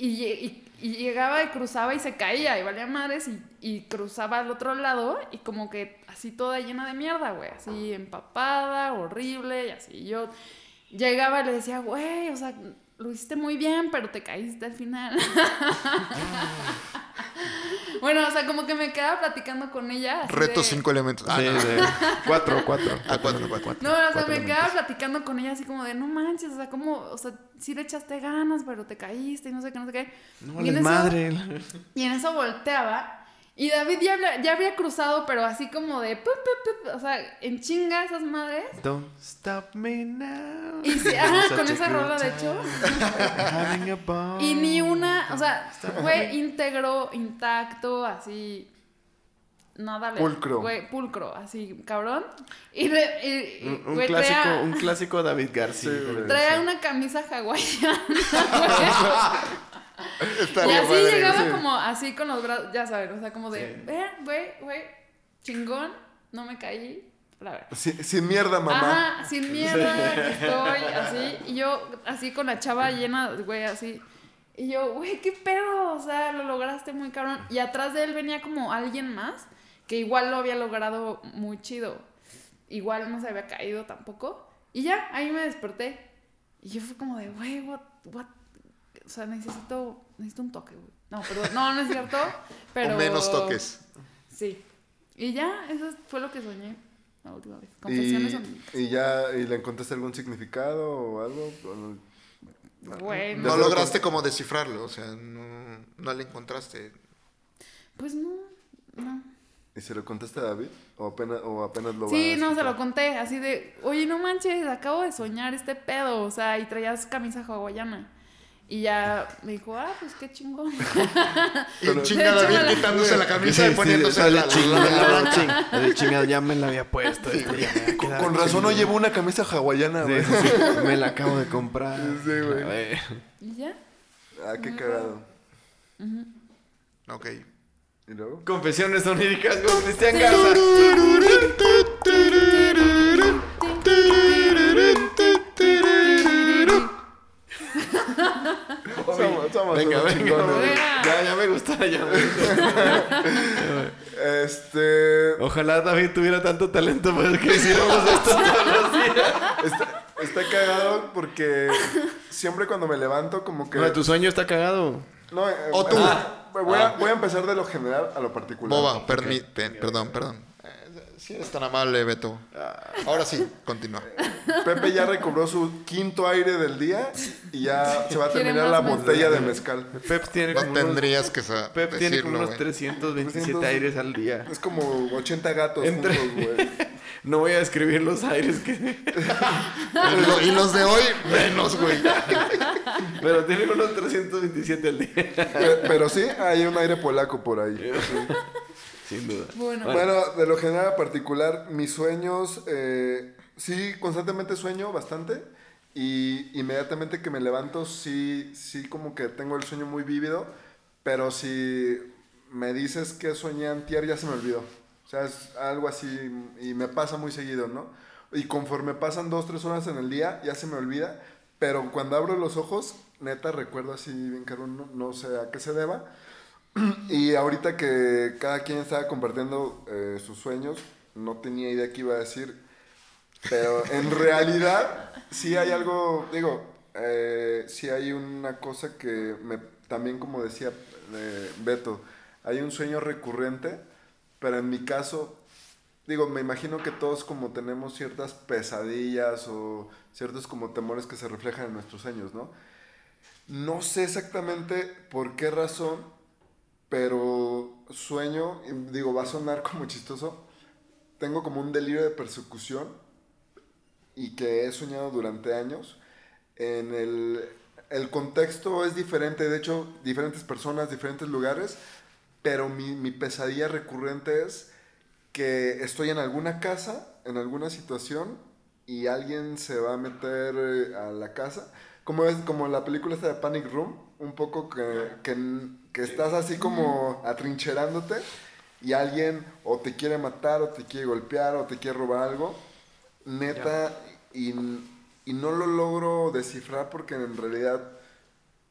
[SPEAKER 2] y, lle- y- y llegaba y cruzaba y se caía y valía madres y, y cruzaba al otro lado y como que así toda llena de mierda, güey, así empapada, horrible y así. Yo llegaba y le decía, güey, o sea, lo hiciste muy bien, pero te caíste al final. bueno, o sea, como que me quedaba platicando con ella. así
[SPEAKER 4] Reto
[SPEAKER 2] de-
[SPEAKER 4] cinco elementos. Ah,
[SPEAKER 3] Sí,
[SPEAKER 4] no.
[SPEAKER 3] de- Cuatro, cuatro.
[SPEAKER 4] Ah, cuatro, cuatro.
[SPEAKER 2] No, o sea, me
[SPEAKER 4] elementos.
[SPEAKER 2] quedaba platicando con ella así como de, no manches, o sea, como, o sea, sí le echaste ganas, pero te caíste y no sé qué, no sé qué.
[SPEAKER 3] No,
[SPEAKER 2] Y
[SPEAKER 3] la
[SPEAKER 2] en eso-
[SPEAKER 3] madre.
[SPEAKER 2] Y en eso volteaba. Y David ya, habla- ya había cruzado, pero así como de. pup, pup, pup, o sea, en chinga esas madres.
[SPEAKER 3] Don't stop me now.
[SPEAKER 2] Y sí, ajá, con esa rola, de hecho.
[SPEAKER 3] hecho.
[SPEAKER 2] Y ni una. O sea, fue íntegro, intacto, así. Nada le-
[SPEAKER 1] Pulcro.
[SPEAKER 2] Güey, pulcro, así, cabrón. Y. re- y- y,
[SPEAKER 3] Un, un
[SPEAKER 2] güey,
[SPEAKER 3] clásico,
[SPEAKER 2] traía,
[SPEAKER 3] un clásico David García.
[SPEAKER 1] Sí, güey.
[SPEAKER 2] traía una camisa hawaiana, güey.
[SPEAKER 4] Está
[SPEAKER 2] Y
[SPEAKER 4] bien
[SPEAKER 2] así
[SPEAKER 4] padre,
[SPEAKER 2] llegaba
[SPEAKER 4] güey.
[SPEAKER 2] como así con los brazos, ya saben, o sea, como de,
[SPEAKER 3] Sí.
[SPEAKER 2] "Ve, güey, güey, chingón, no me caí, la verdad.
[SPEAKER 1] Sin, sin mierda, mamá.
[SPEAKER 2] Ajá, sin mierda, aquí estoy, así, y yo así con la chava llena, güey, así. Y yo, güey, qué pedo, o sea, lo lograste muy cabrón. Y atrás de él venía como alguien más que igual lo había logrado muy chido. Igual no se había caído tampoco. Y ya, ahí me desperté. Y yo fue como de, güey, what, what, O sea, necesito, necesito un toque, güey. No, perdón, no, no es cierto, pero...
[SPEAKER 4] O menos toques.
[SPEAKER 2] Sí. Y ya, eso fue lo que soñé la última vez. Confesiones
[SPEAKER 1] Y,
[SPEAKER 2] son...
[SPEAKER 1] y ya, ¿y le encontraste algún significado o algo? O-
[SPEAKER 2] Bueno.
[SPEAKER 4] No
[SPEAKER 1] Desde
[SPEAKER 4] lograste como descifrarlo, o sea, no, no le encontraste.
[SPEAKER 2] Pues no, no.
[SPEAKER 1] ¿Y se lo contaste a David? ¿O apenas, o apenas lo
[SPEAKER 2] Sí,
[SPEAKER 1] vas a
[SPEAKER 2] no, se lo
[SPEAKER 1] escuchar?
[SPEAKER 2] conté, así de, oye, no manches, acabo de soñar este pedo, o sea, y traías camisa hawaiana. Y ya me dijo, ah, pues qué chingón.
[SPEAKER 4] Y
[SPEAKER 1] Pero-
[SPEAKER 4] chinga
[SPEAKER 2] De hecho,
[SPEAKER 4] David
[SPEAKER 2] la-
[SPEAKER 4] quitándose la camisa y poniéndose
[SPEAKER 3] la,
[SPEAKER 4] la, la- la- la-
[SPEAKER 3] chingado, ya me la había puesto.
[SPEAKER 1] Con, con razón no llevo una camisa hawaiana, güey.
[SPEAKER 3] Me la acabo de comprar.
[SPEAKER 1] Sí, güey.
[SPEAKER 3] A ver.
[SPEAKER 2] y ya.
[SPEAKER 1] Ah, qué cagado.
[SPEAKER 4] Ok.
[SPEAKER 1] ¿Y luego?
[SPEAKER 3] Confesiones oníricas con Cristian Garza.
[SPEAKER 1] Somos, somos
[SPEAKER 3] Venga,
[SPEAKER 1] unos
[SPEAKER 3] venga.
[SPEAKER 1] chingones, güey.
[SPEAKER 2] venga.
[SPEAKER 3] Ya, ya me gusta, ya me gusta.
[SPEAKER 1] Este...
[SPEAKER 3] Ojalá David tuviera tanto talento para que hiciéramos esto todos los días.
[SPEAKER 1] Está, está cagado porque siempre cuando me levanto como que...
[SPEAKER 3] Bueno, tu sueño está cagado.
[SPEAKER 1] No, eh,
[SPEAKER 4] O tú.
[SPEAKER 1] ah, voy, a, voy a empezar de lo general a lo particular.
[SPEAKER 4] Boba, permite, perdón, perdón. Eh, Si eres tan amable, Beto. Ahora sí, continúa.
[SPEAKER 1] Pepe ya recobró su quinto aire del día y ya se va a
[SPEAKER 2] Quiere
[SPEAKER 1] terminar la
[SPEAKER 2] más mezcal.
[SPEAKER 1] botella de mezcal.
[SPEAKER 3] Pep tiene
[SPEAKER 4] No
[SPEAKER 3] como unos,
[SPEAKER 4] tendrías que sa-
[SPEAKER 3] Pep tiene como
[SPEAKER 4] decirlo,
[SPEAKER 3] unos
[SPEAKER 4] güey.
[SPEAKER 3] 327
[SPEAKER 1] 300.
[SPEAKER 3] aires al día.
[SPEAKER 1] Es como 80 gatos
[SPEAKER 3] Entre-
[SPEAKER 1] juntos, güey.
[SPEAKER 3] No voy a describir los aires que...
[SPEAKER 4] Y lo- Y los de hoy, menos, güey.
[SPEAKER 3] Pero tiene unos 327 al día.
[SPEAKER 1] Pe- Pero sí, hay un aire polaco por ahí.
[SPEAKER 3] Sin duda.
[SPEAKER 2] Bueno,
[SPEAKER 1] Bueno, de lo general a particular, mis sueños, eh, sí, constantemente sueño bastante. Y inmediatamente que me levanto, sí, sí, como que tengo el sueño muy vívido. Pero si me dices que soñé antier, ya se me olvidó. O sea, es algo así y me pasa muy seguido, ¿no? Y conforme pasan dos, tres horas en el día, ya se me olvida. Pero cuando abro los ojos, neta, recuerdo así bien caro, no, no sé a qué se deba. Y ahorita que cada quien estaba compartiendo eh, sus sueños, no tenía idea qué iba a decir. Pero en realidad, sí hay algo, digo, eh, sí hay una cosa que me, también como decía eh, Beto, hay un sueño recurrente, pero en mi caso, digo, me imagino que todos como tenemos ciertas pesadillas o ciertos como temores que se reflejan en nuestros sueños, ¿no? No sé exactamente por qué razón, pero sueño, y digo, va a sonar como chistoso, tengo como un delirio de persecución y que he soñado durante años. En el, el contexto es diferente, de hecho, diferentes personas, diferentes lugares, pero mi, mi pesadilla recurrente es que estoy en alguna casa, en alguna situación, y alguien se va a meter eh, a la casa. Como es como la película esta de Panic Room, un poco que, que, que estás así como atrincherándote y alguien o te quiere matar o te quiere golpear o te quiere robar algo. Neta, y, y no lo logro descifrar porque en realidad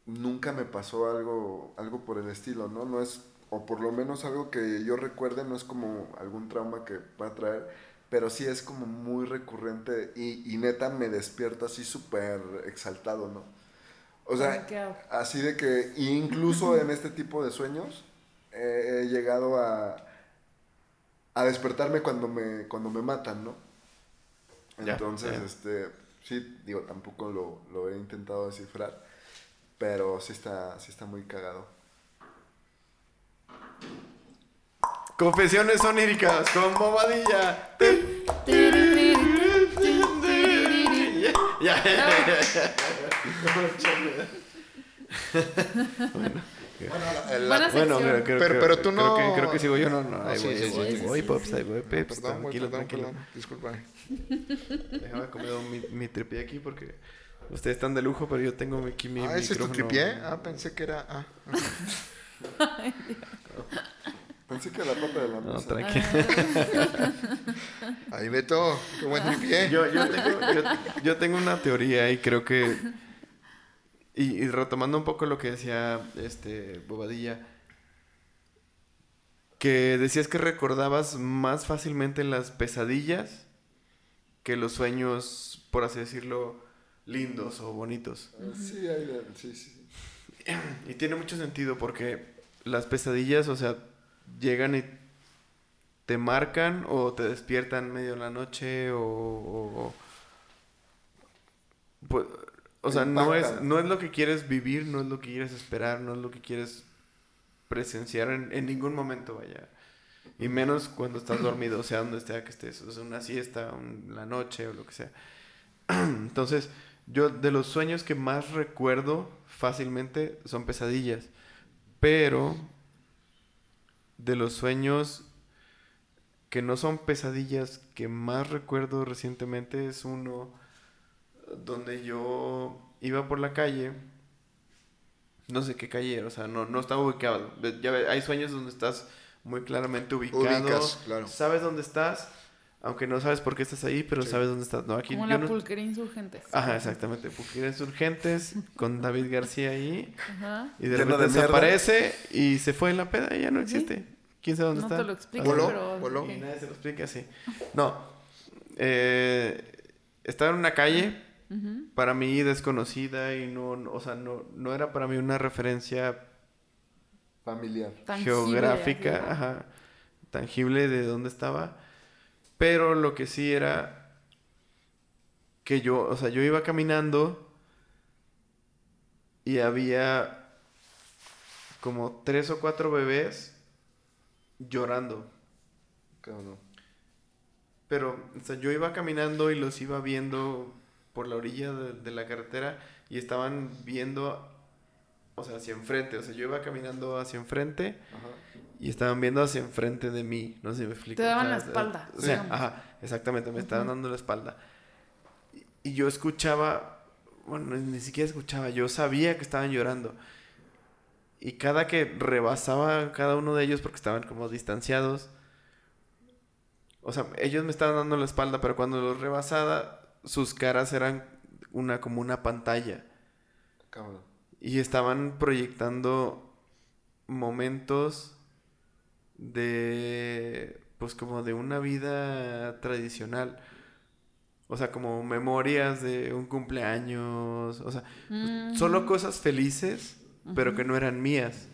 [SPEAKER 1] nunca me pasó algo, algo por el estilo, ¿no? No es, o por lo menos algo que yo recuerde, no es como algún trauma que va a traer, pero sí es como muy recurrente y, y neta me despierto así súper exaltado, ¿no? O sea,
[SPEAKER 2] Ay, qué hago.
[SPEAKER 1] así de que incluso en este tipo de sueños eh, he llegado a, a despertarme cuando me, cuando me matan, ¿no?
[SPEAKER 3] Ya,
[SPEAKER 1] Entonces,
[SPEAKER 3] ya.
[SPEAKER 1] este, sí, digo, tampoco lo, lo he intentado descifrar, pero sí está, sí está muy cagado.
[SPEAKER 3] Confesiones oníricas con bobadilla. Ya, ya, ya.
[SPEAKER 2] Buena
[SPEAKER 3] Bueno,
[SPEAKER 2] sección.
[SPEAKER 3] pero, creo,
[SPEAKER 4] Pero-
[SPEAKER 3] creo-
[SPEAKER 4] pero tú no- Oh,
[SPEAKER 3] Creo que, creo que sigo yo, no, no. Ahí
[SPEAKER 4] sí,
[SPEAKER 3] voy,
[SPEAKER 4] sí,
[SPEAKER 3] ahí
[SPEAKER 4] sí,
[SPEAKER 3] voy,
[SPEAKER 2] sí,
[SPEAKER 3] ahí voy,
[SPEAKER 2] sí,
[SPEAKER 3] Pops, ahí voy, Peps.
[SPEAKER 4] Perdón, güey,
[SPEAKER 3] Tranquilo,
[SPEAKER 4] perdón,
[SPEAKER 3] tranquilo.
[SPEAKER 4] perdón. Disculpa.
[SPEAKER 3] Déjame comer mi, mi tripié aquí porque ustedes están de lujo, pero yo tengo aquí mi.
[SPEAKER 4] Ah, ¿ese es tu
[SPEAKER 3] micrófono.
[SPEAKER 4] tripié? Ah, pensé que era... Ah,
[SPEAKER 1] Pensé que la pata de la
[SPEAKER 3] No,
[SPEAKER 1] mesa.
[SPEAKER 3] tranquilo.
[SPEAKER 4] ahí, Beto, qué buen tripié.
[SPEAKER 3] Yo, yo, tengo, yo, yo tengo una teoría y creo que. Y, y retomando un poco lo que decía este Bobadilla, que decías que recordabas más fácilmente las pesadillas que los sueños, por así decirlo, lindos o bonitos.
[SPEAKER 1] Sí, hay de- sí, sí, sí.
[SPEAKER 3] Y tiene mucho sentido porque las pesadillas, o sea, llegan y te marcan o te despiertan medio en la noche o... o- o- pues, o sea, no es,
[SPEAKER 1] Impactan.
[SPEAKER 3] no es lo que quieres vivir, no es lo que quieres esperar, no es lo que quieres presenciar en, en ningún momento, vaya. Y menos cuando estás dormido, o sea, donde sea que estés, o sea, una siesta, un- la noche o lo que sea. Entonces, yo de los sueños que más recuerdo fácilmente son pesadillas. Pero de los sueños que no son pesadillas que más recuerdo recientemente es uno donde yo iba por la calle. No sé qué calle, era, o sea, no, no estaba ubicado. Ve- Ya ve- hay sueños donde estás muy claramente ubicado.
[SPEAKER 4] Ubicas, claro.
[SPEAKER 3] Sabes dónde estás, aunque no sabes por qué estás ahí, pero sabes dónde estás. No, aquí
[SPEAKER 2] Como
[SPEAKER 3] yo
[SPEAKER 2] la
[SPEAKER 3] no-
[SPEAKER 2] pulquería insurgentes.
[SPEAKER 3] Ajá, exactamente. Pujeres urgentes con David García ahí.
[SPEAKER 2] Ajá.
[SPEAKER 3] Y de
[SPEAKER 1] Lleno
[SPEAKER 3] repente
[SPEAKER 1] de mierda.
[SPEAKER 3] desaparece y se fue en la peda y ya no existe. ¿Quién sabe dónde
[SPEAKER 2] No
[SPEAKER 3] está?
[SPEAKER 2] te lo explico,
[SPEAKER 4] Voló,
[SPEAKER 2] pero...
[SPEAKER 4] voló.
[SPEAKER 2] ok.
[SPEAKER 3] Y nadie se lo explica así. No. Eh, estaba en una calle
[SPEAKER 2] Ujú.
[SPEAKER 3] para mí desconocida y no, no- o sea, no, no era para mí una referencia
[SPEAKER 1] Familiar.
[SPEAKER 2] Tangible,
[SPEAKER 3] geográfica,
[SPEAKER 2] así.
[SPEAKER 3] ajá, tangible de dónde estaba. Pero lo que sí era que yo, o sea, yo iba caminando y había como tres o cuatro bebés llorando.
[SPEAKER 1] Cabrón.
[SPEAKER 3] Pero, o sea, yo iba caminando y los iba viendo por la orilla de, de la carretera y estaban viendo, o sea, hacia enfrente. O sea, yo iba caminando hacia enfrente
[SPEAKER 1] Ajá.
[SPEAKER 3] y estaban viendo hacia enfrente de mí. No sé si me explico.
[SPEAKER 2] Te daban
[SPEAKER 3] o sea,
[SPEAKER 2] la espalda,
[SPEAKER 3] o sea,
[SPEAKER 2] digamos.
[SPEAKER 3] ajá, exactamente, me estaban dando la espalda. Y- Y yo escuchaba, bueno, ni siquiera escuchaba, yo sabía que estaban llorando. Y cada que rebasaba cada uno de ellos porque estaban como distanciados. O sea, ellos me estaban dando la espalda, pero cuando los rebasaba, sus caras eran una como una pantalla.
[SPEAKER 1] Cabrón.
[SPEAKER 3] Y estaban proyectando momentos de, pues como de una vida tradicional. O sea, como memorias de un cumpleaños. O sea,
[SPEAKER 2] Mm.
[SPEAKER 3] solo cosas felices, pero que no eran mías.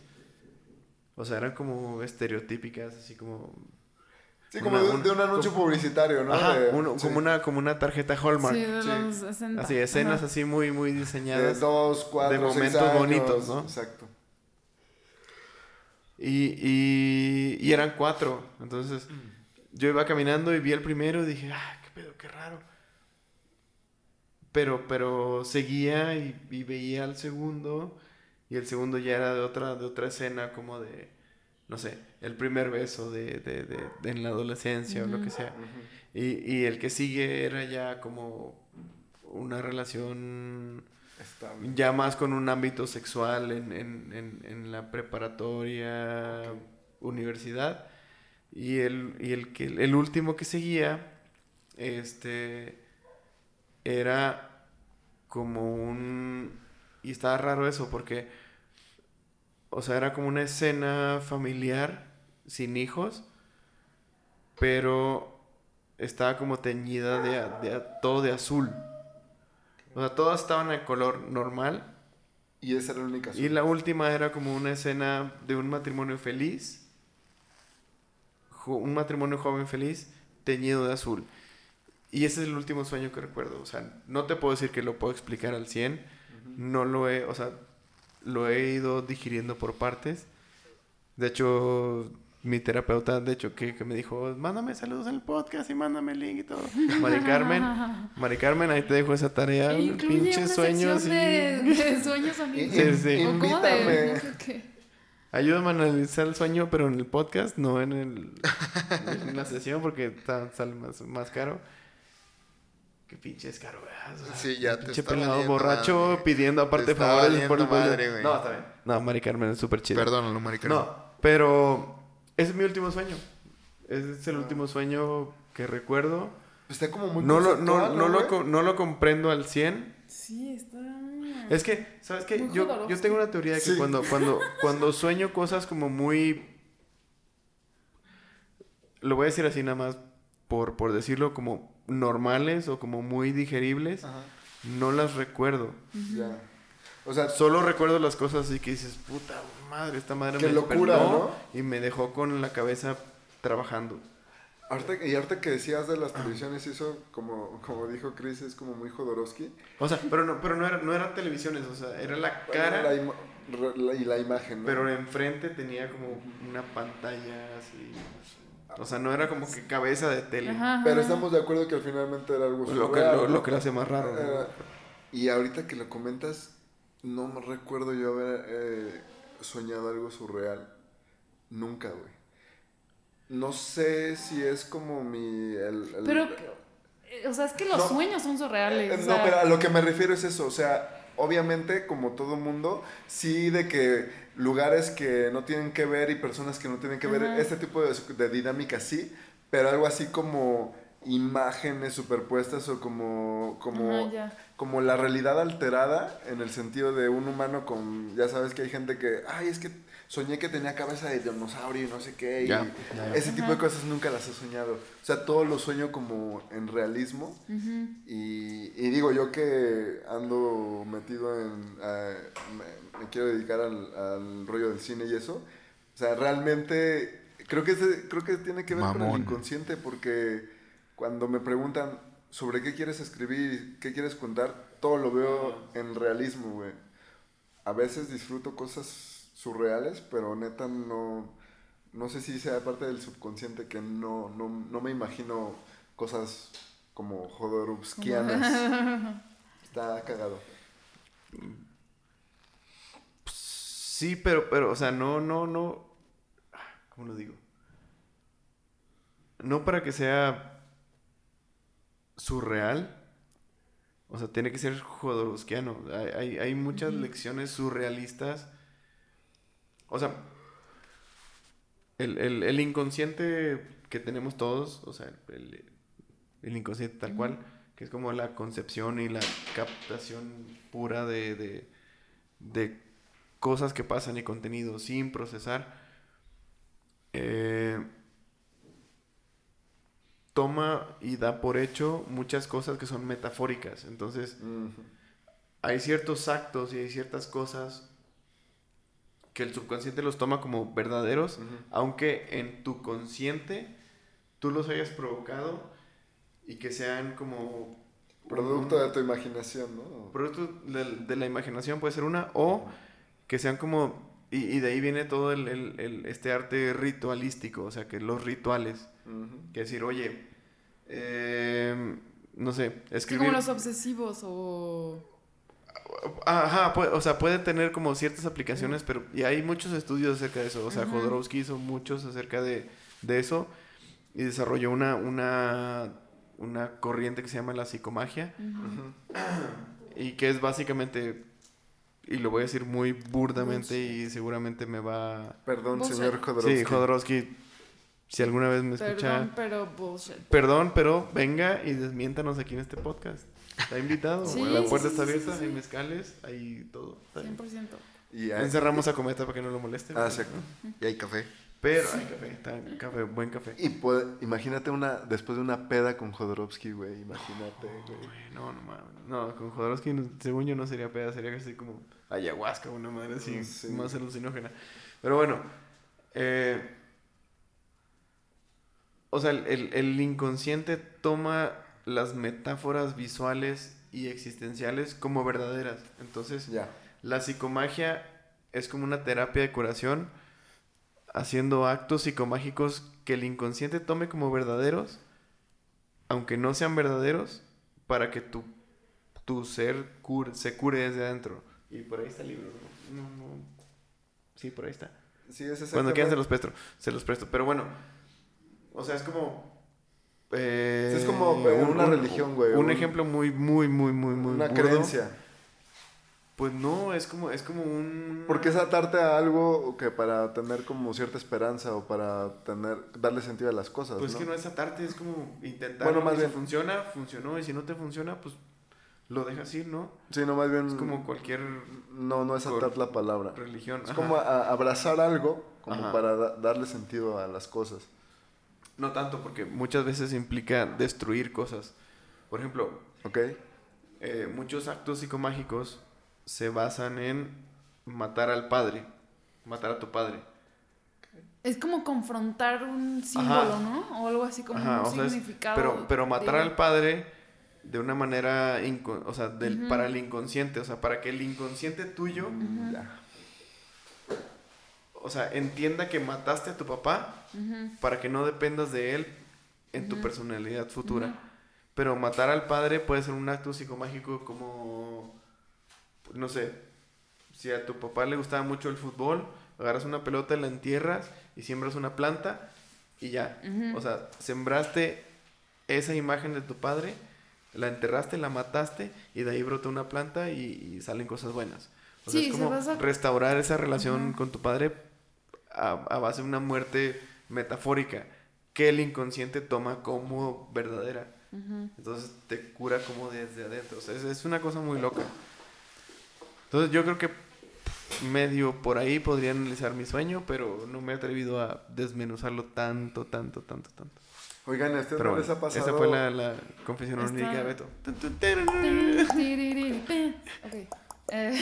[SPEAKER 3] O sea, eran como estereotípicas, así como...
[SPEAKER 1] Sí, como
[SPEAKER 3] Una-
[SPEAKER 1] de, de un
[SPEAKER 3] una-
[SPEAKER 1] anuncio publicitario, ¿no?
[SPEAKER 3] Ajá,
[SPEAKER 1] De-
[SPEAKER 3] uno-
[SPEAKER 1] sí.
[SPEAKER 3] como, una, como una tarjeta Hallmark.
[SPEAKER 2] Sí, de
[SPEAKER 1] sí.
[SPEAKER 2] los 60.
[SPEAKER 3] Así, escenas
[SPEAKER 2] Ajá.
[SPEAKER 3] así muy, muy
[SPEAKER 1] De
[SPEAKER 3] diseñadas.
[SPEAKER 1] dos, cuatro,
[SPEAKER 3] de
[SPEAKER 1] seis
[SPEAKER 3] momentos
[SPEAKER 1] años.
[SPEAKER 3] bonitos, ¿no?
[SPEAKER 1] Exacto.
[SPEAKER 3] Y, y, y eran cuatro. Entonces yo iba caminando y vi el primero y dije, ah, qué pedo, qué raro. Pero, pero seguía y, y veía al segundo y el segundo ya era de otra, de otra escena como de, no sé, el primer beso de, de, de- de en la adolescencia o lo que sea. Y, y el que sigue era ya como una relación
[SPEAKER 1] Estable.
[SPEAKER 3] ya más con un ámbito sexual en, en- en- en la preparatoria, universidad. Y el, y el, que, el último que seguía, este, era como un... Y estaba raro eso porque, o sea, era como una escena familiar, sin hijos, pero estaba como teñida de, a- de a- todo de azul. O sea, todas estaban en color normal,
[SPEAKER 1] Y esa era la única
[SPEAKER 3] y la última era como una escena de un matrimonio feliz. jo- Un matrimonio joven feliz teñido de azul. Y ese es el último sueño que recuerdo. O sea, no te puedo decir que lo puedo explicar al 100. No lo he, o sea, lo he ido digiriendo por partes. De hecho, mi terapeuta, de hecho, que, que me dijo, mándame saludos en el podcast y mándame el link y todo. Mari Carmen, Mari Carmen, ahí te dejo esa tarea.
[SPEAKER 2] E Incluye
[SPEAKER 3] Pinches
[SPEAKER 2] una
[SPEAKER 3] sueños.
[SPEAKER 2] sección
[SPEAKER 3] y-
[SPEAKER 2] de, de sueños sonidos.
[SPEAKER 3] Sí, sí.
[SPEAKER 2] O como de...
[SPEAKER 1] Invítame.
[SPEAKER 2] No sé qué.
[SPEAKER 3] Ayúdame a analizar el sueño, pero en el podcast, no en, el, en la sesión, porque está, sale más, más caro. Qué pinches caro, ¿verdad? O sea,
[SPEAKER 4] Sí, ya te
[SPEAKER 3] Pinche
[SPEAKER 4] está
[SPEAKER 3] pelado
[SPEAKER 4] valiendo
[SPEAKER 3] borracho
[SPEAKER 4] madre.
[SPEAKER 3] pidiendo aparte
[SPEAKER 4] Te está
[SPEAKER 3] favores por el
[SPEAKER 4] valiendo
[SPEAKER 3] podcast.
[SPEAKER 4] madre, güey.
[SPEAKER 3] No, está bien. No, Mari Carmen es súper chido.
[SPEAKER 4] Perdónalo, maricón.
[SPEAKER 3] No, pero ese es mi último sueño. Ese es
[SPEAKER 4] Ah.
[SPEAKER 3] el último sueño que recuerdo.
[SPEAKER 1] Pues Está como muy
[SPEAKER 3] No lo, no,
[SPEAKER 1] conceptual,
[SPEAKER 3] no, lo,
[SPEAKER 1] güey?
[SPEAKER 3] co- no lo comprendo al 100.
[SPEAKER 2] Sí, está...
[SPEAKER 3] Es que, ¿sabes qué?
[SPEAKER 2] Muy
[SPEAKER 3] Yo,
[SPEAKER 2] Jodorowsky.
[SPEAKER 3] yo tengo una teoría de que
[SPEAKER 1] Sí.
[SPEAKER 3] cuando, cuando, cuando sueño cosas como muy... Lo voy a decir así nada más por, por decirlo como normales o como muy digeribles.
[SPEAKER 1] Ajá.
[SPEAKER 3] no las recuerdo.
[SPEAKER 1] Ya. O sea,
[SPEAKER 3] Solo recuerdo las cosas así que dices, puta madre, esta madre
[SPEAKER 1] Qué
[SPEAKER 3] me
[SPEAKER 1] locura,
[SPEAKER 3] despertó y me dejó con la cabeza trabajando.
[SPEAKER 1] ahorita, y ahorita que decías de las televisiones, y eso, como, como dijo Chris, es como muy Jodorowsky.
[SPEAKER 3] O sea, pero no, pero no era, no eran televisiones, o sea, era la
[SPEAKER 1] La
[SPEAKER 3] cara,
[SPEAKER 1] ima- re- la- y la imagen, ¿no?
[SPEAKER 3] pero enfrente tenía como una pantalla así. O sea, no era como que cabeza de tele.
[SPEAKER 2] Ajá, ajá.
[SPEAKER 1] Pero estamos de acuerdo que finalmente era algo
[SPEAKER 3] Pues Lo que,
[SPEAKER 1] surreal,
[SPEAKER 3] lo,
[SPEAKER 1] ¿no?
[SPEAKER 3] lo que lo hace más raro. ¿no?
[SPEAKER 1] Era- y ahorita que lo comentas, no me recuerdo yo haber eh, soñado algo surreal. Nunca, güey. No sé si es como mi... el- el-
[SPEAKER 2] Pero, eh, o sea, es que los
[SPEAKER 1] No.
[SPEAKER 2] sueños son surreales.
[SPEAKER 1] Eh,
[SPEAKER 2] o
[SPEAKER 1] No,
[SPEAKER 2] sea,
[SPEAKER 1] pero a lo que me refiero es eso, o sea, obviamente, como todo mundo, sí de que lugares que no tienen que ver y personas que no tienen que ver,
[SPEAKER 2] Ajá.
[SPEAKER 1] este tipo de, de dinámica sí, pero algo así como imágenes superpuestas o como, como,
[SPEAKER 2] ajá, ya.
[SPEAKER 1] como la realidad alterada en el sentido de un humano con, ya sabes que hay gente que, ay, es que soñé que tenía cabeza de dinosaurio y no sé qué, y
[SPEAKER 3] Ya, ya, ya.
[SPEAKER 1] ese tipo de
[SPEAKER 2] Ajá.
[SPEAKER 1] cosas nunca las he soñado, o sea, todo lo sueño como en realismo.
[SPEAKER 2] Ujú.
[SPEAKER 1] Y, y digo yo que ando metido en... eh, me, me quiero dedicar al, al rollo del cine y eso. O sea, realmente creo que, es de- creo que tiene que ver con el
[SPEAKER 4] Mamón.
[SPEAKER 1] inconsciente porque cuando me preguntan sobre qué quieres escribir, qué quieres contar, todo lo veo en realismo, güey. A veces disfruto cosas surreales, pero neta no... No sé si sea parte del subconsciente que no, no, no me imagino cosas como Jodorowskianas. Está cagado.
[SPEAKER 3] Sí, pero, pero, o sea, no, no, no. ¿Cómo lo digo? No para que sea surreal. O sea, tiene que ser jodorowskiano. Hay, hay, hay muchas lecciones surrealistas. O sea, el, el- el inconsciente que tenemos todos, o sea, el, el inconsciente tal cual, que es como la concepción y la captación pura de- de, de cosas que pasan y contenido sin procesar. eh, toma y da por hecho muchas cosas que son metafóricas. Entonces, hay ciertos actos y hay ciertas cosas que el subconsciente los toma como verdaderos,
[SPEAKER 1] Ujú.
[SPEAKER 3] aunque en tu consciente tú los hayas provocado y que sean como
[SPEAKER 1] Producto de tu imaginación, ¿no?
[SPEAKER 3] producto de, de la imaginación puede ser una o que sean como y, y de ahí viene todo el, el- el- este arte ritualístico o sea que los rituales
[SPEAKER 1] Ujú.
[SPEAKER 3] que decir oye eh, no sé
[SPEAKER 2] Sí,
[SPEAKER 3] escribir
[SPEAKER 2] como los obsesivos o...
[SPEAKER 3] ajá pue- o sea puede tener como ciertas aplicaciones pero y hay muchos estudios acerca de eso o sea
[SPEAKER 2] Ajá.
[SPEAKER 3] Jodorowsky hizo muchos acerca de, de eso y desarrolló una una una corriente que se llama la psicomagia
[SPEAKER 1] Ujú.
[SPEAKER 3] Y que es básicamente, y lo voy a decir muy burdamente y seguramente me va...
[SPEAKER 1] Perdón,
[SPEAKER 2] Bullshit.
[SPEAKER 1] señor Jodorowsky.
[SPEAKER 3] Sí, Jodorowsky, si alguna vez me escucha...
[SPEAKER 2] Perdón,
[SPEAKER 3] Perdón,
[SPEAKER 2] pero bullshit.
[SPEAKER 3] pero venga y desmiéntanos aquí en este podcast. Está invitado,
[SPEAKER 2] Sí,
[SPEAKER 3] la puerta
[SPEAKER 2] sí,
[SPEAKER 3] está
[SPEAKER 2] sí,
[SPEAKER 3] abierta,
[SPEAKER 2] sí, sí.
[SPEAKER 3] hay mezcales, hay todo. está bien.
[SPEAKER 2] 100%.
[SPEAKER 1] Y hay-
[SPEAKER 3] Encerramos a Cometa para que no lo moleste.
[SPEAKER 1] Ah, exacto.
[SPEAKER 4] Y hay café.
[SPEAKER 3] Pero hay café, está- café, buen café.
[SPEAKER 1] Y puede- imagínate una, después de una peda con Jodorowsky, güey, imagínate, güey.
[SPEAKER 3] Güey, No, no mames. No, con Jodorowsky, no- según yo, no sería peda, sería así como ayahuasca, una madre así,
[SPEAKER 1] Mm, Sí.
[SPEAKER 3] más alucinógena. Pero bueno, eh, o sea, el, el- el inconsciente toma las metáforas visuales y existenciales como verdaderas. Entonces,
[SPEAKER 1] Ya.
[SPEAKER 3] la psicomagia es como una terapia de curación, haciendo actos psicomágicos que el inconsciente tome como verdaderos, aunque no sean verdaderos, para que tu, tu ser cure- se cure desde adentro. Y por ahí está el libro. ¿no? No, no. Sí, por ahí está.
[SPEAKER 1] Sí, ese es el
[SPEAKER 3] Cuando
[SPEAKER 1] tema.
[SPEAKER 3] quieran se los presto, se los presto. Pero bueno, o sea, es como... eh,
[SPEAKER 1] es como, eh, una religión, güey,
[SPEAKER 3] Un,
[SPEAKER 1] un-
[SPEAKER 3] ejemplo muy, muy, muy, muy, muy...
[SPEAKER 1] Una
[SPEAKER 3] burdo.
[SPEAKER 1] creencia.
[SPEAKER 3] Pues no, es como, es como un...
[SPEAKER 1] Porque es atarte a algo que para tener como cierta esperanza o para tener darle sentido a las cosas,
[SPEAKER 3] Pues
[SPEAKER 1] ¿no?
[SPEAKER 3] que no es atarte, es como intentar.
[SPEAKER 1] Bueno,
[SPEAKER 3] Bueno,
[SPEAKER 1] más
[SPEAKER 3] más si
[SPEAKER 1] bien-
[SPEAKER 3] funciona, funcionó. Y si no te funciona, pues lo dejas ir, ¿no?
[SPEAKER 1] Sí, no, más bien...
[SPEAKER 3] Es como cualquier
[SPEAKER 1] No, no es atar la palabra.
[SPEAKER 3] religión.
[SPEAKER 1] Mm. Es
[SPEAKER 3] ajá.
[SPEAKER 1] como a- abrazar algo como
[SPEAKER 3] Ajá.
[SPEAKER 1] para da- darle sentido a las cosas.
[SPEAKER 3] No tanto, porque muchas veces implica destruir cosas. Por ejemplo,
[SPEAKER 1] ¿Ok?
[SPEAKER 3] eh, muchos actos psicomágicos se basan en matar al padre, matar a tu padre.
[SPEAKER 2] Es como confrontar un símbolo,
[SPEAKER 3] Ajá.
[SPEAKER 2] ¿no? O algo así como
[SPEAKER 3] Ajá,
[SPEAKER 2] un
[SPEAKER 3] o sea, es-
[SPEAKER 2] significado.
[SPEAKER 3] pero, pero matar
[SPEAKER 2] de-
[SPEAKER 3] al padre de una manera, inco- o sea, del, para el inconsciente, o sea, para que el inconsciente tuyo,
[SPEAKER 1] Ya.
[SPEAKER 3] o sea, entienda que mataste a tu papá para que no dependas de él en tu personalidad futura. Pero matar al padre puede ser un acto psicomágico como, no sé, si a tu papá le gustaba mucho el fútbol, agarras una pelota, la entierras y siembras una planta y ya. O sea, sembraste esa imagen de tu padre, la enterraste, la mataste y de ahí brota una planta y, y salen cosas buenas. O sea,
[SPEAKER 2] Sí,
[SPEAKER 3] es
[SPEAKER 2] se
[SPEAKER 3] como
[SPEAKER 2] basa-
[SPEAKER 3] restaurar esa relación con tu padre a, a base de una muerte metafórica que el inconsciente toma como verdadera. Entonces te cura como desde adentro. O sea, es, es una cosa muy loca. Entonces yo creo que medio por ahí podría analizar mi sueño, pero no me he atrevido a desmenuzarlo tanto, tanto, tanto, tanto.
[SPEAKER 1] Oigan, ¿a ustedes
[SPEAKER 3] Pero
[SPEAKER 1] no
[SPEAKER 3] bueno,
[SPEAKER 1] les ha pasado?
[SPEAKER 3] esa fue la, la confesión
[SPEAKER 2] Está-
[SPEAKER 3] única de Beto.
[SPEAKER 2] Ok. Eh,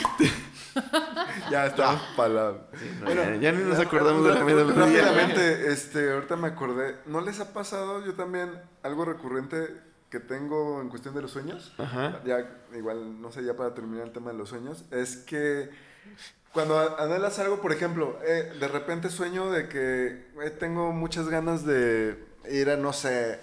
[SPEAKER 1] Ya está, palabra.
[SPEAKER 3] Bueno, Ah. ya, ya ni nos acordamos de la comida del otro día.
[SPEAKER 1] Rápidamente, este, ahorita me acordé. ¿No les ha pasado yo también algo recurrente que tengo en cuestión de los sueños?
[SPEAKER 3] Ajá.
[SPEAKER 1] Ya, igual, no sé, ya para terminar el tema de los sueños, es que cuando a- anhelas algo, por ejemplo, eh, de repente sueño de que güey, tengo muchas ganas de ir a, no sé,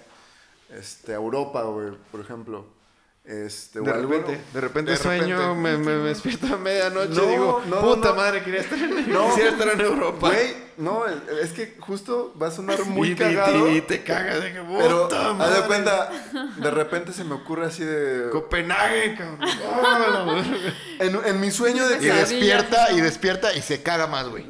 [SPEAKER 1] este, a Europa, güey, por ejemplo. Este, o
[SPEAKER 3] De
[SPEAKER 1] algo-
[SPEAKER 3] repente, de repente
[SPEAKER 1] de
[SPEAKER 3] sueño,
[SPEAKER 1] repente.
[SPEAKER 3] me, me, me despierto a medianoche
[SPEAKER 1] No,
[SPEAKER 3] y digo,
[SPEAKER 1] no,
[SPEAKER 3] puta
[SPEAKER 1] no.
[SPEAKER 3] madre, quería estar en,
[SPEAKER 1] No.
[SPEAKER 3] quisiera estar en Europa.
[SPEAKER 1] Güey, no, es que justo va a sonar
[SPEAKER 3] Y-
[SPEAKER 1] muy
[SPEAKER 3] y-
[SPEAKER 1] cagado.
[SPEAKER 3] Y, te cagas, de que,
[SPEAKER 1] Pero,
[SPEAKER 3] puta
[SPEAKER 1] haz
[SPEAKER 3] madre.
[SPEAKER 1] de cuenta, de repente se me ocurre así de...
[SPEAKER 3] Copenhague, cabrón. Ah, la verga.
[SPEAKER 1] En, en mi sueño de
[SPEAKER 4] Y
[SPEAKER 1] que...
[SPEAKER 2] Pesadillas,
[SPEAKER 4] despierta, y
[SPEAKER 2] ¿no?
[SPEAKER 4] despierta y se caga más, güey.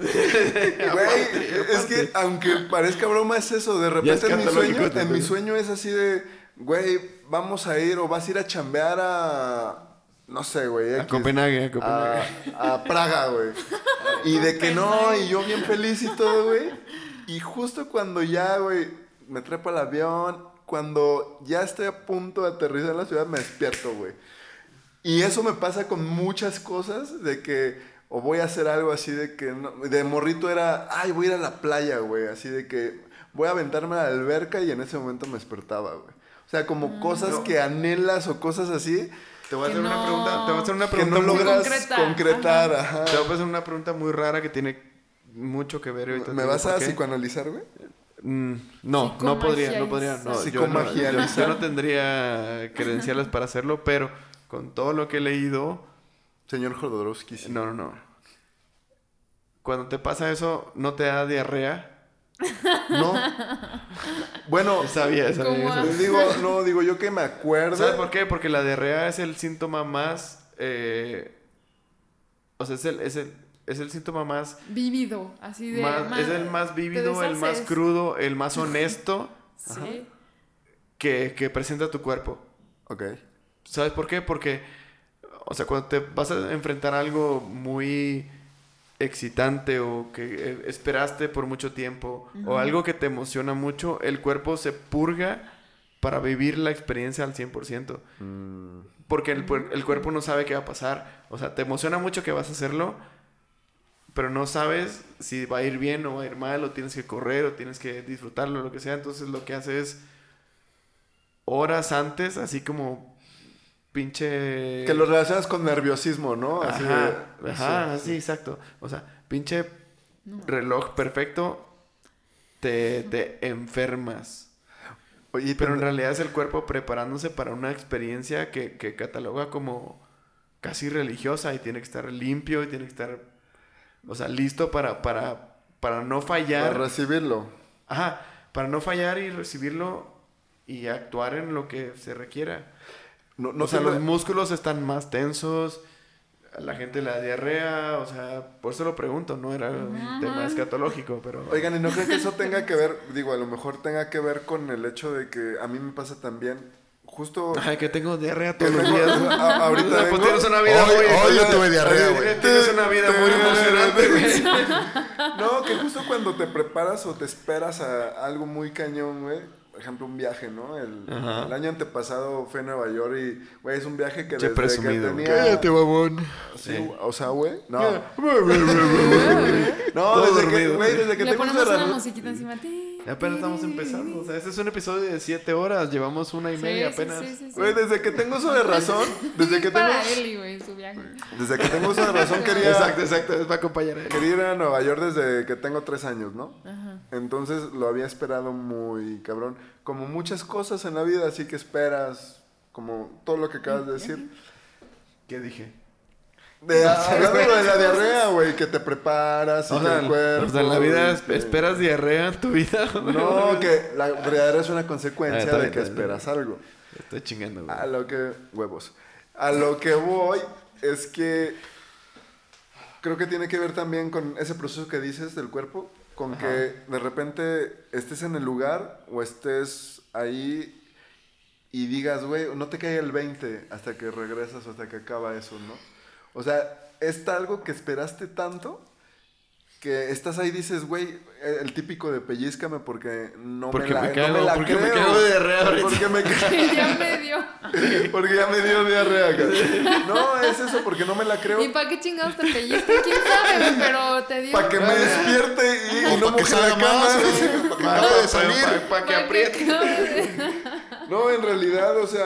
[SPEAKER 1] Güey, es que aunque parezca broma es eso, de repente en mi
[SPEAKER 3] escatológico
[SPEAKER 1] sueño,
[SPEAKER 3] también.
[SPEAKER 1] en mi sueño es así de... Güey, vamos a ir o vas a ir a chambear a... No sé, güey.
[SPEAKER 3] A
[SPEAKER 1] X.
[SPEAKER 3] Copenhague, a Copenhague.
[SPEAKER 1] a, a Praga, güey. Y de que no, y yo bien feliz y todo, güey. Y justo cuando ya, güey, me trepa el avión, cuando ya estoy a punto de aterrizar en la ciudad, me despierto, güey. Y eso me pasa con muchas cosas de que... O voy a hacer algo así de que... no- de morrito era... Ay, voy a ir a la playa, güey. Así de que... Voy a aventarme a la alberca y en ese momento me despertaba, güey. O sea, como cosas que anhelas o cosas así
[SPEAKER 3] Te voy a
[SPEAKER 2] que
[SPEAKER 3] hacer una
[SPEAKER 2] no-
[SPEAKER 3] pregunta, te voy a hacer una
[SPEAKER 1] que
[SPEAKER 3] pregunta
[SPEAKER 1] no
[SPEAKER 3] muy-
[SPEAKER 1] logras
[SPEAKER 2] Concretar.
[SPEAKER 1] concretar. ajá.
[SPEAKER 3] Te voy a hacer una pregunta muy rara que tiene mucho que ver ahorita.
[SPEAKER 1] ¿Me
[SPEAKER 3] te
[SPEAKER 1] vas
[SPEAKER 3] digo
[SPEAKER 1] a
[SPEAKER 3] por qué.
[SPEAKER 1] psicoanalizar, güey?
[SPEAKER 3] Mm, no, no podría, no podría. No, yo, no,
[SPEAKER 1] Psicomagializar.
[SPEAKER 3] yo- yo no tendría credenciales para hacerlo, pero con todo lo que he leído,
[SPEAKER 1] Señor Jodorowsky. sí.
[SPEAKER 3] no, no, no. Cuando te pasa eso, ¿no te da diarrea?
[SPEAKER 1] No. bueno,
[SPEAKER 3] Sabía, sabía.
[SPEAKER 2] ¿Cómo
[SPEAKER 3] sabía.
[SPEAKER 1] les digo, no, digo yo que me acuerdo.
[SPEAKER 3] ¿Sabes por qué? Porque la diarrea es el síntoma más... eh, o sea, es el, es el, es el síntoma más
[SPEAKER 2] Vívido, así de.
[SPEAKER 3] más- es el más
[SPEAKER 2] te
[SPEAKER 3] vívido, el más
[SPEAKER 2] deshaces.
[SPEAKER 3] crudo, el más honesto
[SPEAKER 2] Sí.
[SPEAKER 3] que, que presenta tu cuerpo.
[SPEAKER 1] Ok.
[SPEAKER 3] ¿Sabes por qué? Porque, o sea, cuando te vas a enfrentar a algo muy excitante o que eh, esperaste por mucho tiempo o algo que te emociona mucho, el cuerpo se purga para vivir la experiencia al 100%.
[SPEAKER 1] Mm.
[SPEAKER 3] Porque el, puer- el cuerpo no sabe qué va a pasar. O sea, te emociona mucho que vas a hacerlo, pero no sabes si va a ir bien o va a ir mal, o tienes que correr, o tienes que disfrutarlo, lo que sea. Entonces lo que hace es horas antes, así como pinche...
[SPEAKER 1] Que lo relacionas con nerviosismo, ¿no? Así de-
[SPEAKER 3] Ajá, ajá,
[SPEAKER 1] sí.
[SPEAKER 3] sí, exacto. O sea, pinche reloj perfecto, te, te enfermas.
[SPEAKER 1] Oye,
[SPEAKER 3] Pero en
[SPEAKER 1] tendrá-
[SPEAKER 3] realidad es el cuerpo preparándose para una experiencia que, que cataloga como casi religiosa y tiene que estar limpio y tiene que estar, o sea, listo para, para, para no
[SPEAKER 1] para
[SPEAKER 3] fallar.
[SPEAKER 1] recibirlo.
[SPEAKER 3] Ajá, para no fallar y recibirlo y actuar en lo que se requiera.
[SPEAKER 1] No, no
[SPEAKER 3] o sea,
[SPEAKER 1] sé,
[SPEAKER 3] los
[SPEAKER 1] güey.
[SPEAKER 3] músculos están más tensos, a la gente la diarrea, o sea, por eso lo pregunto, no era un tema escatológico, pero...
[SPEAKER 1] Oigan, ¿y no creen que eso tenga que ver? Digo, a lo mejor tenga que ver con el hecho de que a mí me pasa también. Justo.
[SPEAKER 3] Ay, que tengo diarrea
[SPEAKER 1] que
[SPEAKER 3] todos los
[SPEAKER 1] vengo-
[SPEAKER 3] días.
[SPEAKER 1] a- ahorita
[SPEAKER 3] Pues
[SPEAKER 1] vengo-
[SPEAKER 3] tienes una vida
[SPEAKER 4] Hoy-
[SPEAKER 3] muy...
[SPEAKER 4] hoy yo tuve diarrea, güey.
[SPEAKER 3] Tienes una vida muy emocionante, güey.
[SPEAKER 1] No, que justo cuando te preparas o te esperas a algo muy cañón, güey, por ejemplo, un viaje, ¿no? El,
[SPEAKER 3] Ajá.
[SPEAKER 1] el año antepasado fui a Nueva York y, güey, es un viaje que
[SPEAKER 3] Che
[SPEAKER 1] desde
[SPEAKER 3] presumido,
[SPEAKER 1] que
[SPEAKER 3] güey.
[SPEAKER 1] tenía...
[SPEAKER 4] babón.
[SPEAKER 1] Sí, O sea, güey, no. No,
[SPEAKER 3] Todo
[SPEAKER 1] desde que,
[SPEAKER 3] dormido.
[SPEAKER 1] güey, desde que
[SPEAKER 2] Le
[SPEAKER 1] tengo
[SPEAKER 2] ponemos
[SPEAKER 1] uso de
[SPEAKER 2] una
[SPEAKER 1] razón-
[SPEAKER 2] musiquita encima. Ti,
[SPEAKER 3] Apenas
[SPEAKER 2] ti,
[SPEAKER 3] estamos
[SPEAKER 2] ti,
[SPEAKER 3] empezando. O
[SPEAKER 2] ti.
[SPEAKER 3] sea, este es un episodio de 7 horas. Llevamos una y
[SPEAKER 2] Sí,
[SPEAKER 3] media
[SPEAKER 2] sí,
[SPEAKER 3] apenas.
[SPEAKER 2] sí, sí, sí.
[SPEAKER 1] Güey, desde que tengo uso de razón, desde que tengo,
[SPEAKER 2] Para Eli, güey, su viaje.
[SPEAKER 1] desde que tengo uso de razón quería,
[SPEAKER 3] Exacto, exacto. Es para acompañar ¿eh? a él.
[SPEAKER 1] quería ir a Nueva York desde que tengo tres años, ¿no?
[SPEAKER 2] Ajá.
[SPEAKER 1] Entonces lo había esperado muy cabrón. Como muchas cosas en la vida, así que esperas, como todo lo que acabas de decir.
[SPEAKER 3] ¿Qué dije?
[SPEAKER 1] De, ah, hablando de la diarrea, güey, que te preparas y
[SPEAKER 3] O
[SPEAKER 1] que
[SPEAKER 3] sea,
[SPEAKER 1] el cuerpo.
[SPEAKER 3] o sea, pues, en la vida
[SPEAKER 1] y
[SPEAKER 3] es-
[SPEAKER 1] que-
[SPEAKER 3] esperas diarrea en tu vida.
[SPEAKER 1] No, que la diarrea es una
[SPEAKER 3] Ah,
[SPEAKER 1] consecuencia
[SPEAKER 3] está
[SPEAKER 1] de
[SPEAKER 3] bien,
[SPEAKER 1] que
[SPEAKER 3] está bien.
[SPEAKER 1] esperas algo.
[SPEAKER 3] Estoy chingando, güey.
[SPEAKER 1] A lo que. Huevos. A lo que voy es que. Creo que tiene que ver también con ese proceso que dices del cuerpo. Con que de repente estés en el lugar o estés ahí y digas, güey, no te cae el 20 hasta que regresas o hasta que acaba eso, ¿no? O sea, es algo que esperaste tanto que estás ahí y dices, güey, el típico de pellizcame porque no me
[SPEAKER 3] Porque
[SPEAKER 1] la,
[SPEAKER 3] me
[SPEAKER 1] no
[SPEAKER 3] cago-
[SPEAKER 1] la
[SPEAKER 3] porque me
[SPEAKER 1] creo".
[SPEAKER 3] cago de diarrea ahorita.
[SPEAKER 1] Porque me cago-
[SPEAKER 2] Que ya me dio.
[SPEAKER 1] porque ya me dio diarrea. acá. No, es eso, porque no me la creo.
[SPEAKER 2] ¿Y para qué chingados te pellizco? ¿Quién sabe? güey? Pero te dio.
[SPEAKER 1] Para que me despierte y, y no
[SPEAKER 4] para
[SPEAKER 1] moje
[SPEAKER 4] que
[SPEAKER 1] la
[SPEAKER 4] salga más,
[SPEAKER 1] cama.
[SPEAKER 4] güey, para que acabe de
[SPEAKER 3] Para
[SPEAKER 4] salir.
[SPEAKER 3] que apriete.
[SPEAKER 1] No, en realidad, o sea.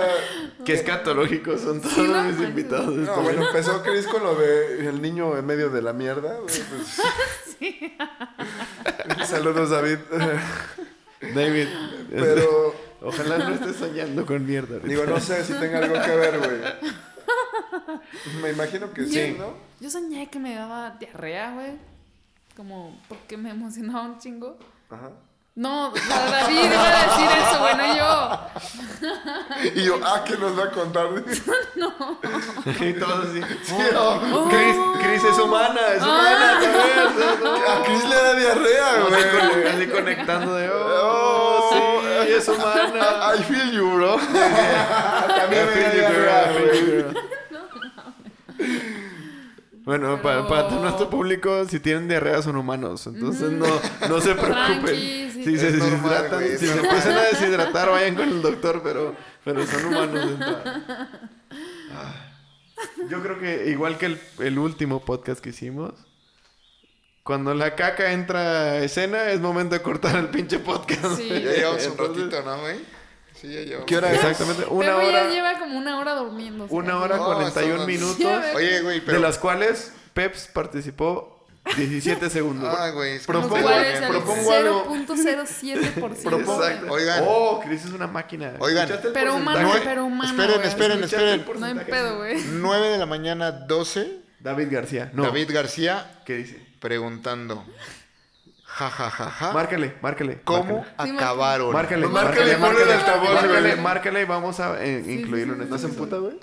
[SPEAKER 3] Que escatológicos son todos
[SPEAKER 2] no
[SPEAKER 3] mis
[SPEAKER 2] manches.
[SPEAKER 3] invitados.
[SPEAKER 1] No, bueno, empezó Chris con lo de el niño en medio de la mierda. güey, pues. Saludos, David.
[SPEAKER 3] David.
[SPEAKER 1] Pero,
[SPEAKER 3] Ojalá no estés soñando con mierda. ahorita.
[SPEAKER 1] digo, no sé si tenga algo que ver, güey. Me imagino que sí, ¿no?
[SPEAKER 2] Yo soñé que me daba diarrea, güey. Como porque me emocionaba un chingo.
[SPEAKER 1] Ajá.
[SPEAKER 2] No, o sea, David iba a decir eso, bueno, yo.
[SPEAKER 1] Y yo, ah, ¿qué nos va a contar?
[SPEAKER 3] Y todos así.
[SPEAKER 1] Sí, oh,
[SPEAKER 3] Chris, Chris es humana, es humana.
[SPEAKER 1] a Chris le da diarrea,
[SPEAKER 3] ¿no? Así,
[SPEAKER 1] güey.
[SPEAKER 3] con- así conectando de.
[SPEAKER 1] Oh,
[SPEAKER 3] Oh, sí, es humana.
[SPEAKER 1] I feel you, bro. También me da diarrea, güey.
[SPEAKER 3] Bueno,
[SPEAKER 2] Pero-
[SPEAKER 3] para, para todo nuestro público, si tienen diarrea son humanos, entonces no, no se preocupen.
[SPEAKER 2] Tranqui, sí.
[SPEAKER 3] Si se
[SPEAKER 4] Es normal,
[SPEAKER 3] deshidratan,
[SPEAKER 4] güey, es
[SPEAKER 3] si se
[SPEAKER 4] normal.
[SPEAKER 3] empiezan a deshidratar, vayan con el doctor, pero, pero son humanos. de entrada. Ah. Yo creo que igual que el, el último podcast que hicimos, cuando la caca entra a escena es momento de cortar el pinche podcast.
[SPEAKER 2] Sí.
[SPEAKER 4] Ya llevamos un
[SPEAKER 3] Entonces-
[SPEAKER 4] ratito, ¿no, güey? Sí, ya llevamos.
[SPEAKER 1] ¿Qué hora es?
[SPEAKER 3] Exactamente, una
[SPEAKER 2] Pero ya
[SPEAKER 3] hora,
[SPEAKER 2] lleva como una hora durmiendo. o sea,
[SPEAKER 3] una hora
[SPEAKER 4] No,
[SPEAKER 3] 41
[SPEAKER 4] estamos-
[SPEAKER 3] minutos.
[SPEAKER 4] Oye, güey, pero...
[SPEAKER 3] De las cuales Peps participó 17 segundos.
[SPEAKER 4] Ah, güey. es que
[SPEAKER 2] Lo
[SPEAKER 1] Propongo-
[SPEAKER 4] no
[SPEAKER 2] cual es
[SPEAKER 4] sé,
[SPEAKER 2] el
[SPEAKER 4] güey.
[SPEAKER 1] propongo algo.
[SPEAKER 2] 0.07%.
[SPEAKER 1] Propongo-
[SPEAKER 2] güey.
[SPEAKER 4] Oigan.
[SPEAKER 3] Oh, Chris es una máquina.
[SPEAKER 4] Oigan.
[SPEAKER 3] ¿Escuchaste el
[SPEAKER 2] Pero humano,
[SPEAKER 3] porcentaje?
[SPEAKER 4] No,
[SPEAKER 2] pero humano.
[SPEAKER 4] esperen,
[SPEAKER 2] güey.
[SPEAKER 4] esperen,
[SPEAKER 3] ¿Escuchaste
[SPEAKER 4] esperen.
[SPEAKER 3] el
[SPEAKER 2] No hay
[SPEAKER 3] porcentaje?
[SPEAKER 2] pedo, güey.
[SPEAKER 4] 9 de la mañana, 12,
[SPEAKER 3] David García. No.
[SPEAKER 4] David García
[SPEAKER 3] ¿Qué dice?
[SPEAKER 4] preguntando. Ja, ja, ja, ja.
[SPEAKER 3] Márcale, márcale.
[SPEAKER 4] Ah. ¿Cómo
[SPEAKER 3] márcale.
[SPEAKER 2] Sí, márcale.
[SPEAKER 4] acabaron?
[SPEAKER 3] Márcale,
[SPEAKER 1] Pues márcale
[SPEAKER 3] márcale,
[SPEAKER 1] y ponle el
[SPEAKER 3] márcale,
[SPEAKER 1] altavoz,
[SPEAKER 3] márcale, márcale,
[SPEAKER 1] güey.
[SPEAKER 3] márcale y vamos a eh, incluirlo en
[SPEAKER 1] ¿No se emputa, güey?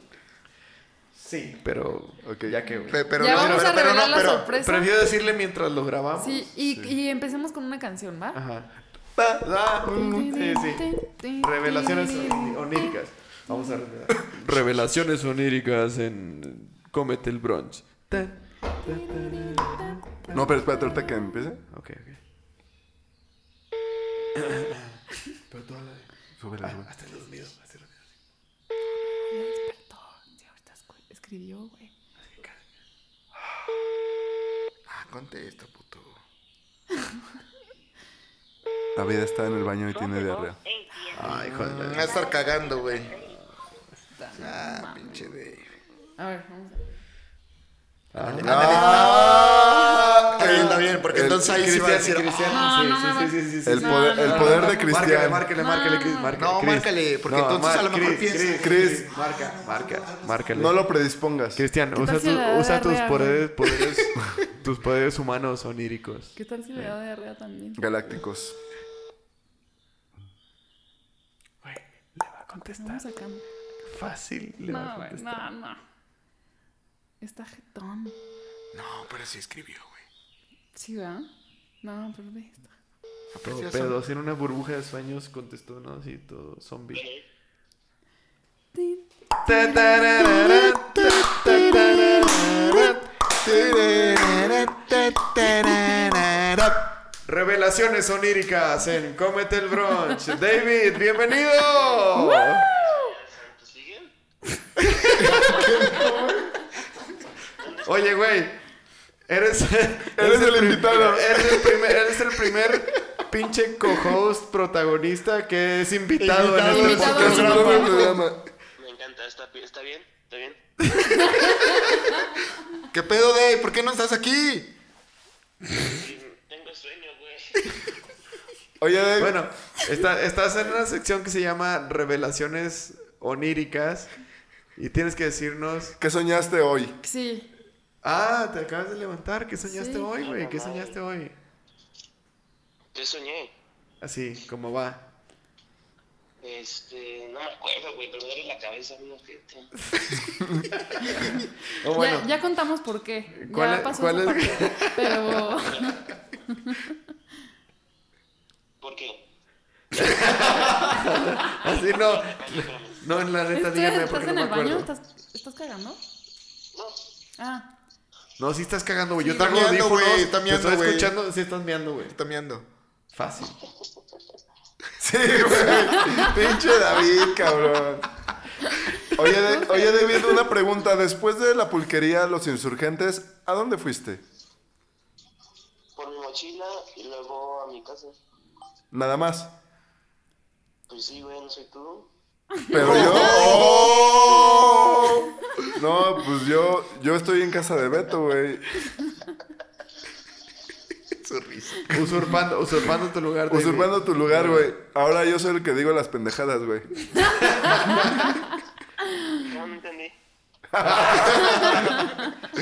[SPEAKER 3] Sí, pero
[SPEAKER 1] Ok.
[SPEAKER 3] ya que güey.
[SPEAKER 4] Pe- pero
[SPEAKER 2] ya
[SPEAKER 4] no,
[SPEAKER 2] vamos
[SPEAKER 4] pero,
[SPEAKER 2] a
[SPEAKER 4] pero
[SPEAKER 2] revelar
[SPEAKER 4] no,
[SPEAKER 2] la
[SPEAKER 4] pero
[SPEAKER 2] sorpresa.
[SPEAKER 3] Prefiero decirle mientras lo grabamos.
[SPEAKER 2] Sí, y, y empecemos con una canción, ¿va?
[SPEAKER 3] Ajá. Ah, mm, sí, sí. Revelaciones oníricas. Vamos a revelar. Revelaciones oníricas en Comete el Bronze. Tan.
[SPEAKER 1] No, pero espérate ahorita que empiece.
[SPEAKER 3] Ok, ok. Pero toda la de.
[SPEAKER 1] Súbela,
[SPEAKER 3] Ah,
[SPEAKER 1] súbela.
[SPEAKER 3] hasta el dormido, hasta el dormido.
[SPEAKER 2] Me despertó. Sí, ahorita escu- escribió, güey.
[SPEAKER 4] Ah, contesta, puto.
[SPEAKER 1] David está en el baño y tiene diarrea.
[SPEAKER 3] Ay, joder.
[SPEAKER 4] Me Mm, va a estar cagando, güey. Ah, pinche de...
[SPEAKER 2] A ver, vamos a
[SPEAKER 1] Ah,
[SPEAKER 4] Está bien, está bien, porque
[SPEAKER 1] el-
[SPEAKER 4] entonces ahí se va a decir...
[SPEAKER 3] Cristian, Cristian,
[SPEAKER 2] No,
[SPEAKER 3] sí,
[SPEAKER 2] no me
[SPEAKER 3] sí, sí, sí, sí, sí,
[SPEAKER 1] El
[SPEAKER 3] sí.
[SPEAKER 1] poder, el
[SPEAKER 2] no,
[SPEAKER 1] poder
[SPEAKER 3] no,
[SPEAKER 1] de
[SPEAKER 3] no,
[SPEAKER 1] Cristian.
[SPEAKER 3] Márcale, márcale, márcale, Chris, márcale.
[SPEAKER 4] "Ah, No,
[SPEAKER 3] Chris.
[SPEAKER 4] márcale, porque entonces a lo mejor piensa-
[SPEAKER 3] Chris, Chris, marca, marca, márcale.
[SPEAKER 1] No lo predispongas.
[SPEAKER 3] Cristian,
[SPEAKER 2] ¿Qué tal
[SPEAKER 3] usa,
[SPEAKER 2] si
[SPEAKER 3] tu-
[SPEAKER 2] le da
[SPEAKER 3] usa tus
[SPEAKER 2] diarrea,
[SPEAKER 3] poderes, poderes, tus poderes humanos oníricos.
[SPEAKER 2] ¿Qué tal si le da diarrea también?
[SPEAKER 1] Galácticos.
[SPEAKER 3] Güey, le va a contestar.
[SPEAKER 2] Vamos a cam-
[SPEAKER 3] Fácil, le va
[SPEAKER 2] No,
[SPEAKER 3] a
[SPEAKER 2] güey,
[SPEAKER 3] contestar.
[SPEAKER 2] no, no. Está jetón.
[SPEAKER 4] No, pero sí escribió, güey.
[SPEAKER 2] Sí, ¿verdad? No, pero ve esto.
[SPEAKER 3] Todo
[SPEAKER 4] Precioso.
[SPEAKER 3] pedo, así en una burbuja de sueños contestó, ¿no? Así todo zombie.
[SPEAKER 2] Tin.
[SPEAKER 3] Revelaciones oníricas en Cómete el Brunch. David, bienvenido.
[SPEAKER 6] ¿Siguen?
[SPEAKER 3] Oye, güey. Eres,
[SPEAKER 1] Eres el
[SPEAKER 3] prim-
[SPEAKER 1] invitado.
[SPEAKER 3] Eres el primer, eres el primer pinche co-host protagonista que es invitado,
[SPEAKER 4] Invitado.
[SPEAKER 3] en este
[SPEAKER 2] Invitado.
[SPEAKER 3] podcast.
[SPEAKER 1] Es un
[SPEAKER 2] Bravo.
[SPEAKER 1] nuevo programa.
[SPEAKER 6] Me encanta, está, pi- está bien, está bien.
[SPEAKER 4] ¿Qué pedo, Dave? ¿Por qué no estás aquí?
[SPEAKER 6] Sí, Tengo sueño, güey.
[SPEAKER 1] Oye, Dave,
[SPEAKER 3] Bueno, está- estás en una sección que se llama Revelaciones oníricas y tienes que decirnos,
[SPEAKER 1] ¿qué soñaste hoy?
[SPEAKER 2] Sí.
[SPEAKER 3] ah, te acabas de levantar, ¿qué soñaste
[SPEAKER 2] Sí.
[SPEAKER 3] hoy, güey? ¿Qué soñaste hoy?
[SPEAKER 6] ¿Qué soñé?
[SPEAKER 3] Así, como va.
[SPEAKER 6] Este, no me acuerdo, güey, pero me duele la cabeza, mi ojete.
[SPEAKER 3] O Oh, bueno,
[SPEAKER 2] ya, ya contamos por qué.
[SPEAKER 3] ¿Cuál
[SPEAKER 2] ya
[SPEAKER 3] es-
[SPEAKER 2] pasó
[SPEAKER 3] cuál
[SPEAKER 2] esa
[SPEAKER 3] es-
[SPEAKER 2] parte. Pero.
[SPEAKER 6] ¿Por qué?
[SPEAKER 3] así no,
[SPEAKER 6] Ay, espérame.
[SPEAKER 3] no, en la neta,
[SPEAKER 2] ¿Estás-
[SPEAKER 3] dígame
[SPEAKER 2] ¿Estás
[SPEAKER 3] porque no
[SPEAKER 2] en
[SPEAKER 3] me
[SPEAKER 2] el baño?
[SPEAKER 3] acuerdo.
[SPEAKER 2] ¿Estás, ¿Estás cagando?
[SPEAKER 6] No,
[SPEAKER 2] Ah.
[SPEAKER 3] No, si estás cagando, güey. Yo
[SPEAKER 4] Sí,
[SPEAKER 3] traigo
[SPEAKER 4] está miando,
[SPEAKER 3] audífonos,
[SPEAKER 4] güey, está
[SPEAKER 3] te
[SPEAKER 4] miando,
[SPEAKER 3] estoy
[SPEAKER 4] güey.
[SPEAKER 3] escuchando, sí estás miando, güey.
[SPEAKER 4] Tameando.
[SPEAKER 3] Fácil.
[SPEAKER 1] Sí, güey. Pinche David, cabrón. Oye, De- oye, David, una pregunta. Después de la pulquería Los Insurgentes, ¿a dónde fuiste?
[SPEAKER 6] por mi mochila y luego a mi casa.
[SPEAKER 1] Nada más.
[SPEAKER 6] Pues sí, güey, no soy tú.
[SPEAKER 1] Pero yo.
[SPEAKER 3] Oh.
[SPEAKER 1] No, pues yo, yo estoy en casa de Beto, güey.
[SPEAKER 4] Su risa.
[SPEAKER 3] Usurpando, usurpando tu lugar. David.
[SPEAKER 1] Usurpando tu lugar, güey. Ahora yo soy el que digo las pendejadas, güey.
[SPEAKER 6] No, no entendí.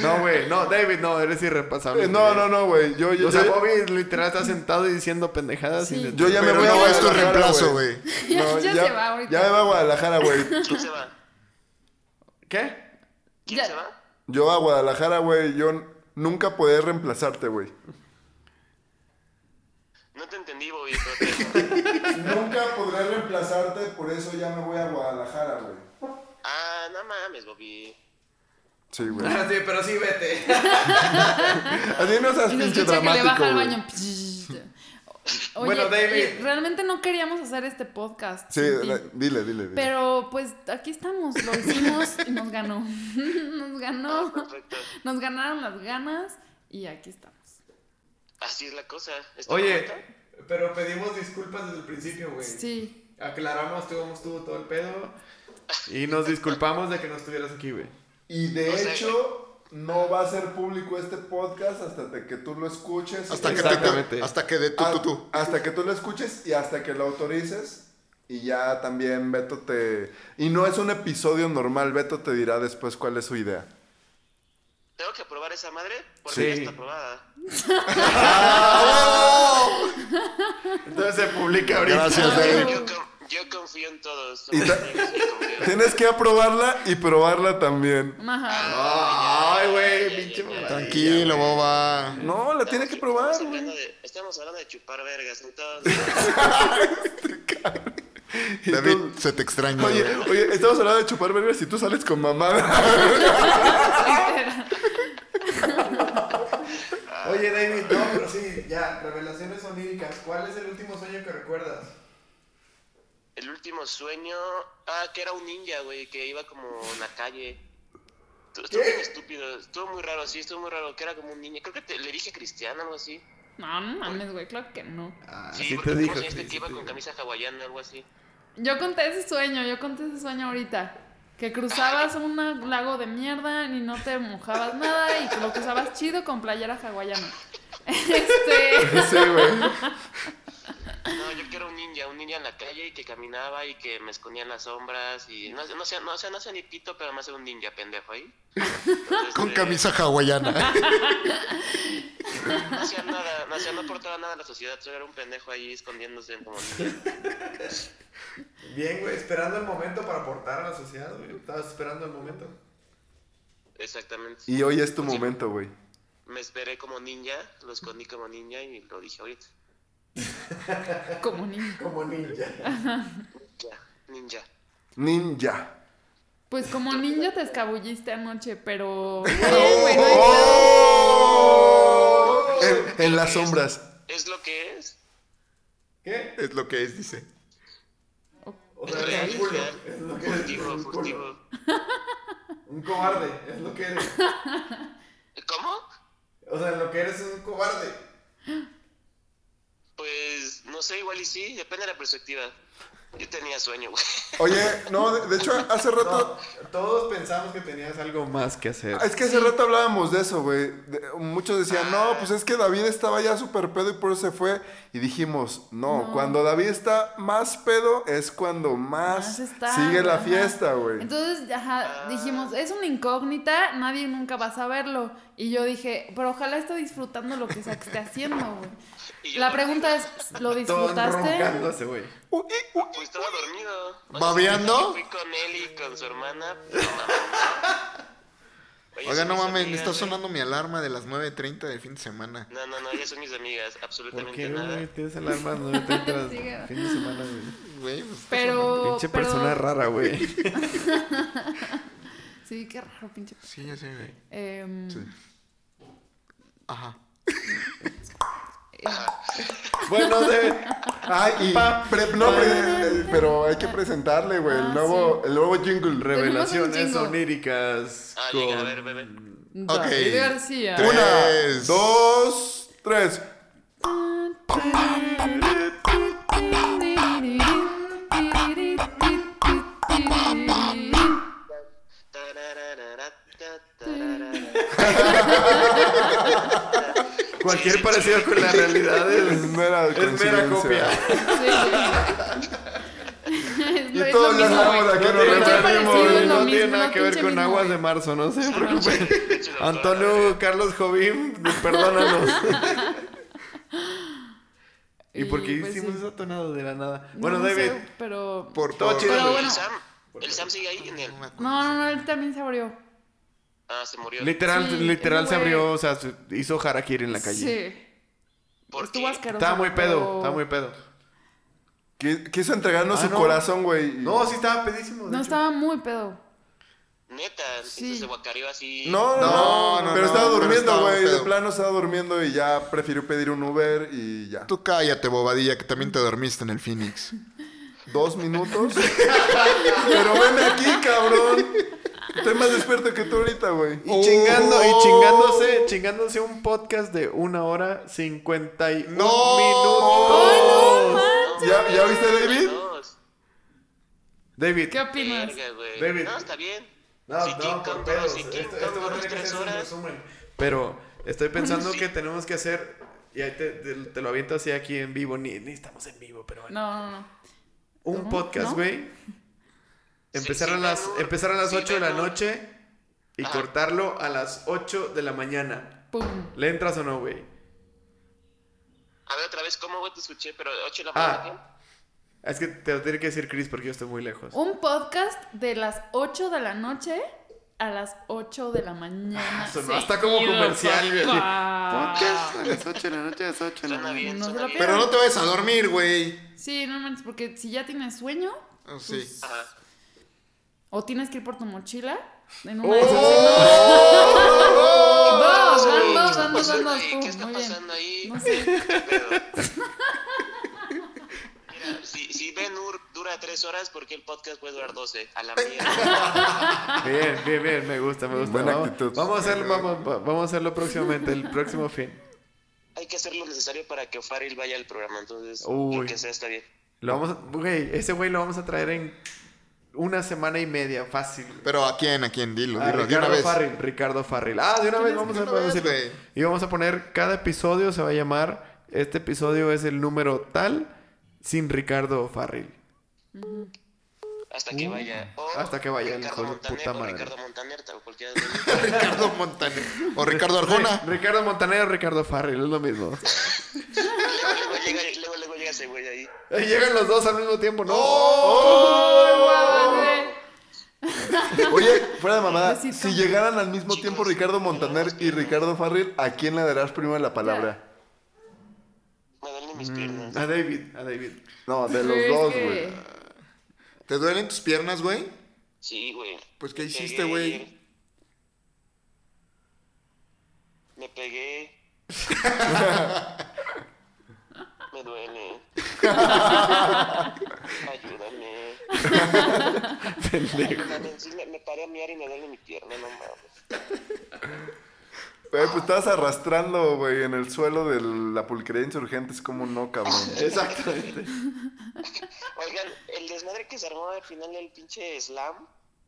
[SPEAKER 3] No, güey, no, David, no, eres irrepasable.
[SPEAKER 1] Eh, No,
[SPEAKER 3] güey.
[SPEAKER 1] no, no, güey. Yo, yo,
[SPEAKER 3] O sea,
[SPEAKER 1] yo-
[SPEAKER 3] Bobby literal está sentado y diciendo pendejadas.
[SPEAKER 2] Sí.
[SPEAKER 3] Y de-
[SPEAKER 1] yo ya me
[SPEAKER 4] Pero
[SPEAKER 1] voy a
[SPEAKER 4] no es tu
[SPEAKER 1] Guadalajara,
[SPEAKER 4] reemplazo, güey.
[SPEAKER 2] Ya-
[SPEAKER 1] No,
[SPEAKER 2] ya se va ahorita.
[SPEAKER 1] Ya me va a Guadalajara, güey.
[SPEAKER 6] ¿Quién se va?
[SPEAKER 3] ¿Qué?
[SPEAKER 6] ¿Quién
[SPEAKER 2] Ya-
[SPEAKER 6] se va?
[SPEAKER 1] Yo a Guadalajara, güey. Yo n- nunca podré reemplazarte, güey.
[SPEAKER 6] No te entendí, Bobby, pero te-
[SPEAKER 1] Nunca podré reemplazarte, por eso ya me voy a Guadalajara, güey.
[SPEAKER 6] Ah, no mames, Bobby.
[SPEAKER 1] Sí, güey.
[SPEAKER 3] Ah, sí, pero sí vete.
[SPEAKER 1] Así no seas
[SPEAKER 2] Y se
[SPEAKER 1] pinche
[SPEAKER 2] escucha que le
[SPEAKER 1] dramático,
[SPEAKER 2] baja al
[SPEAKER 1] güey.
[SPEAKER 2] baño. Oye,
[SPEAKER 3] Bueno, David.
[SPEAKER 2] eh, realmente no queríamos hacer este podcast.
[SPEAKER 1] Sí,
[SPEAKER 2] sin ti.
[SPEAKER 1] la- dile, dile, dile.
[SPEAKER 2] Pero pues aquí estamos, lo hicimos y nos ganó. Nos ganó.
[SPEAKER 6] Perfecto.
[SPEAKER 2] Nos ganaron las ganas y aquí estamos.
[SPEAKER 6] Así es la cosa. ¿Está
[SPEAKER 3] Oye,
[SPEAKER 6] correcto?
[SPEAKER 3] pero pedimos disculpas desde el principio, güey.
[SPEAKER 2] Sí.
[SPEAKER 3] Aclaramos, tuvimos tú todo el pedo. Y nos disculpamos de que no estuvieras aquí, güey.
[SPEAKER 1] Y de
[SPEAKER 6] O sea,
[SPEAKER 1] hecho, no va a ser público este podcast hasta te- que tú lo escuches.
[SPEAKER 4] Hasta que,
[SPEAKER 3] Exactamente.
[SPEAKER 4] te- hasta que de tú,
[SPEAKER 1] Ah,
[SPEAKER 4] tú, tú.
[SPEAKER 1] Hasta que tú lo escuches y hasta que lo autorices. Y ya también Beto te... Y no es un episodio normal, Beto te dirá después cuál es su idea.
[SPEAKER 6] ¿Tengo que aprobar esa madre? Porque
[SPEAKER 3] Sí.
[SPEAKER 6] ya está aprobada.
[SPEAKER 3] Entonces se publica ahorita.
[SPEAKER 4] Gracias, Dave.
[SPEAKER 6] Yo, con- yo confío en todos.
[SPEAKER 1] Y ta-
[SPEAKER 6] amigos, yo confío.
[SPEAKER 1] Tienes que aprobarla y probarla también.
[SPEAKER 2] Ajá.
[SPEAKER 3] Ah. Ay, güey, pinche mamadilla.
[SPEAKER 4] Tranquilo, boba.
[SPEAKER 1] No, la tiene que probar,
[SPEAKER 6] Estamos hablando
[SPEAKER 1] güey.
[SPEAKER 6] de- Estamos hablando de chupar vergas, entonces.
[SPEAKER 1] Y
[SPEAKER 4] David,
[SPEAKER 1] tú-
[SPEAKER 4] se te extraña.
[SPEAKER 1] Oye,
[SPEAKER 4] güey.
[SPEAKER 1] oye, estamos hablando de chupar vergas y tú sales con mamada.
[SPEAKER 3] Oye, David, no, pero sí, ya, revelaciones oníricas. ¿Cuál es el último sueño que recuerdas?
[SPEAKER 6] El último sueño. Ah, que era un ninja, güey, que iba como en la calle. Estu- Estuvo bien estúpido, estuvo muy raro, sí, estuvo muy raro, que era como un ninja. Creo que te- le dije cristiano, algo así.
[SPEAKER 2] No, no mames, güey, claro que no.
[SPEAKER 3] Ah,
[SPEAKER 6] Sí, porque ¿cómo se dice que iba con camisa hawaiana, algo así.
[SPEAKER 2] Yo conté ese sueño, yo conté ese sueño ahorita. Que cruzabas un lago de mierda y no te mojabas nada y que lo cruzabas chido con playera hawaiana. Este.
[SPEAKER 1] Sí, güey.
[SPEAKER 6] No, yo que era un ninja, un ninja en la calle y que caminaba y que me escondía en las sombras y no, no sé, no sé, no sé ni pito, pero me hace un ninja pendejo ahí. Entonces,
[SPEAKER 4] Con
[SPEAKER 6] eh,
[SPEAKER 4] camisa hawaiana.
[SPEAKER 6] No hacía nada, no hacía, no aportaba nada a la sociedad, solo era un pendejo ahí escondiéndose como ninja.
[SPEAKER 3] Bien, güey, esperando el momento para aportar a la sociedad, güey. Estabas esperando el momento.
[SPEAKER 6] Exactamente.
[SPEAKER 1] Y hoy es tu momento, güey.
[SPEAKER 6] Me esperé como ninja, lo escondí como ninja y lo dije ahorita.
[SPEAKER 2] Como niño.
[SPEAKER 3] Como ninja.
[SPEAKER 6] Ya, ninja.
[SPEAKER 1] Ninja.
[SPEAKER 2] Pues como ninja te escabulliste anoche, pero. No, güey, no hay pedo.
[SPEAKER 1] Oh. En, en las sombras.
[SPEAKER 6] es lo que es.
[SPEAKER 5] ¿Qué?
[SPEAKER 4] Es lo que es, dice.
[SPEAKER 5] O
[SPEAKER 6] Es
[SPEAKER 5] sea, eres un culo.
[SPEAKER 6] real,
[SPEAKER 5] Es lo que eres.
[SPEAKER 6] Furtivo,
[SPEAKER 5] un culo.
[SPEAKER 6] furtivo.
[SPEAKER 5] Un cobarde, es lo que eres.
[SPEAKER 6] ¿Cómo?
[SPEAKER 5] O sea, lo que eres es un cobarde.
[SPEAKER 6] Pues no sé, igual y sí, depende de la perspectiva. Yo tenía sueño, güey.
[SPEAKER 1] Oye, no, de, de hecho, hace rato.
[SPEAKER 5] No, todos pensamos que tenías algo.
[SPEAKER 3] Algo más que hacer.
[SPEAKER 1] Es que hace rato hablábamos de eso, güey. De- Muchos decían,
[SPEAKER 6] Ah.
[SPEAKER 1] no, pues es que David estaba ya súper pedo y por eso se fue. Y dijimos, no,
[SPEAKER 2] No.
[SPEAKER 1] cuando David está más pedo es cuando más,
[SPEAKER 2] Más está,
[SPEAKER 1] sigue la
[SPEAKER 2] ajá.
[SPEAKER 1] fiesta, güey.
[SPEAKER 2] Entonces, ajá, dijimos, es una incógnita, nadie nunca va a saberlo. Y yo dije, pero ojalá esté disfrutando lo que sea que esté haciendo, güey.
[SPEAKER 6] Y yo
[SPEAKER 2] La
[SPEAKER 6] no,
[SPEAKER 2] pregunta es, ¿lo
[SPEAKER 3] Todo
[SPEAKER 2] disfrutaste?
[SPEAKER 3] roncándose, güey.
[SPEAKER 6] Pues estaba dormido. O sea,
[SPEAKER 4] ¿Babeando?
[SPEAKER 6] Fui con él y con su hermana. No mames. Oye,
[SPEAKER 4] Oiga,
[SPEAKER 6] son
[SPEAKER 4] no
[SPEAKER 6] mis
[SPEAKER 4] mames, me
[SPEAKER 6] amigas,
[SPEAKER 4] está
[SPEAKER 6] güey.
[SPEAKER 4] sonando mi alarma de las 9.30 del fin de semana.
[SPEAKER 6] No, no, no, ellas son mis amigas,
[SPEAKER 3] ¿Por
[SPEAKER 6] absolutamente
[SPEAKER 3] qué,
[SPEAKER 6] nada.
[SPEAKER 3] güey? Tienes alarma, no te entras.
[SPEAKER 2] Sigue.
[SPEAKER 3] fin de semana, güey.
[SPEAKER 4] Güey, pues, está sonando.
[SPEAKER 2] Pero,
[SPEAKER 3] Pinche
[SPEAKER 2] pero-
[SPEAKER 3] persona rara, güey.
[SPEAKER 2] Sí, qué raro, pinche.
[SPEAKER 4] Sí, ya sé, güey.
[SPEAKER 2] Em,
[SPEAKER 4] Ajá.
[SPEAKER 3] bueno, de...
[SPEAKER 1] Ay, y pre- no, pre- eh, pero hay que presentarle, güey,
[SPEAKER 2] Ah,
[SPEAKER 1] el, nuevo, el nuevo jingle.
[SPEAKER 3] revelaciones
[SPEAKER 2] chingo.
[SPEAKER 3] oníricas.
[SPEAKER 6] Ah,
[SPEAKER 3] con...
[SPEAKER 6] venga, a ver, bebé.
[SPEAKER 2] David García.
[SPEAKER 4] Tres.
[SPEAKER 1] Una, dos, tres.
[SPEAKER 6] Tararara, ta, tararara.
[SPEAKER 3] Cualquier parecido con la realidad
[SPEAKER 1] Es
[SPEAKER 3] es,
[SPEAKER 1] mera
[SPEAKER 3] es mera
[SPEAKER 1] coincidencia.
[SPEAKER 3] copia.
[SPEAKER 1] Y todos ya sabemos a qué nos
[SPEAKER 2] Cualquier
[SPEAKER 3] referimos,
[SPEAKER 2] parecido es lo
[SPEAKER 3] no tiene
[SPEAKER 2] mismo,
[SPEAKER 3] nada que ver
[SPEAKER 2] pinche
[SPEAKER 3] con
[SPEAKER 2] mismo,
[SPEAKER 3] aguas
[SPEAKER 2] güey.
[SPEAKER 3] de marzo, no se preocupen.
[SPEAKER 6] Pinche doctora,
[SPEAKER 3] Antonio Carlos Jovín, perdónanos. ¿Y por qué
[SPEAKER 2] Y, pues,
[SPEAKER 3] hicimos
[SPEAKER 2] sí.
[SPEAKER 3] eso tonado de la nada?
[SPEAKER 2] No,
[SPEAKER 3] Bueno,
[SPEAKER 2] no
[SPEAKER 3] David,
[SPEAKER 2] sé, pero.
[SPEAKER 4] Por,
[SPEAKER 3] Todo
[SPEAKER 4] por-
[SPEAKER 3] chido.
[SPEAKER 2] Pero bueno.
[SPEAKER 6] El Sam, el Sam sigue ahí en el.
[SPEAKER 4] No me acuerdo.
[SPEAKER 2] No, no, no, él también se abrió.
[SPEAKER 6] Ah, se murió.
[SPEAKER 3] literal,
[SPEAKER 2] Sí,
[SPEAKER 3] literal se
[SPEAKER 2] güey.
[SPEAKER 3] abrió, o sea, se hizo harakiri en la calle.
[SPEAKER 2] Sí.
[SPEAKER 6] ¿Por
[SPEAKER 2] Estuvo
[SPEAKER 6] qué?
[SPEAKER 2] asqueroso.
[SPEAKER 3] Estaba muy
[SPEAKER 2] pero-
[SPEAKER 3] pedo, estaba muy pedo.
[SPEAKER 1] Qui- Quiso entregarnos
[SPEAKER 3] Ah,
[SPEAKER 1] su
[SPEAKER 3] no.
[SPEAKER 1] corazón, güey. y-
[SPEAKER 3] No, sí estaba pedísimo. de
[SPEAKER 2] No,
[SPEAKER 3] hecho.
[SPEAKER 2] estaba muy pedo.
[SPEAKER 6] Neta,
[SPEAKER 2] Sí.
[SPEAKER 6] se guacareó así.
[SPEAKER 1] No, no,
[SPEAKER 4] No,
[SPEAKER 1] no,
[SPEAKER 4] no,
[SPEAKER 1] pero
[SPEAKER 4] no,
[SPEAKER 1] estaba
[SPEAKER 4] pero
[SPEAKER 1] durmiendo,
[SPEAKER 4] estaba
[SPEAKER 1] güey. De
[SPEAKER 4] pedo.
[SPEAKER 1] plano estaba durmiendo y ya prefirió pedir un Uber y ya.
[SPEAKER 4] Tú cállate, bobadilla, que también te dormiste en el Phoenix.
[SPEAKER 1] Dos minutos. pero ven aquí, cabrón. Estoy más despierto que tú ahorita, güey. Oh.
[SPEAKER 3] Y chingando, y chingándose, chingándose un podcast de una hora cincuenta y un
[SPEAKER 4] No.
[SPEAKER 6] ¡Oh,
[SPEAKER 3] minutos.
[SPEAKER 1] ¿Ya, ya viste, David?
[SPEAKER 6] Dos.
[SPEAKER 3] David,
[SPEAKER 2] ¿Qué opinas?
[SPEAKER 6] Verga, güey.
[SPEAKER 3] David.
[SPEAKER 6] No, está bien.
[SPEAKER 5] No,
[SPEAKER 6] si King
[SPEAKER 5] no, por
[SPEAKER 6] Kong,
[SPEAKER 5] pedos. Esto,
[SPEAKER 6] si
[SPEAKER 3] Este,
[SPEAKER 6] King
[SPEAKER 5] esto
[SPEAKER 6] Kong
[SPEAKER 5] no
[SPEAKER 6] dos,
[SPEAKER 5] tiene que
[SPEAKER 6] tres
[SPEAKER 5] ser un
[SPEAKER 6] horas.
[SPEAKER 5] resumen.
[SPEAKER 3] pero estoy pensando que tenemos que hacer, y ahí te, te- te lo aviento así aquí en vivo, ni, ni estamos en vivo, pero bueno.
[SPEAKER 2] No, no, no.
[SPEAKER 3] Un
[SPEAKER 2] ¿No?
[SPEAKER 3] podcast,
[SPEAKER 2] ¿No?
[SPEAKER 3] güey. Empezar,
[SPEAKER 6] sí,
[SPEAKER 3] a las,
[SPEAKER 6] Benur.
[SPEAKER 3] empezar a las
[SPEAKER 6] Sí,
[SPEAKER 3] 8 de la
[SPEAKER 6] Benur.
[SPEAKER 3] noche y
[SPEAKER 6] Ajá.
[SPEAKER 3] cortarlo a las 8 de la mañana.
[SPEAKER 2] Pum.
[SPEAKER 3] ¿Le entras o no, güey?
[SPEAKER 6] A ver, otra vez, ¿cómo, güey? Te escuché, pero 8 de la mañana. ¿qué?
[SPEAKER 3] Ah, es que te lo tiene que decir Chris porque yo estoy muy lejos.
[SPEAKER 2] Un podcast de las 8 de la noche a las 8 de la mañana.
[SPEAKER 3] Ah, Sonó hasta como
[SPEAKER 2] Seguido,
[SPEAKER 3] comercial, güey.
[SPEAKER 2] papá.
[SPEAKER 7] a las 8 de la noche, a las 8 de la
[SPEAKER 6] Suena
[SPEAKER 7] noche.
[SPEAKER 6] bien,
[SPEAKER 2] No se
[SPEAKER 6] suena
[SPEAKER 2] lo
[SPEAKER 6] bien.
[SPEAKER 4] Pero no te vayas a dormir, güey.
[SPEAKER 2] Sí, no manches, porque si ya tienes sueño
[SPEAKER 4] Ah, sí.
[SPEAKER 6] Ajá.
[SPEAKER 2] o tienes que ir por tu mochila, en
[SPEAKER 3] ¡Oh!
[SPEAKER 1] Oh.
[SPEAKER 2] una de esas- Dos, van dos, van dos, van dos.
[SPEAKER 6] Ey,
[SPEAKER 2] Pum,
[SPEAKER 6] ¿Qué está
[SPEAKER 2] muy bien.
[SPEAKER 6] pasando ahí?
[SPEAKER 2] No sé.
[SPEAKER 6] ¿Qué pedo? Mira, si, si Ben Hur dura 3 horas, ¿por qué el podcast puede durar 12? A la mierda.
[SPEAKER 3] Bien, bien, bien, me gusta, me gusta.
[SPEAKER 1] Buena
[SPEAKER 3] vamos,
[SPEAKER 1] actitud.
[SPEAKER 3] vamos a hacerlo, vamos, va- vamos a hacerlo próximamente, el próximo fin.
[SPEAKER 6] Hay que hacer lo necesario para que Faril vaya al programa, entonces
[SPEAKER 3] Uy.
[SPEAKER 6] lo que sea está bien.
[SPEAKER 3] Lo vamos, a- güey, ese güey lo vamos a traer en una semana y media, fácil.
[SPEAKER 4] Pero ¿a quién? ¿A quién? Dilo,
[SPEAKER 3] A
[SPEAKER 4] dilo, de
[SPEAKER 3] Ricardo
[SPEAKER 4] una vez.
[SPEAKER 3] Farril, Ricardo Farril. Ah, de una vez vamos
[SPEAKER 4] de
[SPEAKER 3] a
[SPEAKER 4] una vez,
[SPEAKER 3] decirlo.
[SPEAKER 4] güey.
[SPEAKER 3] Y vamos a poner cada episodio se va a llamar. Este episodio es el número tal sin Ricardo Farril.
[SPEAKER 6] Hasta que vaya. O
[SPEAKER 3] hasta que vaya el hijo
[SPEAKER 6] Ricardo
[SPEAKER 3] de
[SPEAKER 6] Montaner
[SPEAKER 3] puta
[SPEAKER 6] o
[SPEAKER 3] madre.
[SPEAKER 6] Ricardo Montaner, o cualquiera de ellos.
[SPEAKER 4] Ricardo Montaner. O Ricardo Arjona.
[SPEAKER 3] Ri- Ricardo Montaner o Ricardo Farril, es lo mismo.
[SPEAKER 6] luego, llega, luego, luego llega ese güey ahí.
[SPEAKER 3] Eh, Llegan los dos al mismo tiempo, ¿no?
[SPEAKER 1] Oh.
[SPEAKER 2] Madre.
[SPEAKER 1] Oye, fuera de mamada,
[SPEAKER 2] Besito.
[SPEAKER 1] si llegaran al mismo tiempo Ricardo Montaner y Ricardo Farril, ¿a quién le darás primero la palabra?
[SPEAKER 6] Me duelen
[SPEAKER 3] Mm.
[SPEAKER 6] mis piernas.
[SPEAKER 3] A David, a David.
[SPEAKER 1] No, de
[SPEAKER 2] Pero
[SPEAKER 1] los
[SPEAKER 2] es
[SPEAKER 1] dos,
[SPEAKER 2] que-
[SPEAKER 1] güey.
[SPEAKER 4] ¿Te duelen tus piernas, güey?
[SPEAKER 6] Sí, güey.
[SPEAKER 4] Pues, ¿qué
[SPEAKER 6] Me
[SPEAKER 4] hiciste,
[SPEAKER 6] pegué
[SPEAKER 4] güey?
[SPEAKER 6] ayer. Me pegué. Ayúdame.
[SPEAKER 3] Pendejo.
[SPEAKER 6] Ayúdame. Sí, me, me paré a miar y me duele mi pierna, no mames.
[SPEAKER 1] Güey, pues estabas arrastrando, güey, en el suelo de la pulquería de insurgentes, ¿cómo no, cabrón?
[SPEAKER 3] Exactamente.
[SPEAKER 6] Oigan, el desmadre que se armó al final del pinche slam,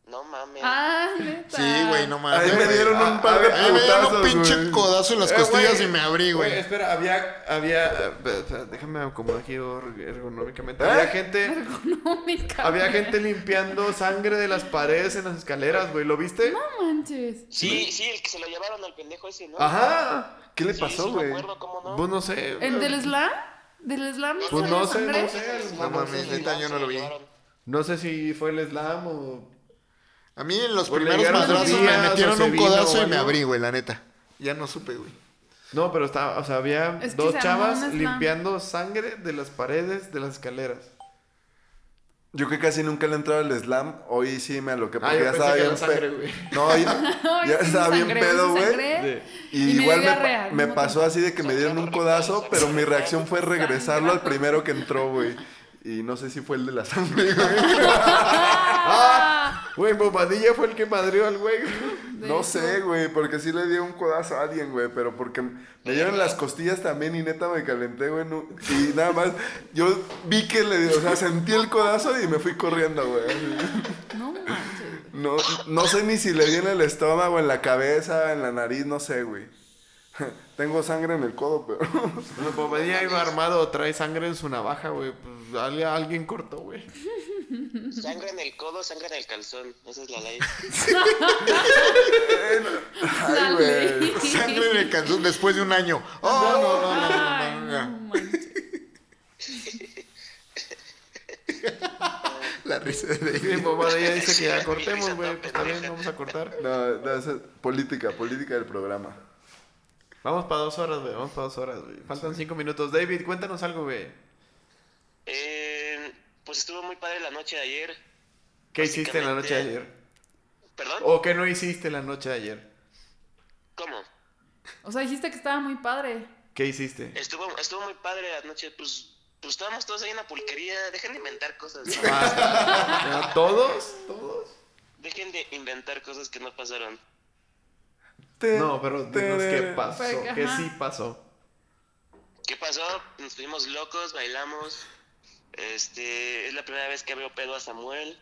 [SPEAKER 6] no mames.
[SPEAKER 2] Ah, neta.
[SPEAKER 4] Sí, güey, no mames.
[SPEAKER 1] Ahí me
[SPEAKER 4] güey.
[SPEAKER 1] dieron un
[SPEAKER 4] A-
[SPEAKER 1] par de
[SPEAKER 4] a- ahí me dieron un
[SPEAKER 1] putazos,
[SPEAKER 4] pinche
[SPEAKER 1] güey.
[SPEAKER 4] codazo en las
[SPEAKER 3] Eh,
[SPEAKER 4] costillas
[SPEAKER 3] güey,
[SPEAKER 4] y me abrí, güey.
[SPEAKER 3] Espera, había. había eh, déjame acomodar aquí ergonómicamente.
[SPEAKER 1] ¿Eh?
[SPEAKER 3] Había gente.
[SPEAKER 2] No, mi cabrón.
[SPEAKER 3] Había gente limpiando sangre de las paredes en las escaleras, güey. ¿Lo viste?
[SPEAKER 2] No manches.
[SPEAKER 6] Sí, sí, el que se lo llevaron al pendejo ese, ¿no?
[SPEAKER 3] Ajá.
[SPEAKER 1] ¿Qué le
[SPEAKER 6] Sí,
[SPEAKER 1] pasó,
[SPEAKER 6] sí, me
[SPEAKER 1] güey?
[SPEAKER 6] acuerdo, ¿cómo no?
[SPEAKER 3] Pues no sé.
[SPEAKER 2] ¿El del slam? ¿Del slam?
[SPEAKER 3] Pues no sé, no
[SPEAKER 2] sangre?
[SPEAKER 3] sé.
[SPEAKER 6] Sí,
[SPEAKER 4] No mames,
[SPEAKER 6] sí,
[SPEAKER 4] neta,
[SPEAKER 6] sí,
[SPEAKER 4] yo no
[SPEAKER 6] se
[SPEAKER 4] lo vi.
[SPEAKER 6] llevaron.
[SPEAKER 3] No sé si fue el slam o.
[SPEAKER 4] A mí en los
[SPEAKER 3] O le
[SPEAKER 4] primeros
[SPEAKER 3] llegaron
[SPEAKER 4] madrazos me
[SPEAKER 3] días, o
[SPEAKER 4] metieron
[SPEAKER 3] se
[SPEAKER 4] un
[SPEAKER 3] vino,
[SPEAKER 4] codazo
[SPEAKER 3] o
[SPEAKER 4] y me
[SPEAKER 3] algo.
[SPEAKER 4] abrí, güey, la neta. Ya no supe, güey.
[SPEAKER 3] No, pero estaba, o sea, había
[SPEAKER 2] Es que
[SPEAKER 3] dos
[SPEAKER 2] se armó un
[SPEAKER 3] chavas
[SPEAKER 2] slam.
[SPEAKER 3] limpiando sangre de las paredes de las escaleras.
[SPEAKER 1] Yo que casi nunca le he entrado al slam, hoy sí me aloqué porque
[SPEAKER 3] Ah, yo
[SPEAKER 1] ya
[SPEAKER 3] pensé
[SPEAKER 1] estaba
[SPEAKER 3] que
[SPEAKER 1] bien
[SPEAKER 3] era sangre,
[SPEAKER 1] pe-
[SPEAKER 3] güey.
[SPEAKER 1] No, hoy-
[SPEAKER 2] Ay,
[SPEAKER 1] ya
[SPEAKER 2] sí,
[SPEAKER 1] estaba bien
[SPEAKER 2] sangré,
[SPEAKER 1] pedo,
[SPEAKER 2] sí,
[SPEAKER 1] güey.
[SPEAKER 2] sangré.
[SPEAKER 1] Y
[SPEAKER 2] Y me
[SPEAKER 1] igual
[SPEAKER 2] dio
[SPEAKER 1] me, pa-
[SPEAKER 2] diarrea al
[SPEAKER 1] me
[SPEAKER 2] mismo
[SPEAKER 1] pasó
[SPEAKER 2] tiempo.
[SPEAKER 1] así de que me dieron un codazo, pero mi reacción fue regresarlo al primero que entró, güey. Y no sé si fue el de la sangre, güey.
[SPEAKER 2] Ah,
[SPEAKER 3] Güey, Bobadilla fue el que madrió al güey.
[SPEAKER 2] de
[SPEAKER 1] No
[SPEAKER 2] eso.
[SPEAKER 1] sé, güey, porque sí le di un codazo a alguien, güey, pero porque me dieron las costillas también y neta me calenté, güey. no- y nada más, yo vi que le, o sea, sentí el codazo y me fui corriendo, güey.
[SPEAKER 2] No manches.
[SPEAKER 1] No, no sé ni si le di en el estómago, en la cabeza, en la nariz, no sé, güey. Tengo sangre en el codo, pero.
[SPEAKER 3] Bueno, Bobadilla iba armado, trae sangre en su navaja, güey. Pues al- alguien cortó, güey.
[SPEAKER 6] Sangre en el codo, sangre en el calzón. Esa es la ley.
[SPEAKER 1] Ay, güey.
[SPEAKER 4] Sangre en el calzón después de un año. Oh, no, no, no,
[SPEAKER 2] Ay,
[SPEAKER 4] no, no,
[SPEAKER 2] no
[SPEAKER 4] no.
[SPEAKER 2] manches.
[SPEAKER 4] La risa de
[SPEAKER 3] Y Bobadilla dice que ya cortemos, güey. Pues también vamos a cortar.
[SPEAKER 1] No, no, esa es política, política del programa.
[SPEAKER 3] Vamos para dos horas, güey. Vamos para dos horas, güey. Faltan cinco minutos. David, cuéntanos algo, güey.
[SPEAKER 6] Eh, pues estuvo muy padre la noche de ayer.
[SPEAKER 3] ¿Qué hiciste en la noche de ayer?
[SPEAKER 6] ¿Perdón?
[SPEAKER 3] ¿O qué no hiciste en la noche de ayer?
[SPEAKER 6] ¿Cómo?
[SPEAKER 2] O sea, dijiste que estaba muy padre.
[SPEAKER 3] ¿Qué hiciste?
[SPEAKER 6] Estuvo, estuvo muy padre la noche. Pues, pues estábamos todos ahí en la pulquería. Dejen de inventar cosas.
[SPEAKER 3] Ah, ¿a ¿Todos? ¿Todos?
[SPEAKER 6] Dejen de inventar cosas que no pasaron.
[SPEAKER 3] No, pero dinos qué pasó.
[SPEAKER 2] Fue que,
[SPEAKER 3] ¿Qué
[SPEAKER 2] ajá.
[SPEAKER 3] sí pasó?
[SPEAKER 6] ¿Qué pasó? Nos fuimos locos, bailamos. Este, es la primera vez que veo pedo a Samuel.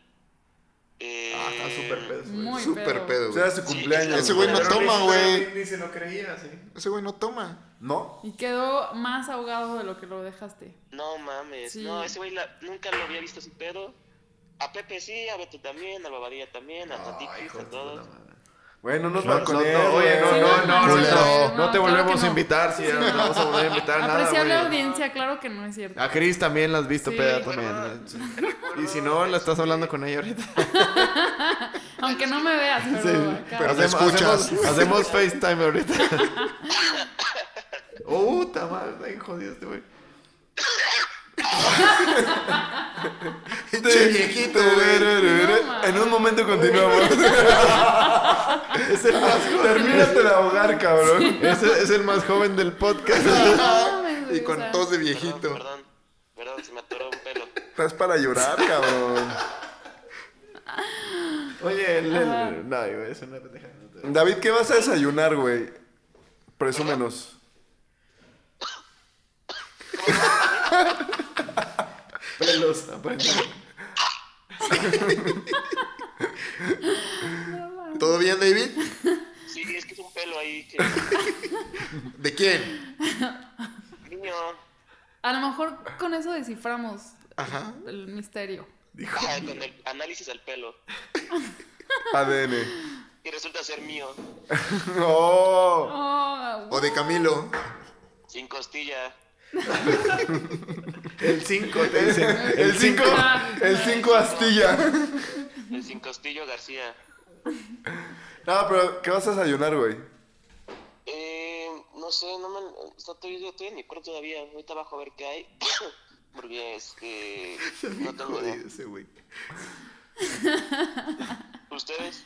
[SPEAKER 6] Eh,
[SPEAKER 3] Ah, está súper pedo, güey.
[SPEAKER 2] Muy
[SPEAKER 4] Súper
[SPEAKER 2] pedo.
[SPEAKER 4] pedo,
[SPEAKER 1] O sea,
[SPEAKER 4] güey.
[SPEAKER 1] era su
[SPEAKER 6] Sí,
[SPEAKER 1] cumpleaños.
[SPEAKER 4] Ese güey no
[SPEAKER 3] Pero
[SPEAKER 4] toma,
[SPEAKER 3] ni-
[SPEAKER 4] güey.
[SPEAKER 3] Ni se lo creía, sí.
[SPEAKER 4] Ese güey no toma.
[SPEAKER 1] ¿No?
[SPEAKER 2] Y quedó más ahogado de lo que lo dejaste.
[SPEAKER 6] No mames.
[SPEAKER 2] Sí.
[SPEAKER 6] No, ese güey la- nunca lo había visto así pedo. A Pepe sí, a Beto también, a Babadilla también, a Tatipis, a todos.
[SPEAKER 1] Güey, no nos
[SPEAKER 3] No, no,
[SPEAKER 1] balconees,
[SPEAKER 3] no, oye, no,
[SPEAKER 2] Sí,
[SPEAKER 3] no,
[SPEAKER 2] no,
[SPEAKER 3] no,
[SPEAKER 2] no,
[SPEAKER 4] culero.
[SPEAKER 3] no,
[SPEAKER 2] no,
[SPEAKER 3] no te
[SPEAKER 2] claro
[SPEAKER 3] volvemos
[SPEAKER 2] que
[SPEAKER 3] a
[SPEAKER 2] no.
[SPEAKER 3] invitar, si ya no te vamos a volver a invitar
[SPEAKER 2] Apreciable
[SPEAKER 3] nada, güey. Ah.
[SPEAKER 2] audiencia, claro que no es cierto.
[SPEAKER 3] A Cris también las has visto
[SPEAKER 2] Sí.
[SPEAKER 3] peda también. ¿no? Sí. Y si no, la estás hablando con ella ahorita.
[SPEAKER 2] Aunque no me veas, pero acá.
[SPEAKER 4] Pero te
[SPEAKER 3] Hacemos-
[SPEAKER 4] escuchas.
[SPEAKER 3] Hacemos, hacemos FaceTime ahorita. Uh, está mal, está bien jodido este güey.
[SPEAKER 1] Este,
[SPEAKER 4] Pinche viejito, güey.
[SPEAKER 2] No, ma.
[SPEAKER 1] En un momento continuamos.
[SPEAKER 3] Es el más joven.
[SPEAKER 1] Termínate de ahogar, cabrón.
[SPEAKER 3] Es, es el más joven del podcast.
[SPEAKER 2] No mames, güey,
[SPEAKER 4] Y
[SPEAKER 2] o
[SPEAKER 4] con
[SPEAKER 2] sea,
[SPEAKER 4] tos de
[SPEAKER 6] Perdón,
[SPEAKER 4] viejito.
[SPEAKER 6] perdón, perdón, se me atoró un pelo.
[SPEAKER 1] Estás para llorar, cabrón.
[SPEAKER 3] Oye, el, el- no, iba a decir una pendejada.
[SPEAKER 1] David, ¿qué vas a desayunar, güey? Presúmenos.
[SPEAKER 3] Pelos, aprende.
[SPEAKER 4] ¿Todo bien, David?
[SPEAKER 6] Sí, es que es un pelo ahí que.
[SPEAKER 4] ¿De quién?
[SPEAKER 6] Niño.
[SPEAKER 2] A lo mejor con eso desciframos
[SPEAKER 4] Ajá.
[SPEAKER 2] el misterio.
[SPEAKER 6] Ajá, ah, con el análisis al pelo.
[SPEAKER 1] ADN.
[SPEAKER 6] Y resulta ser mío.
[SPEAKER 1] ¡Oh!
[SPEAKER 2] Oh,
[SPEAKER 4] O de Camilo.
[SPEAKER 6] Sin costilla.
[SPEAKER 3] El 5, te dicen.
[SPEAKER 1] El 5. El 5 astilla.
[SPEAKER 6] El sin costillo García.
[SPEAKER 1] No, pero ¿qué vas a desayunar, güey?
[SPEAKER 6] Eh, no sé, no me. no estoy, yo estoy en mi cuarto todavía. Ahorita bajo a ver qué hay. Porque este. No tengo idea.
[SPEAKER 4] Jodido ese güey.
[SPEAKER 6] ¿Ustedes?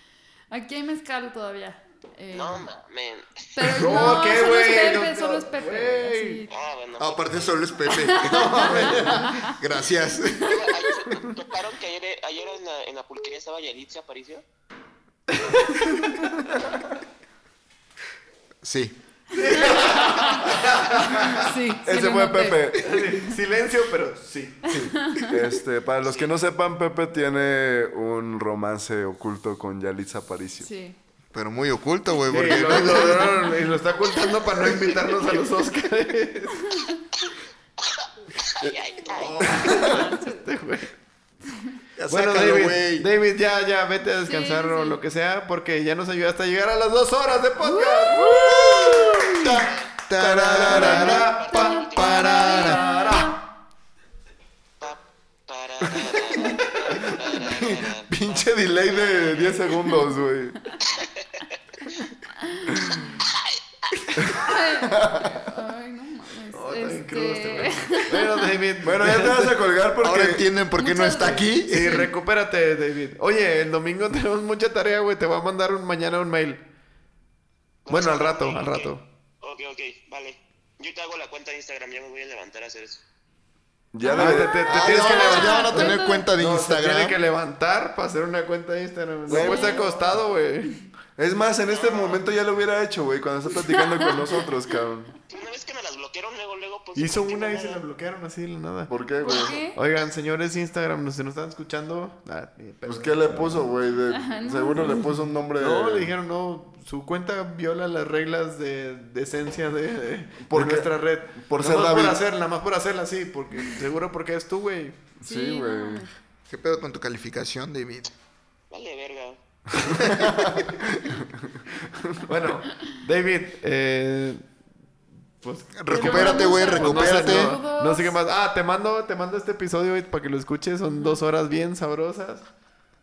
[SPEAKER 2] aquí hay mezcal todavía. Eh,
[SPEAKER 6] No, mamen.
[SPEAKER 2] Pero
[SPEAKER 3] No,
[SPEAKER 2] no,
[SPEAKER 3] ¿qué,
[SPEAKER 2] solo
[SPEAKER 3] güey?
[SPEAKER 2] es
[SPEAKER 3] No,
[SPEAKER 2] Pepe,
[SPEAKER 3] no,
[SPEAKER 2] solo es Pepe.
[SPEAKER 3] güey.
[SPEAKER 2] así.
[SPEAKER 6] Ah, bueno.
[SPEAKER 4] Aparte solo es Pepe. No, mames. Gracias.
[SPEAKER 6] Oiga, ¿Toparon que ayer, ayer en, la, en la pulquería estaba Yalitza Aparicio?
[SPEAKER 4] Sí.
[SPEAKER 2] Sí, sí
[SPEAKER 1] Ese
[SPEAKER 2] lo
[SPEAKER 1] fue
[SPEAKER 2] noté.
[SPEAKER 1] Pepe.
[SPEAKER 3] Silencio, pero sí.
[SPEAKER 1] Este, para los que no sepan, Pepe tiene un romance oculto con Yalitza Aparicio.
[SPEAKER 2] Sí.
[SPEAKER 4] Pero muy oculto, güey.
[SPEAKER 3] Y lo,
[SPEAKER 4] Porque no-
[SPEAKER 3] lo- lo- y lo está ocultando para no invitarnos a los Oscars.
[SPEAKER 6] Ay,
[SPEAKER 3] Eh,
[SPEAKER 6] ay, ay.
[SPEAKER 3] oh,
[SPEAKER 4] Ya
[SPEAKER 3] Bueno,
[SPEAKER 4] sácalo,
[SPEAKER 3] David,
[SPEAKER 4] güey.
[SPEAKER 3] David, ya, ya, vete a descansar
[SPEAKER 2] Sí,
[SPEAKER 3] o
[SPEAKER 2] sí.
[SPEAKER 3] lo que sea, porque ya nos ayudaste a llegar a las dos horas de podcast.
[SPEAKER 4] Ta- tararara, pa- parara.
[SPEAKER 6] Pa- para- ra- ra- ra- ra- ra-
[SPEAKER 1] Pinche delay de 10 segundos, güey.
[SPEAKER 2] Ay, no mames.
[SPEAKER 3] está bien crudo este
[SPEAKER 2] Este,
[SPEAKER 3] Bueno, David,
[SPEAKER 1] Bueno, ya te vas a colgar porque.
[SPEAKER 4] Ahora entienden por qué no
[SPEAKER 2] Muchas
[SPEAKER 4] está aquí.
[SPEAKER 3] Sí, recupérate, David. Oye, el domingo tenemos mucha tarea, güey. Te voy a mandar un, mañana un mail. Bueno, al rato, al rato.
[SPEAKER 6] Ok, ok, vale. Yo te hago la cuenta de Instagram, ya me voy a levantar a hacer eso.
[SPEAKER 1] Ya
[SPEAKER 3] Ah, te,
[SPEAKER 1] debe-
[SPEAKER 3] te- te
[SPEAKER 4] Ah,
[SPEAKER 3] tienes
[SPEAKER 4] ya
[SPEAKER 3] que
[SPEAKER 4] van a-
[SPEAKER 3] levantar.
[SPEAKER 4] ya van a tener cuenta de
[SPEAKER 3] No, se tiene
[SPEAKER 4] Instagram.
[SPEAKER 3] que levantar para hacer una cuenta de Instagram. No
[SPEAKER 1] Güey.
[SPEAKER 3] puede estar acostado, güey.
[SPEAKER 1] Es más, en este momento ya lo hubiera hecho, güey, cuando está platicando con nosotros, cabrón.
[SPEAKER 6] Una vez que me las bloquearon, luego, luego, pues.
[SPEAKER 3] Hizo
[SPEAKER 6] ¿por qué
[SPEAKER 3] una
[SPEAKER 6] no
[SPEAKER 3] y se la
[SPEAKER 6] nada?
[SPEAKER 3] bloquearon así de la nada.
[SPEAKER 1] ¿Por qué, güey?
[SPEAKER 2] ¿Por qué?
[SPEAKER 3] Oigan, señores, Instagram, ¿nos, se nos están escuchando? Ah, ni de pedo.
[SPEAKER 1] Pues, ¿qué le puso, güey? De-
[SPEAKER 2] no.
[SPEAKER 1] Seguro le puso un nombre.
[SPEAKER 3] No, le dijeron, no, su cuenta viola las reglas de decencia de, de- de
[SPEAKER 1] Porque-
[SPEAKER 3] nuestra red.
[SPEAKER 1] por
[SPEAKER 3] Nada
[SPEAKER 1] ser
[SPEAKER 3] más
[SPEAKER 1] David.
[SPEAKER 3] Por hacerla, nada más por hacerla así, porque seguro porque es tú, güey.
[SPEAKER 1] Sí, güey.
[SPEAKER 4] ¿Qué pedo con tu calificación, David?
[SPEAKER 6] Vale, verga.
[SPEAKER 3] Bueno, David, eh, pues...
[SPEAKER 4] Recupérate, güey,
[SPEAKER 2] Pues no
[SPEAKER 3] pues, no sé,
[SPEAKER 4] recupérate.
[SPEAKER 3] No, no sé qué más. Ah, te mando, te mando este episodio güey, para que lo escuches. Son dos horas bien sabrosas.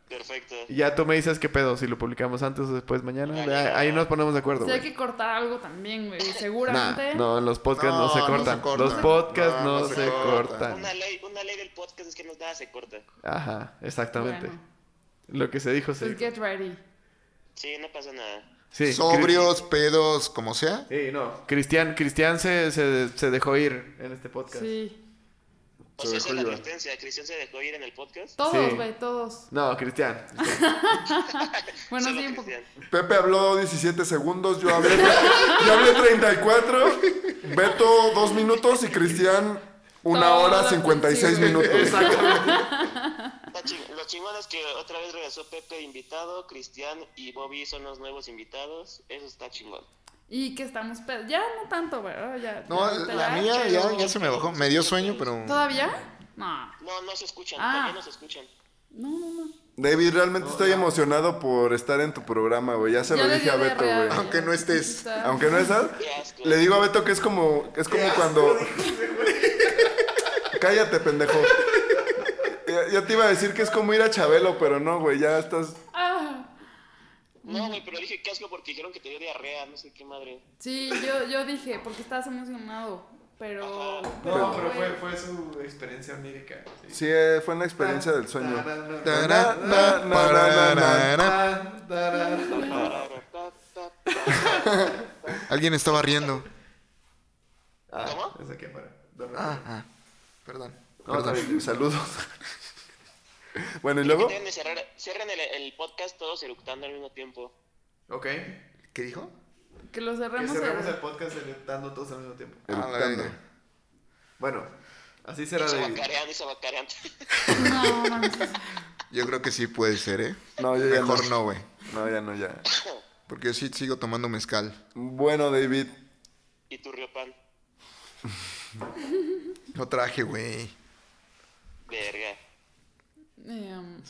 [SPEAKER 6] Perfecto.
[SPEAKER 3] Y ya tú me dices qué pedo, si lo publicamos antes o después mañana. Ahí, ahí nos ponemos de acuerdo.
[SPEAKER 2] O sea, hay
[SPEAKER 3] güey.
[SPEAKER 2] que cortar algo también, güey. Seguramente.
[SPEAKER 3] No, los podcasts no,
[SPEAKER 4] No,
[SPEAKER 3] se
[SPEAKER 4] no
[SPEAKER 3] cortan.
[SPEAKER 4] se cortan.
[SPEAKER 3] Los podcasts
[SPEAKER 4] No,
[SPEAKER 3] no,
[SPEAKER 4] no
[SPEAKER 3] se,
[SPEAKER 4] se
[SPEAKER 3] cortan.
[SPEAKER 4] cortan.
[SPEAKER 6] Una ley, una ley del podcast es que no nada se corta.
[SPEAKER 3] Ajá, exactamente.
[SPEAKER 2] Bueno.
[SPEAKER 3] Lo que se dijo se
[SPEAKER 2] Pues
[SPEAKER 3] dijo.
[SPEAKER 2] get ready.
[SPEAKER 6] Sí, no pasa nada.
[SPEAKER 3] Sí, Cri-
[SPEAKER 4] Sobrios, pedos, como sea.
[SPEAKER 3] Sí, no. Cristian, Cristian se, se, se dejó ir en este podcast.
[SPEAKER 2] Sí.
[SPEAKER 6] O
[SPEAKER 1] Se
[SPEAKER 6] sea, esa
[SPEAKER 1] dejó
[SPEAKER 6] es la
[SPEAKER 1] llevar.
[SPEAKER 6] advertencia. Cristian se dejó ir en el podcast.
[SPEAKER 2] Todos,
[SPEAKER 3] Sí.
[SPEAKER 2] güey, todos.
[SPEAKER 3] No, Cristian.
[SPEAKER 2] Bueno,
[SPEAKER 6] Solo
[SPEAKER 2] sí, un poco.
[SPEAKER 6] Cristian.
[SPEAKER 1] Pepe habló 17 segundos, yo hablé, yo hablé 34, Beto 2 minutos y Cristian una
[SPEAKER 2] Todo
[SPEAKER 1] hora
[SPEAKER 2] lo
[SPEAKER 1] 56
[SPEAKER 2] posible.
[SPEAKER 1] minutos.
[SPEAKER 6] Está ching- Lo chingón es que otra vez regresó Pepe invitado, Cristian y Bobby son los nuevos invitados. Eso está chingón.
[SPEAKER 2] Y que estamos pedos. Ya no tanto, ¿verdad? Ya,
[SPEAKER 4] No,
[SPEAKER 2] ya te
[SPEAKER 4] la
[SPEAKER 2] da,
[SPEAKER 4] mía ya,
[SPEAKER 2] pero-
[SPEAKER 4] ya se me bajó. Me dio sueño, pero.
[SPEAKER 2] ¿Todavía? No.
[SPEAKER 6] No, no se escuchan,
[SPEAKER 2] Ah.
[SPEAKER 6] todavía no se escuchan.
[SPEAKER 2] No, no, no.
[SPEAKER 1] David, realmente estoy emocionado por estar en tu programa, güey. Ya se
[SPEAKER 2] Ya
[SPEAKER 1] lo
[SPEAKER 2] le
[SPEAKER 1] dije a
[SPEAKER 2] dio
[SPEAKER 1] Beto,
[SPEAKER 2] diarrea,
[SPEAKER 1] güey.
[SPEAKER 2] güey.
[SPEAKER 4] Aunque no estés.
[SPEAKER 2] Está-
[SPEAKER 1] Aunque no es al-
[SPEAKER 6] Qué asco.
[SPEAKER 1] le digo a Beto que es como, es como cuando. Cállate, pendejo. Ya, ya te iba a decir que es como ir a Chabelo, pero no, güey, ya estás.
[SPEAKER 2] Ah.
[SPEAKER 6] No, güey, pero dije qué asco porque dijeron que te dio diarrea, no sé qué madre.
[SPEAKER 2] Sí, yo, yo dije, porque estabas emocionado, pero...
[SPEAKER 3] No, pero fue, fue su experiencia onírica. sí.
[SPEAKER 1] Sí, eh, fue una experiencia del sueño.
[SPEAKER 4] Tará, na, parará, na, na.
[SPEAKER 3] Ah.
[SPEAKER 4] Alguien estaba riendo.
[SPEAKER 6] ¿Cómo?
[SPEAKER 3] Esa cámara.
[SPEAKER 4] Ah, ah. Perdón.
[SPEAKER 1] No,
[SPEAKER 4] Perdón.
[SPEAKER 1] también, Saludos. Bueno, y
[SPEAKER 6] Que
[SPEAKER 1] luego.
[SPEAKER 6] deben de cerrar, cierren el, el podcast todos eructando al mismo tiempo.
[SPEAKER 3] Ok.
[SPEAKER 4] ¿Qué dijo?
[SPEAKER 2] Que lo
[SPEAKER 3] Que
[SPEAKER 2] cerremos.
[SPEAKER 3] cerramos
[SPEAKER 2] el-
[SPEAKER 3] el podcast dando todos al mismo tiempo.
[SPEAKER 4] Ah, la
[SPEAKER 1] Eructando.
[SPEAKER 4] verga.
[SPEAKER 3] Bueno, así
[SPEAKER 6] Y
[SPEAKER 3] será
[SPEAKER 6] se
[SPEAKER 3] David.
[SPEAKER 6] bacarean y se bacarean.
[SPEAKER 2] No, mames.
[SPEAKER 4] Yo creo que sí puede ser, ¿eh?
[SPEAKER 1] No, yo ya
[SPEAKER 4] Mejor no, güey.
[SPEAKER 1] No, ya no, ya.
[SPEAKER 4] Porque yo sí sigo tomando mezcal.
[SPEAKER 1] Bueno, David.
[SPEAKER 6] y tu riopan.
[SPEAKER 4] No traje, güey.
[SPEAKER 6] Verga.
[SPEAKER 2] Em,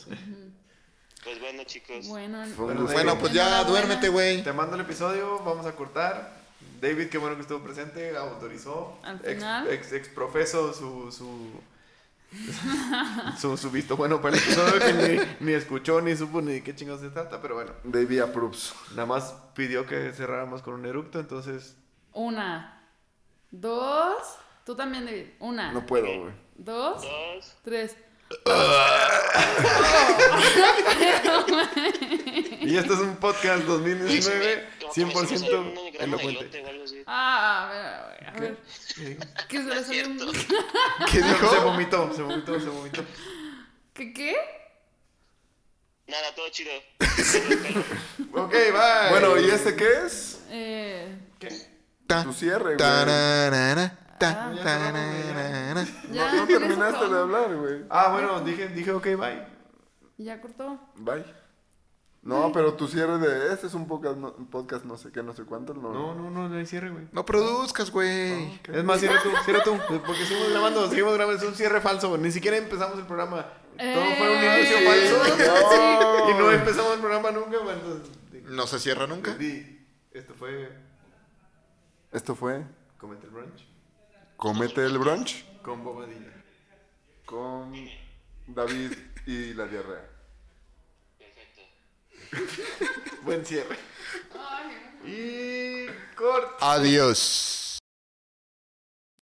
[SPEAKER 6] Pues bueno, chicos.
[SPEAKER 2] bueno,
[SPEAKER 1] fue un
[SPEAKER 3] Bueno,
[SPEAKER 1] gusto.
[SPEAKER 4] Bueno, pues ya
[SPEAKER 2] Enhorabuena.
[SPEAKER 4] duérmete, güey.
[SPEAKER 3] Te mando el episodio, vamos a cortar. David, qué bueno que estuvo presente, autorizó.
[SPEAKER 2] Al
[SPEAKER 3] Ex-
[SPEAKER 2] final.
[SPEAKER 3] Ex, exprofeso su, su, su, su visto bueno para el episodio que ni, ni escuchó, ni supo ni de qué chingados se trata, pero bueno.
[SPEAKER 1] David approves.
[SPEAKER 3] Nada más pidió que cerráramos con un eructo, entonces...
[SPEAKER 2] una, dos, tú también, David. Una,
[SPEAKER 1] No puedo, güey.
[SPEAKER 2] dos,
[SPEAKER 6] Dos.
[SPEAKER 2] tres.
[SPEAKER 3] Y este es un podcast 2019,
[SPEAKER 6] Como que me- como que me salió
[SPEAKER 3] 100%
[SPEAKER 6] un grano de
[SPEAKER 3] elocuente.
[SPEAKER 6] elote o algo así.
[SPEAKER 2] Ah, a ver, a ver, a ver. ver. Que se
[SPEAKER 6] No
[SPEAKER 2] le
[SPEAKER 6] es
[SPEAKER 2] salió un-
[SPEAKER 6] cierto.
[SPEAKER 3] ¿Qué dijo? Se vomitó, se vomitó, se vomitó.
[SPEAKER 2] ¿Qué qué?
[SPEAKER 6] Nada, todo chido.
[SPEAKER 3] Ok, bye.
[SPEAKER 1] Bueno, ¿y este qué es?
[SPEAKER 2] Eh,
[SPEAKER 4] Ta,
[SPEAKER 1] Tu cierre, güey.
[SPEAKER 4] tararara, ta,
[SPEAKER 3] Ah, ya
[SPEAKER 4] tararara.
[SPEAKER 2] ya,
[SPEAKER 1] No
[SPEAKER 2] con eso
[SPEAKER 1] terminaste
[SPEAKER 2] acabamos.
[SPEAKER 1] de hablar, güey.
[SPEAKER 3] Ah, bueno, dije, dije ok, bye.
[SPEAKER 2] Ya cortó.
[SPEAKER 1] Bye. No, pero tu cierre de este es un podcast no, podcast no sé qué, no sé cuánto. No,
[SPEAKER 3] No, no, no, no hay cierre, güey.
[SPEAKER 4] No produzcas, güey.
[SPEAKER 3] Es más, cierra tú, cierra tú. Porque seguimos grabando, seguimos grabando. Es un cierre falso. Ni siquiera empezamos el programa. Todo fue un inicio
[SPEAKER 2] Eh.
[SPEAKER 3] falso.
[SPEAKER 1] No.
[SPEAKER 3] Y no empezamos el programa nunca. bueno, entonces, di-
[SPEAKER 4] No se cierra nunca.
[SPEAKER 3] di, esto fue.
[SPEAKER 1] Esto fue
[SPEAKER 3] Comete el brunch.
[SPEAKER 1] Comete el brunch
[SPEAKER 3] Con bobadilla.
[SPEAKER 1] con David y la diarrea.
[SPEAKER 6] Perfecto.
[SPEAKER 3] Buen cierre. Y corte.
[SPEAKER 4] Adiós.